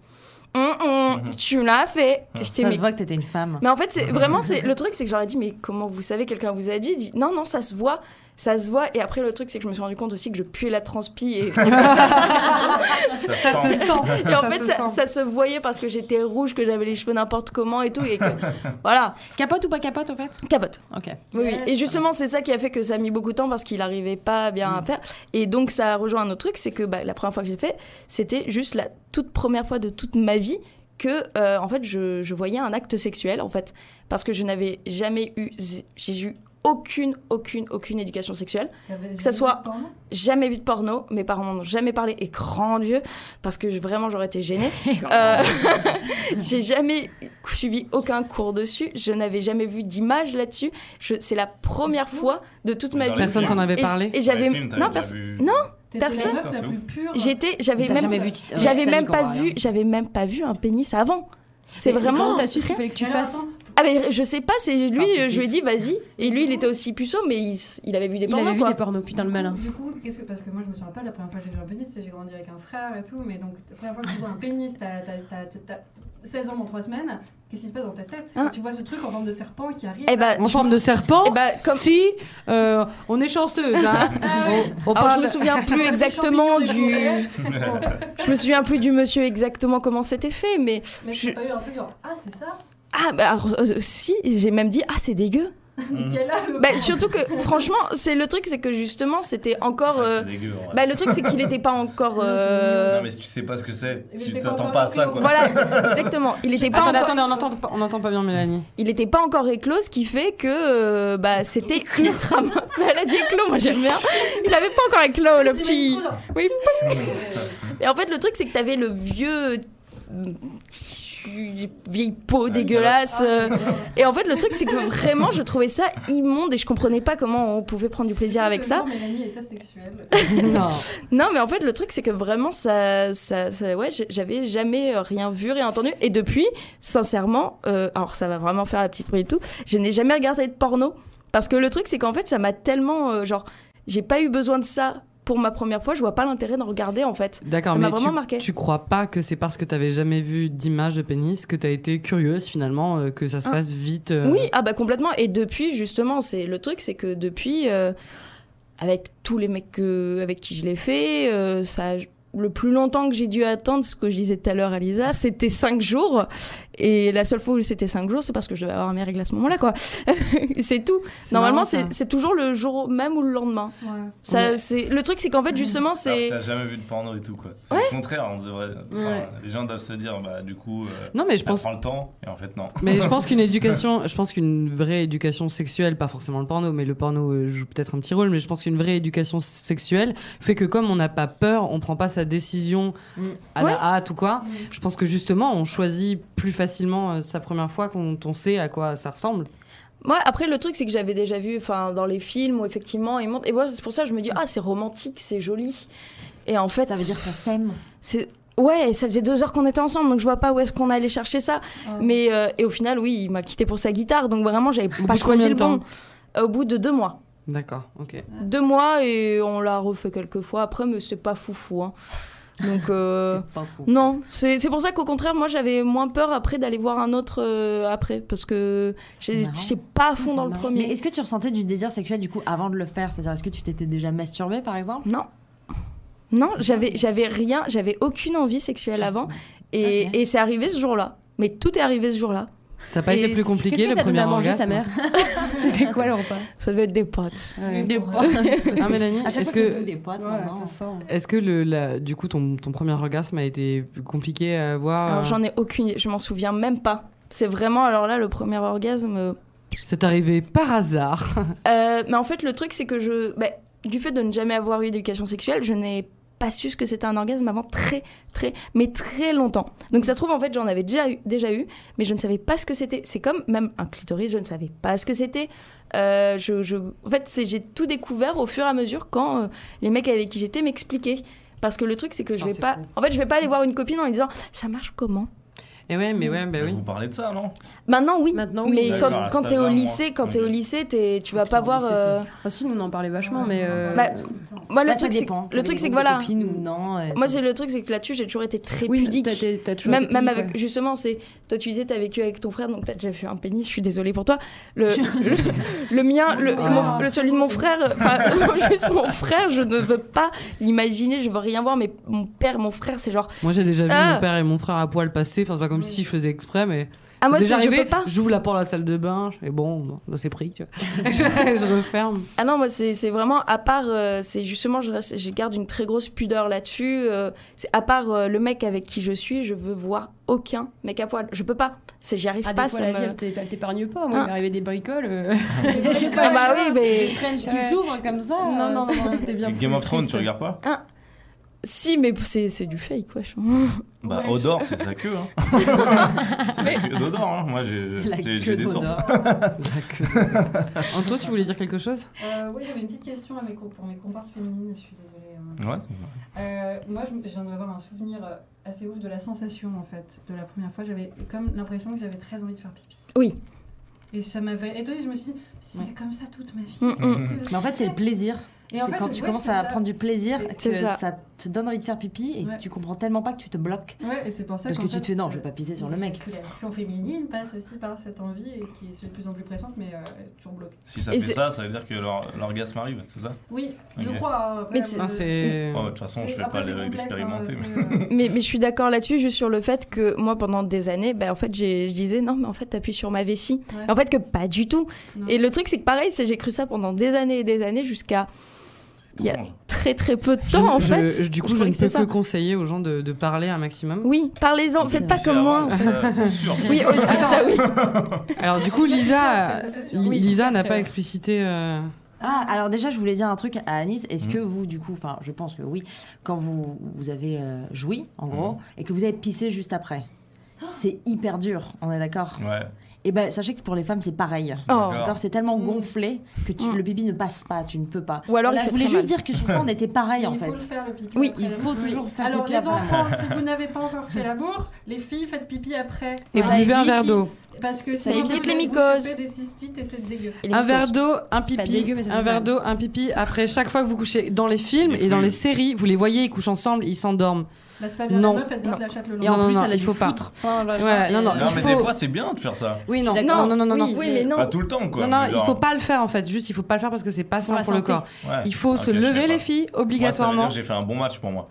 F: Hum, hum, tu l'as fait.
E: Mhm.
F: J'étais,
E: Ah, Ça
F: mais...
E: se voit que t'étais une femme.
F: mais en fait, c'est vraiment c'est le truc, c'est que j'aurais dit, mais comment vous savez Quelqu'un vous a dit, Il dit Non, non, ça se voit, ça se voit. Et après, le truc, c'est que je me suis rendu compte aussi que je puais la transpi.
E: *laughs*
F: Et,
B: Ça,
A: ça se
B: sent.
A: sent.
F: et en fait,
A: se
F: ça,
A: sent.
F: ça se voyait parce que j'étais rouge, que j'avais les cheveux n'importe comment et tout. Et que,
E: *laughs*
F: voilà,
E: Capote ou pas capote, au fait
F: capote.
E: Ok.
F: Oui, oui. Et justement, c'est ça qui a fait que ça a mis beaucoup de temps parce qu'il n'arrivait pas bien à faire. Et donc, ça a rejoint un autre truc, c'est que bah, la première fois que j'ai fait, c'était juste la toute première fois de toute ma vie que, euh, en fait, je, je voyais un acte sexuel, en fait, parce que je n'avais jamais eu, zé- j'ai eu aucune, aucune, aucune éducation sexuelle,
G: que
F: ça soit- jamais vu de porno. Mes parents m'en ont jamais parlé, et grand Dieu, parce que je- vraiment, j'aurais
D: *laughs*
F: été gênée. Euh, *laughs* j'ai jamais suivi aucun cours dessus. Je n'avais jamais vu d'image là-dessus. Je- C'est la première fois de toute ma
B: Dans
F: vie.
B: les
A: Personne t'en avait
F: Et-
A: parlé.
F: Et j'avais non, pers- non, personne.
G: Personne.
B: Putain,
G: la
B: c'est
G: plus
B: ouf.
G: pure.
F: j'étais, j'avais
E: T'as
F: même,
E: jamais vu Tit- ouais,
F: j'avais
E: Titanic,
F: même
E: on
F: pas
E: voit
F: vu,
E: rien.
F: j'avais même pas vu un pénis avant. C'est
D: Et
F: vraiment.
D: hein. Comment t'as su ce qu'il fallait que tu
G: Alors,
D: fasses
G: attends,
F: Ah mais je sais pas, c'est lui, euh,
E: un
F: je lui ai dit vas-y, et lui il était aussi puceau, mais il, s- il avait vu
D: Il
F: des
D: avait
F: pornos
D: vu
F: quoi.
D: des pornos, putain le
G: du
D: malin.
G: coup- Du coup, qu'est-ce que parce que moi je me souviens pas la première fois que j'ai vu un pénis, c'est que j'ai grandi avec un frère et tout, mais donc la première fois que tu vois un pénis, t'as t'as- t'as- t'as 16 ans dans 3 semaines, qu'est-ce qui se passe dans ta tête Quand
F: Hein
G: Tu vois ce truc en forme de serpent qui arrive.
F: Eh ben,
A: En
F: je-
A: forme de serpent
F: eh ben, comme- Ah
A: Si, euh, on est chanceuse, hein.
F: *laughs*
A: on, on
F: Alors, je
A: parle-
F: me *laughs* souviens plus exactement du, je me souviens plus du monsieur exactement comment c'était fait, mais
G: Mais
F: je-
G: j'ai pas eu un truc genre ah c'est ça
F: Ah, bah alors, euh, si, j'ai même dit, ah, c'est dégueu.
B: Mm.
G: Mais quel âge
F: Bah, surtout que, franchement, c'est le truc, c'est que justement, c'était encore.
B: Ouais,
F: euh,
B: c'est dégueu, en vrai.
F: Bah, le truc, c'est qu'il n'était pas encore. euh,
B: Non, mais si tu sais pas ce que c'est,
G: Mais
B: tu
G: t'es
B: t'attends
G: encore
B: pas à ça,
G: appris au
B: quoi.
F: Voilà, exactement. Il n'était pas,
A: Attendez,
F: encore-
A: attendez, on n'entend pas, on entend pas bien Mélanie.
F: il était pas encore éclos, ce qui fait que euh, bah, c'était ultra. *laughs* mal- Elle a dit éclos, moi j'aime bien. Il avait pas encore éclos, le petit. Oui, Et en fait, le truc, c'est que t'avais le vieux euh, vieille peau dégueulasse euh, *laughs* et en fait le truc c'est que vraiment je trouvais ça immonde et je comprenais pas comment on pouvait prendre du plaisir avec ça
G: Mélanie est asexuelle.
A: non.
F: *laughs* non mais en fait le truc c'est que vraiment ça, ça, ça- ouais j- j'avais jamais euh, rien vu rien entendu et depuis sincèrement euh, alors ça va vraiment faire la petite bruit et tout je n'ai jamais regardé de porno parce que le truc c'est qu'en fait ça m'a tellement euh, genre j'ai pas eu besoin de ça pour ma première fois je vois pas l'intérêt d'en regarder en fait
A: D'accord,
F: Ça m'a
A: mais
F: vraiment
A: tu,
F: marqué.
A: tu crois pas que c'est parce que t'avais jamais vu d'image de pénis que t'as été curieuse finalement euh, que ça se
F: Ah.
A: fasse vite. euh,
F: Oui, ah bah complètement. Et depuis, justement, c'est le truc, c'est que depuis, euh, avec tous les mecs que- avec qui je l'ai fait, euh, ça, le plus longtemps que j'ai dû attendre, ce que je disais tout à l'heure à Lisa, c'était cinq jours. Et la seule fois où c'était cinq jours, c'est parce que je devais avoir mes règles à ce moment-là, quoi. *laughs* c'est tout. Normalement,
A: marrant,
F: c'est
A: ça.
F: c'est toujours le jour même ou le lendemain. Ça, c'est le truc, c'est qu'en fait, justement,
B: Alors que
F: c'est
B: T'as jamais vu de porno et tout, quoi. C'est le contraire, on devrait. enfin,
A: Ouais.
B: Les gens doivent se dire, bah, du coup, euh,
A: Non, mais je
B: ça
A: pense.
B: prend le temps, et en fait, non.
A: Mais je pense qu'une éducation, je pense qu'une vraie éducation sexuelle, pas forcément le porno, mais le porno euh, joue peut-être un petit rôle, mais je pense qu'une vraie éducation sexuelle fait que comme on n'a pas peur, on prend pas sa décision à
F: Ouais.
A: la hâte ou quoi. Je pense que justement, on choisit plus facilement euh, sa première fois quand on sait à quoi ça ressemble.
F: Moi, après, le truc, c'est que j'avais déjà vu enfin, dans les films où effectivement ils montrent. Et moi, c'est pour ça que je me dis, ah, c'est romantique, c'est joli. Et en fait,
E: Ça veut dire qu'on s'aime.
F: c'est. Ouais, ça faisait deux heures qu'on était ensemble, donc je vois pas où est-ce qu'on allait chercher ça. Mais euh, et au final, oui, il m'a quitté pour sa guitare, donc vraiment, j'avais
A: bout
F: pas
A: de combien
F: choisi
A: de
F: le bon. Euh,
A: temps
F: Au bout de deux mois.
A: D'accord, ok.
F: Deux mois et on l'a refait quelques fois après, mais c'est pas foufou. Hein. Donc
E: *laughs*
F: euh,
E: C'est pas fou.
F: non, c'est c'est pour ça qu'au contraire, moi, j'avais moins peur après d'aller voir un autre euh, après, parce que
E: C'est
F: j'ai-
E: marrant.
F: j'étais pas à fond dans le premier.
E: Mais est-ce que tu ressentais du désir sexuel du coup avant de le faire C'est-à-dire, est-ce que tu t'étais déjà masturbé par exemple
F: Non. Non, j'avais, j'avais rien, j'avais aucune envie sexuelle
E: Je
F: avant. Et,
E: Ok.
F: et c'est arrivé ce jour-là. Mais tout est arrivé ce jour-là.
A: Ça n'a pas
F: Et
A: été plus
F: c'est-
A: compliqué
D: Qu'est-ce
A: le
D: qu'elle t'a
A: premier
D: donné à manger, sa
A: orgasme
D: *laughs* mère C'était quoi le repas
F: Ça devait être des potes.
E: Des
G: *laughs*
E: potes.
A: Ah, Mélanie,
E: À chaque
A: est-ce
E: fois que
A: que,
E: des potes
G: Voilà,
E: maintenant.
G: tout ça, on-
A: est-ce que le, la- du coup ton, ton premier orgasme a été plus compliqué à avoir euh,
F: Alors j'en ai aucune, je m'en souviens même pas. C'est vraiment, alors là, le premier orgasme. euh,
A: C'est arrivé par hasard.
F: Euh, mais en fait, le truc, c'est que je. bah, du fait de ne jamais avoir eu d'éducation sexuelle, je n'ai pas su ce que c'était un orgasme avant très, très, mais très longtemps. Donc ça se trouve, en fait, j'en avais déjà eu, déjà eu, mais je ne savais pas ce que c'était. C'est comme même un clitoris, je ne savais pas ce que c'était. Euh, je, je- En fait, c'est- j'ai tout découvert au fur et à mesure quand euh, les mecs avec qui j'étais m'expliquaient. Parce que le truc, c'est que je
A: Putain,
F: vais
A: Ah, c'est
F: pas.
A: fou.
F: En fait, je vais pas aller voir une copine en lui disant ça marche comment
A: Et ouais, mais ouais, bah
B: Mais
A: oui.
B: Vous parlez de ça, non
F: Maintenant, oui.
D: Maintenant, oui.
F: Mais
B: D'accord,
F: quand,
B: à
F: quand
B: cet
F: t'es au
B: âge-là, moi.
F: lycée, quand t'es au
B: Ok.
F: lycée, t'es- tu vas
E: Putain,
F: pas
E: au
F: voir.
E: lycée, c'est-
F: euh,
D: Ah si, nous, on en parlait vachement, mais... euh,
F: Bah, Moi, le
E: Bah, ça
F: truc, c'est
E: dépend.
F: le truc,
E: Avec
F: c'est que
E: des
F: voilà.
E: copines ou non, euh,
F: Moi,
E: ça-
F: c'est le truc, c'est que là-dessus, j'ai toujours été très
D: Oui,
F: pudique.
D: t'as- t'as- t'as toujours
F: Même,
D: été
F: même
D: pudique,
F: avec, justement, c'est. Toi, tu disais, t'as vécu avec ton frère, donc t'as déjà vu un pénis, je suis désolée pour toi. Le, le, le mien, le,
A: Ah.
F: mon- le- celui de mon frère, euh, enfin, *laughs* juste mon frère, je ne veux pas l'imaginer, je veux rien voir, mais mon père, mon frère, c'est genre.
A: Moi, j'ai déjà vu
F: Ah.
A: mon père et mon frère à poil passer. Enfin, c'est pas comme si je faisais exprès, mais.
F: Ah,
A: c'est
F: moi,
A: déjà
F: ça, je
A: arrivé.
F: peux pas.
A: J'ouvre la porte de la salle de bain, et bon, là, c'est pris, tu vois. *laughs* je, je
B: *laughs*
A: referme.
F: Ah non, moi, c'est c'est vraiment, à part, euh, c'est justement, je, reste- je garde une très grosse pudeur là-dessus. euh, c'est à part euh, le mec avec qui je suis, je veux voir aucun mec à poil. Je peux pas. C'est- J'y arrive
D: Ah, des
F: pas,
D: fois,
F: ça
D: la
F: me-
D: vie, elle t'é- elle t'épargne pas. Moi, il
F: euh, Ah.
D: m'est arrivé des bricoles. euh, *laughs*
F: *laughs* Ah bah oui, mais.
D: Des trenches euh, qui
C: Ouais.
D: s'ouvrent comme ça.
C: Non,
D: euh,
C: non, non, non.
D: c'était bien
B: Et Game
D: plus
B: of Thrones,
D: triste.
B: tu regardes pas
F: Si, mais c'est c'est du fake, wesh. *laughs*
B: Bah,
G: Ouais.
B: Odor, c'est sa queue, hein. *laughs* c'est la queue d'Odor, hein. Moi, j'ai
E: *laughs* C'est la
B: j'ai-
E: queue
B: j'ai des sources.
E: d'Odor.
A: La queue. Anto, tu voulais dire quelque chose
G: Euh, oui, j'avais une petite question à mes co- pour mes comparses féminines, je suis désolée. hein.
B: Ouais.
G: Euh, moi, je, je viens d'avoir un souvenir euh, assez ouf de la sensation, en fait, de la première fois. J'avais comme l'impression que j'avais très envie de faire pipi.
F: Oui.
G: Et ça m'avait étonnée, je me suis dit, si c'est comme ça toute ma vie.
F: Mm, mm.
G: qu'est-ce que je
E: Mais en fait, c'est le
G: fais
E: plaisir.
G: Et en
E: C'est
G: fait,
E: quand tu
G: ouais,
E: commences
G: c'est
E: à
G: ça.
E: prendre du plaisir
F: C'est
E: que
F: ça.
E: ça. te donne envie de faire pipi et
G: Ouais.
E: tu comprends tellement pas que tu te bloques.
G: Ouais, et c'est pour ça
E: Parce que
G: qu'en
E: tu te
G: fait,
E: fais non,
G: ça-
E: je vais pas pisser sur le mec.
G: Que La question féminine passe aussi par cette envie et qui est de plus en plus pressante, mais euh, elle est toujours bloquée.
B: Si ça
F: Et
B: fait
F: c'est-
B: ça, ça veut dire que l'or- l'orgasme arrive, c'est ça
G: Oui, je
B: Ok.
G: crois. hein, après,
F: Mais c'est-
A: Ah, c'est.
B: Oh, De toute façon, je
G: c'est-
B: fais
G: après,
B: pas
G: c'est
B: les-
G: complexe, hein,
B: l'expérimenté. mais-
G: c'est, euh,
F: Mais, mais je suis d'accord là-dessus, juste sur le fait que moi, pendant des années, bah, en fait, j'ai- je disais non, mais en fait, t'appuies sur ma vessie.
G: Ouais.
F: Et En fait, que pas du tout.
G: Non.
F: Et le truc, c'est que pareil, c'est j'ai cru ça pendant des années et des années jusqu'à Il y a-
B: Étrange.
F: très très peu de temps, en
A: Je-
F: fait.
A: je- du coup, je,
F: croyais
A: ne
F: que c'était
A: peux
F: ça.
A: que conseiller aux gens de, de parler un maximum.
F: Oui, parlez-en,
B: Vous
F: faites
B: êtes
F: pas
B: pissé
F: comme
A: hein.
B: avant, ça,
F: moi.
B: C'est sûr. *laughs*
F: Oui, aussi, ça oui.
A: Alors, du coup, Lisa,
G: *laughs* Ça, c'est sûr.
A: Li-
D: Oui,
A: Lisa
D: ça,
A: n'a
D: très
A: pas
D: bien.
A: explicité. euh,
E: Ah, alors déjà, je voulais dire un truc à Anis. Est-ce
B: Mhm.
E: que vous, du coup, enfin, je pense que oui, quand vous, vous avez euh, joui, en gros, et que vous avez pissé juste après, c'est hyper dur, on est d'accord
B: Ouais.
E: Et ben, sachez que pour les femmes, c'est pareil.
F: Oh.
B: D'accord.
E: D'accord, c'est tellement
D: Mm.
E: gonflé que tu-
F: Mm.
E: le pipi ne passe pas, tu ne peux pas.
F: Oh. Ou alors,
E: Là,
F: il
E: je
F: fait
E: voulais
F: très
E: juste
F: mal.
E: dire que sur ça, on était pareil en
G: Il faut
E: fait.
G: le faire le pipi.
E: Oui,
G: après
E: il
G: la
E: faut
G: bourre.
E: toujours faire
G: Alors,
E: pipi
G: les
E: après la
G: enfants, si vous n'avez pas encore fait la bourre, les filles, faites pipi après.
A: Et
E: Ça
A: vous buvez un
E: évite-
A: verre d'eau.
G: Parce que
F: Ça
G: sinon,
F: évite
G: vous
F: les
G: vous
F: mycoses.
G: chopez des cystites et c'est dégueu.
F: Et les
A: Un
F: mycoses.
A: verre d'eau, un
D: C'est pas
A: pipi,
D: dégueu, mais ça
A: un
D: fait
A: verre
D: mal.
A: d'eau, un pipi. Après, chaque fois que vous couchez dans les films
B: Les
A: et dans
B: fruits.
A: les séries, vous les voyez, ils couchent ensemble, ils s'endorment.
G: Bah, c'est pas bien,
A: Non.
G: la meuf, elle se
F: Non.
G: gratte la chatte le
E: Et
A: Non,
G: lendemain.
E: en
A: non,
E: plus,
A: non,
E: elle a
A: il
E: du
A: faut pas.
E: foutre.
A: Ouais, non, non,
B: Non,
A: il
B: mais
A: faut-
B: des fois, c'est bien de faire ça.
A: Oui, non,
E: suis
A: non,
E: d'accord.
A: non, non, non.
F: Oui, mais non.
B: Pas tout le temps, quoi.
A: non, non,
B: mais
A: il
B: genre-
A: faut pas le faire en fait. Juste, il faut pas le faire parce que c'est pas
E: Pour
A: sain
E: la
A: pour le
E: santé.
A: corps.
B: Ouais.
A: Il faut
B: Ok,
A: se
B: je sais
A: lever les
B: pas.
A: filles
B: Moi, ça veut dire
A: obligatoirement.
B: que j'ai fait un bon match pour moi.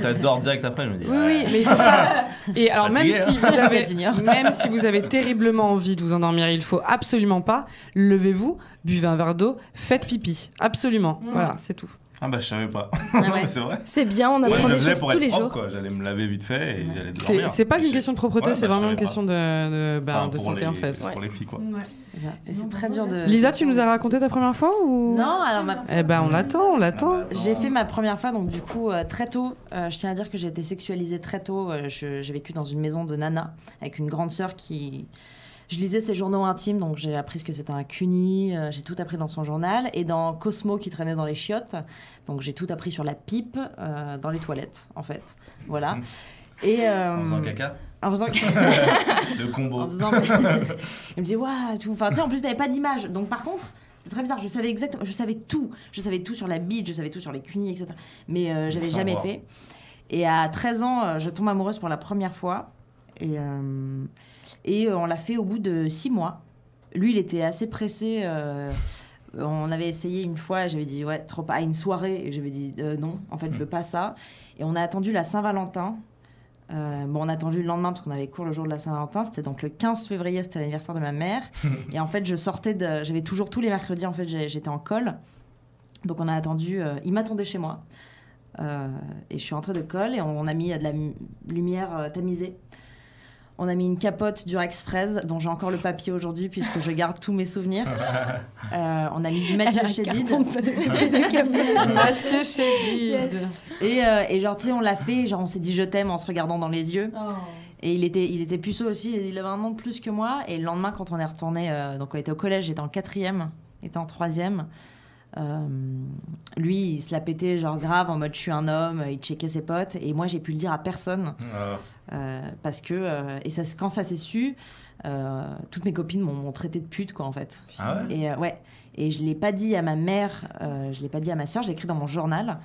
B: T'adores direct après, je me dis.
A: Oui,
B: ouais.
A: oui, mais il faut pas.
B: *laughs*
A: Et alors, même
B: Fatigué,
A: si, vous *laughs*
E: Ça
A: avez,
E: patine, hein.
A: même si vous avez terriblement envie de vous endormir, il faut absolument pas. Levez-vous, buvez un verre d'eau, faites pipi. Absolument. Voilà, c'est tout.
B: Ah bah je savais pas.
E: Ouais,
B: Non,
E: ouais.
B: mais *laughs* c'est vrai.
F: C'est bien, on
B: Ouais,
F: apprend
B: je le
F: des
B: faisais
F: choses
B: pour
F: tous
B: être
F: les
B: propre,
F: jours.
B: quoi. J'allais me laver vite fait et
E: Ouais.
B: j'allais dormir.
A: C'est c'est pas qu'une
B: Je-
A: question de propreté,
B: Ouais,
A: c'est
B: bah,
A: vraiment une
B: je savais
A: question de, de, bah,
B: Enfin,
A: de
B: pour
A: santé
B: les-
A: en fait.
B: Pour les filles, quoi.
G: Ouais.
E: C'est ça. Et c'est très dur de.
A: Lisa, tu nous as raconté ta première fois ou
E: Non, alors ma-
A: Eh ben, on l'attend, on l'attend.
E: J'ai fait ma première fois, donc du coup, euh, très tôt. Euh, je tiens à dire que j'ai été sexualisée très tôt. Euh, je- j'ai vécu dans une maison de nana avec une grande sœur qui. Je lisais ses journaux intimes, donc j'ai appris ce que c'était un cuni, euh, j'ai tout appris dans son journal, et dans Cosmo qui traînait dans les chiottes, donc j'ai tout appris sur la pipe, euh, dans les toilettes, en fait. Voilà. Et, euh,
B: Mmh. En faisant caca,
E: En faisant
B: le combo.
E: en faisant. il me dit waouh tout. Enfin tu sais en plus t'avais pas d'image. Donc par contre c'était très bizarre. Je savais exactement. Je savais tout. Je savais tout sur la bite. Je savais tout sur les cunis etc. Mais euh, j'avais
B: Sans
E: jamais
B: voir.
E: fait. Et à 13 ans euh, je tombe amoureuse pour la première fois. Et euh, et euh, on l'a fait au bout de 6 mois. Lui il était assez pressé. euh, on avait essayé une fois, et j'avais dit ouais, trop à une soirée, et j'avais dit euh, non, en fait, je veux pas ça. Et on a attendu la Saint-Valentin. Euh, bon, on a attendu le lendemain parce qu'on avait cours le jour de la Saint-Valentin. C'était donc le 15 février, c'était l'anniversaire de ma mère. et en fait, je sortais de. J'avais toujours tous les mercredis, en fait, j'ai- j'étais en colle. Donc on a attendu. euh, il m'attendait chez moi. Euh, et je suis rentrée de colle et on, on a mis euh, de la mu- lumière euh, tamisée. On a mis une capote du Rex Fraise, dont j'ai encore le papier aujourd'hui puisque je garde tous mes souvenirs. Euh, on a mis du Mathieu Chédid.
D: *laughs*
A: Mathieu Chédid.
E: Et, euh, et genre, tu sais, on l'a fait, genre, on s'est dit je t'aime en se regardant dans les yeux.
G: Oh.
E: Et il était, il était puceau aussi, il avait un an de plus que moi. Et le lendemain, quand on est retourné, euh, donc on était au collège, j'étais en quatrième, il était en troisième. Euh, lui, il se la pétait genre grave en mode je suis un homme, il checkait ses potes. Et moi, j'ai pu le dire à personne.
B: Euh,
E: euh, parce que, euh, et ça, s- quand ça s'est su, euh, toutes mes copines m'ont m'ont traité de pute, quoi, en fait.
B: ah ouais
E: Et euh, ouais, et je l'ai pas dit à ma mère, euh, je l'ai pas dit à ma sœur, je l'ai écrit dans mon journal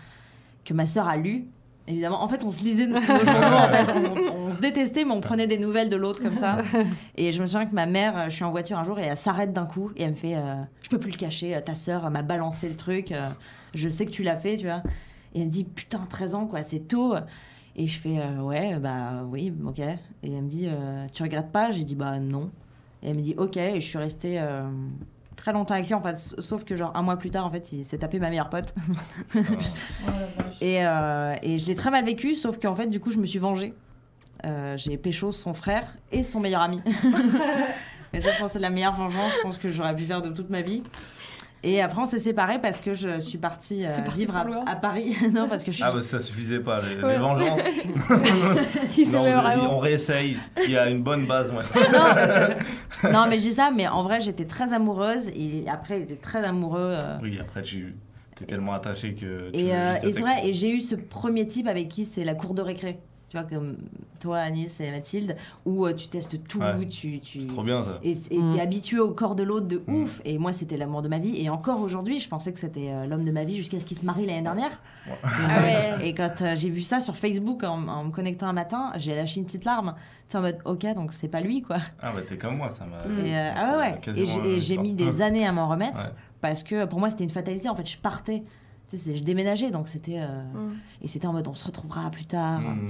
E: que ma sœur a lu. Évidemment, en fait, on se lisait nos nos journaux, en fait, on, on se détestait, mais on prenait des nouvelles de l'autre comme ça. Et je me souviens que ma mère, euh, je suis en voiture un jour et elle s'arrête d'un coup et elle me fait, euh, je peux plus le cacher, euh, ta sœur euh, m'a balancé le truc, euh, je sais que tu l'as fait, tu vois. Et elle me dit, putain, 13 ans, quoi, c'est tôt. Et je fais, euh, ouais, bah oui, ok. Et elle me dit, euh, tu regrettes pas J'ai dit, bah non. Et elle me dit, ok. Et je suis restée euh, très longtemps avec lui, en fait. s- Sauf que, genre, un mois plus tard, en fait, il s'est tapé ma meilleure pote.
G: Oh la vache.
E: Et, euh, et je l'ai très mal vécu, sauf qu'en fait, du coup, je me suis vengée. Euh, j'ai pécho son frère et son
D: *laughs*
E: meilleur ami. et ça, je pense que c'est la meilleure vengeance, je pense que j'aurais pu faire de toute ma vie. Et après, on s'est séparés parce que je suis partie euh,
D: C'est parti
E: vivre
D: pour loin.
E: à, à Paris. *laughs* non, parce que je suis.
B: Ah bah ça suffisait pas, les, les
D: Ouais.
E: *laughs*
B: vengeances. Non, on, on réessaye, il y a une bonne base. Ouais.
E: non, non, mais je dis ça, mais en vrai, j'étais très amoureuse. Et après, il était très amoureux. euh,
B: Oui, après tu t'es tellement attaché que... tu
E: Et,
B: veux
E: euh,
B: juste
E: et c'est
B: attaquer.
E: vrai, et j'ai eu ce premier type avec qui c'est la cour de récré. Tu tu vois, comme toi, Anis et Mathilde, où euh, tu testes tout,
B: Ouais.
E: tu, tu...
B: C'est trop bien ça.
E: Et et t'es
A: Mm.
E: habitué au corps de l'autre de
B: Mm.
E: ouf. Et moi, c'était l'amour de ma vie. Et encore aujourd'hui, je pensais que c'était euh, l'homme de ma vie jusqu'à ce qu'il se marie l'année dernière.
B: Ouais.
E: Et, et quand euh, j'ai vu ça sur Facebook en, en me connectant un matin, j'ai lâché une petite larme. T'es en mode, ok, donc c'est pas lui, quoi.
B: Ah bah t'es comme moi, ça m'a.
E: Et,
B: ça
E: euh, ah ouais,
B: m'a
E: ouais.
B: quasiment
E: Et j'ai-
B: la
E: et
B: même
E: j'ai mis
B: histoire. *laughs*
E: des années à m'en remettre
B: Ouais.
E: parce que pour moi, c'était une fatalité. En fait, je partais. Tu sais, c'est- je déménageais, donc c'était. euh, Et c'était en mode, on se retrouvera plus tard.
B: Mm.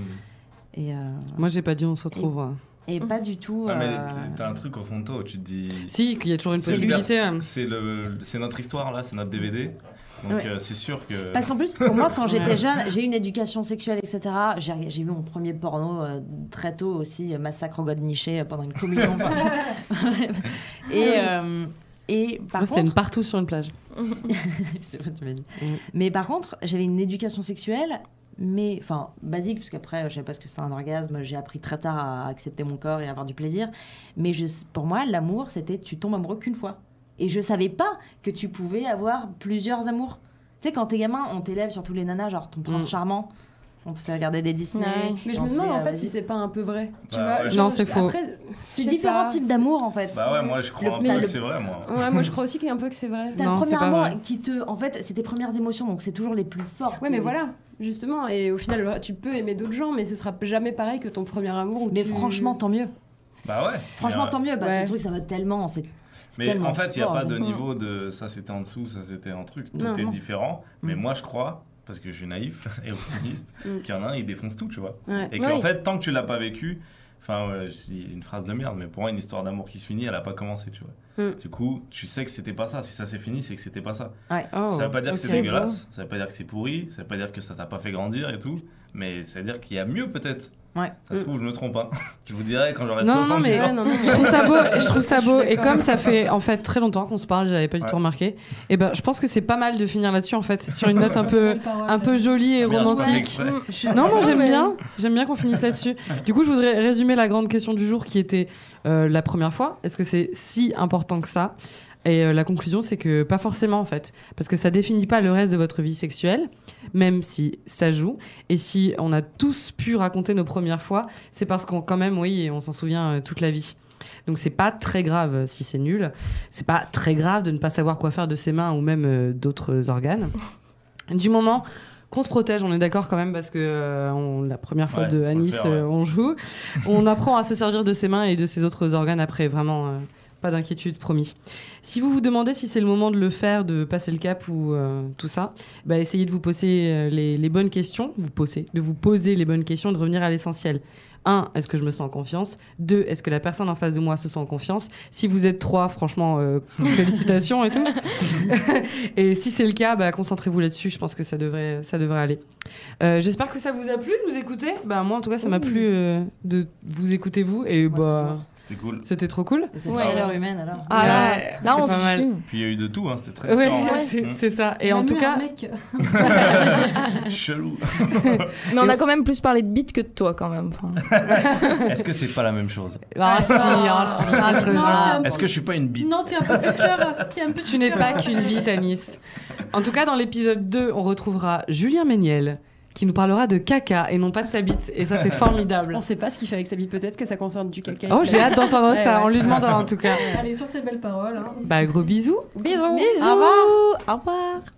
E: Et, euh,
A: Moi, j'ai pas dit on se retrouve. hein.
E: et pas du tout.
B: Ah, mais
E: euh,
B: t'es- t'as un truc au fond de toi où tu te dis.
A: Si, qu'il y a toujours une
B: C'est
A: possibilité.
B: super-
E: Mm.
A: hein.
B: C'est le, c'est notre histoire là, c'est notre DVD. Donc
E: Ouais.
B: euh, c'est sûr que.
E: Parce qu'en plus, pour moi,
B: *laughs*
E: quand j'étais jeune, j'ai eu une éducation sexuelle, etc. J'ai j'ai vu mon premier porno euh, très tôt aussi, euh, Massacre au God niché euh, pendant une communion. Enfin,
A: *laughs*
E: *laughs* je- et, euh, et par
A: Moi, c'était une
E: contre,
A: partout sur une plage.
E: *laughs* c'est vrai, tu m'as dit.
A: Mm.
E: Mais par contre, j'avais une éducation sexuelle, mais enfin basique, parce qu'après, je savais pas ce que c'est un orgasme. J'ai appris très tard à accepter mon corps et à avoir du plaisir. Mais je, pour moi, l'amour, c'était tu tombes amoureux qu'une fois. Et je savais pas que tu pouvais avoir plusieurs amours. Tu sais, quand t'es gamin, on t'élève sur tous les nanas, genre ton prince
A: Mm.
E: charmant. On te fait regarder des Disney.
F: Ouais.
D: Mais je
E: on
D: me
E: te
D: demande
E: fait,
D: en
E: euh,
D: fait
E: vas-y.
D: si c'est pas un peu vrai. Tu
B: Bah
D: vois,
B: ouais.
D: genre,
A: Non, c'est
D: je-
A: faux.
D: après, je
E: C'est
D: sais
E: différents
D: pas,
E: types
D: c'est-
E: d'amour en fait.
B: Bah ouais, moi je crois un
E: mais
B: peu que
E: le-
B: c'est vrai moi.
D: Ouais, moi je crois aussi qu'il y a un peu que c'est vrai.
E: T'as
A: Non,
E: le
A: c'est
E: premier
A: pas
E: amour
A: vrai.
E: qui te. En fait, c'est tes premières émotions, donc c'est toujours les plus fortes.
D: Ouais, mais
E: Et-
D: voilà, justement. Et au final, bah, tu peux aimer d'autres gens, mais ce sera jamais pareil que ton premier amour. Où
E: Mais
D: tu-
E: franchement, tant mieux.
B: Bah ouais.
E: Franchement,
B: mais,
E: tant mieux, parce que
D: Ouais.
E: le truc, ça va tellement. C'est c'est
B: Mais
E: tellement
B: en fait, il n'y a
E: fort,
B: pas
E: c'est-
B: de niveau de ça c'était en dessous, ça c'était un truc. Tout
D: Non,
B: est
D: non.
B: différent. Mais
A: Mm.
B: moi je crois, parce que je suis naïf *laughs* et optimiste,
D: Mm.
B: qu'il y en a un, il défonce tout, tu vois.
D: Ouais.
B: Et qu'en
D: Oui.
B: fait, tant que tu l'as pas vécu, enfin, euh, je dis une phrase de merde, mais pour moi, une histoire d'amour qui se finit, elle a pas commencé, tu vois.
D: Mm.
B: Du coup, tu sais que c'était pas ça. Si ça s'est fini, c'est que c'était pas ça.
A: Oh.
B: Ça veut pas dire que c'est
E: ok.
B: dégueulasse, ça veut pas dire que c'est pourri, ça veut pas dire que ça t'a pas fait grandir et tout, mais ça veut dire qu'il y a mieux peut-être.
E: Ouais.
B: Ça se trouve, je me trompe, hein. *laughs* je vous dirai quand j'aurai
A: Non,
B: 70
A: non, mais-
B: ans.
D: Ouais, non, non.
A: *laughs* Je trouve ça beau, je trouve ça
D: Je suis
A: beau. Et
D: d'accord.
A: comme ça fait en fait très longtemps qu'on se parle, j'avais pas du
B: Ouais.
A: tout remarqué. Et ben, je pense que c'est pas mal de finir là-dessus en fait, sur une note un peu, un peu jolie et
B: Ah, merde, j'ai fait
A: romantique.
B: exprès.
A: Non, moi j'aime
D: Ouais.
A: bien, j'aime bien qu'on finisse là-dessus. Du coup, je voudrais résumer la grande question du jour qui était euh, la première fois. Est-ce que c'est si important que ça Et euh, la conclusion, c'est que pas forcément en fait, parce que ça définit pas le reste de votre vie sexuelle, même si ça joue. Et si on a tous pu raconter nos premières fois, c'est parce qu'on quand même, oui, on s'en souvient euh, toute la vie. Donc c'est pas très grave euh, si c'est nul. C'est pas très grave de ne pas savoir quoi faire de ses mains ou même euh, d'autres organes. Du moment qu'on se protège, on est d'accord quand même parce que euh, on- la première fois
B: Ouais, faut
A: de
B: le
A: Anis,
B: faire, ouais.
A: euh, on joue, on apprend à se servir de ses mains et de ses autres organes après. Vraiment, euh, pas d'inquiétude, promis. Si vous vous demandez si c'est le moment de le faire, de passer le cap ou euh, tout ça, bah, essayez de vous poser euh, les, les bonnes questions, vous poser, de vous poser les bonnes questions, de revenir à l'essentiel. Un, est-ce que je me sens en confiance Deux, est-ce que la personne en face de moi se sent en confiance Si vous êtes trois, franchement, euh, *laughs* félicitations et tout. et si c'est le cas, bah, concentrez-vous là-dessus, je pense que ça devrait, ça devrait aller. Euh, J'espère que ça vous a plu de nous écouter. Bah, moi, en tout cas, ça m'a plu euh, de vous écouter, vous. Et
E: Moi,
A: bah,
E: toujours.
B: C'était cool.
A: c'était trop cool.
E: C'est
B: Ouais.
E: la chaleur humaine alors.
A: Ah,
F: là,
A: ouais,
F: là,
A: c'est
F: on
A: pas
F: se
A: mal.
F: filme.
B: Puis il y a eu de tout, hein. c'était très
A: Ouais,
B: différent.
A: c'est-
B: Mmh.
A: c'est ça. Et en tout cas,
G: hein.
B: Chelou.
F: Mais on a quand même plus parlé de bite que de toi quand même. Enfin,
B: Est-ce que c'est pas la même chose
A: ah, si, ah, si, ça se rejoint.
B: Est-ce que je suis pas une bite
G: Non, tu as un petit cœur. Tu as un petit
A: Tu n'es
G: cœur.
A: pas qu'une bite à Nice. En tout cas, dans l'épisode 2, on retrouvera Julien Méniel qui nous parlera de caca et non pas de sa bite. Et ça, c'est formidable.
D: On sait pas ce qu'il fait avec sa vie, peut-être que ça concerne du caca.
A: Oh, j'ai hâte d'entendre
D: Ouais,
A: ça.
D: ouais.
A: On lui demandera en tout cas.
G: Allez, sur ces belles paroles. hein.
A: Bah, gros bisous.
F: Bisous.
A: Au revoir.
F: Au revoir.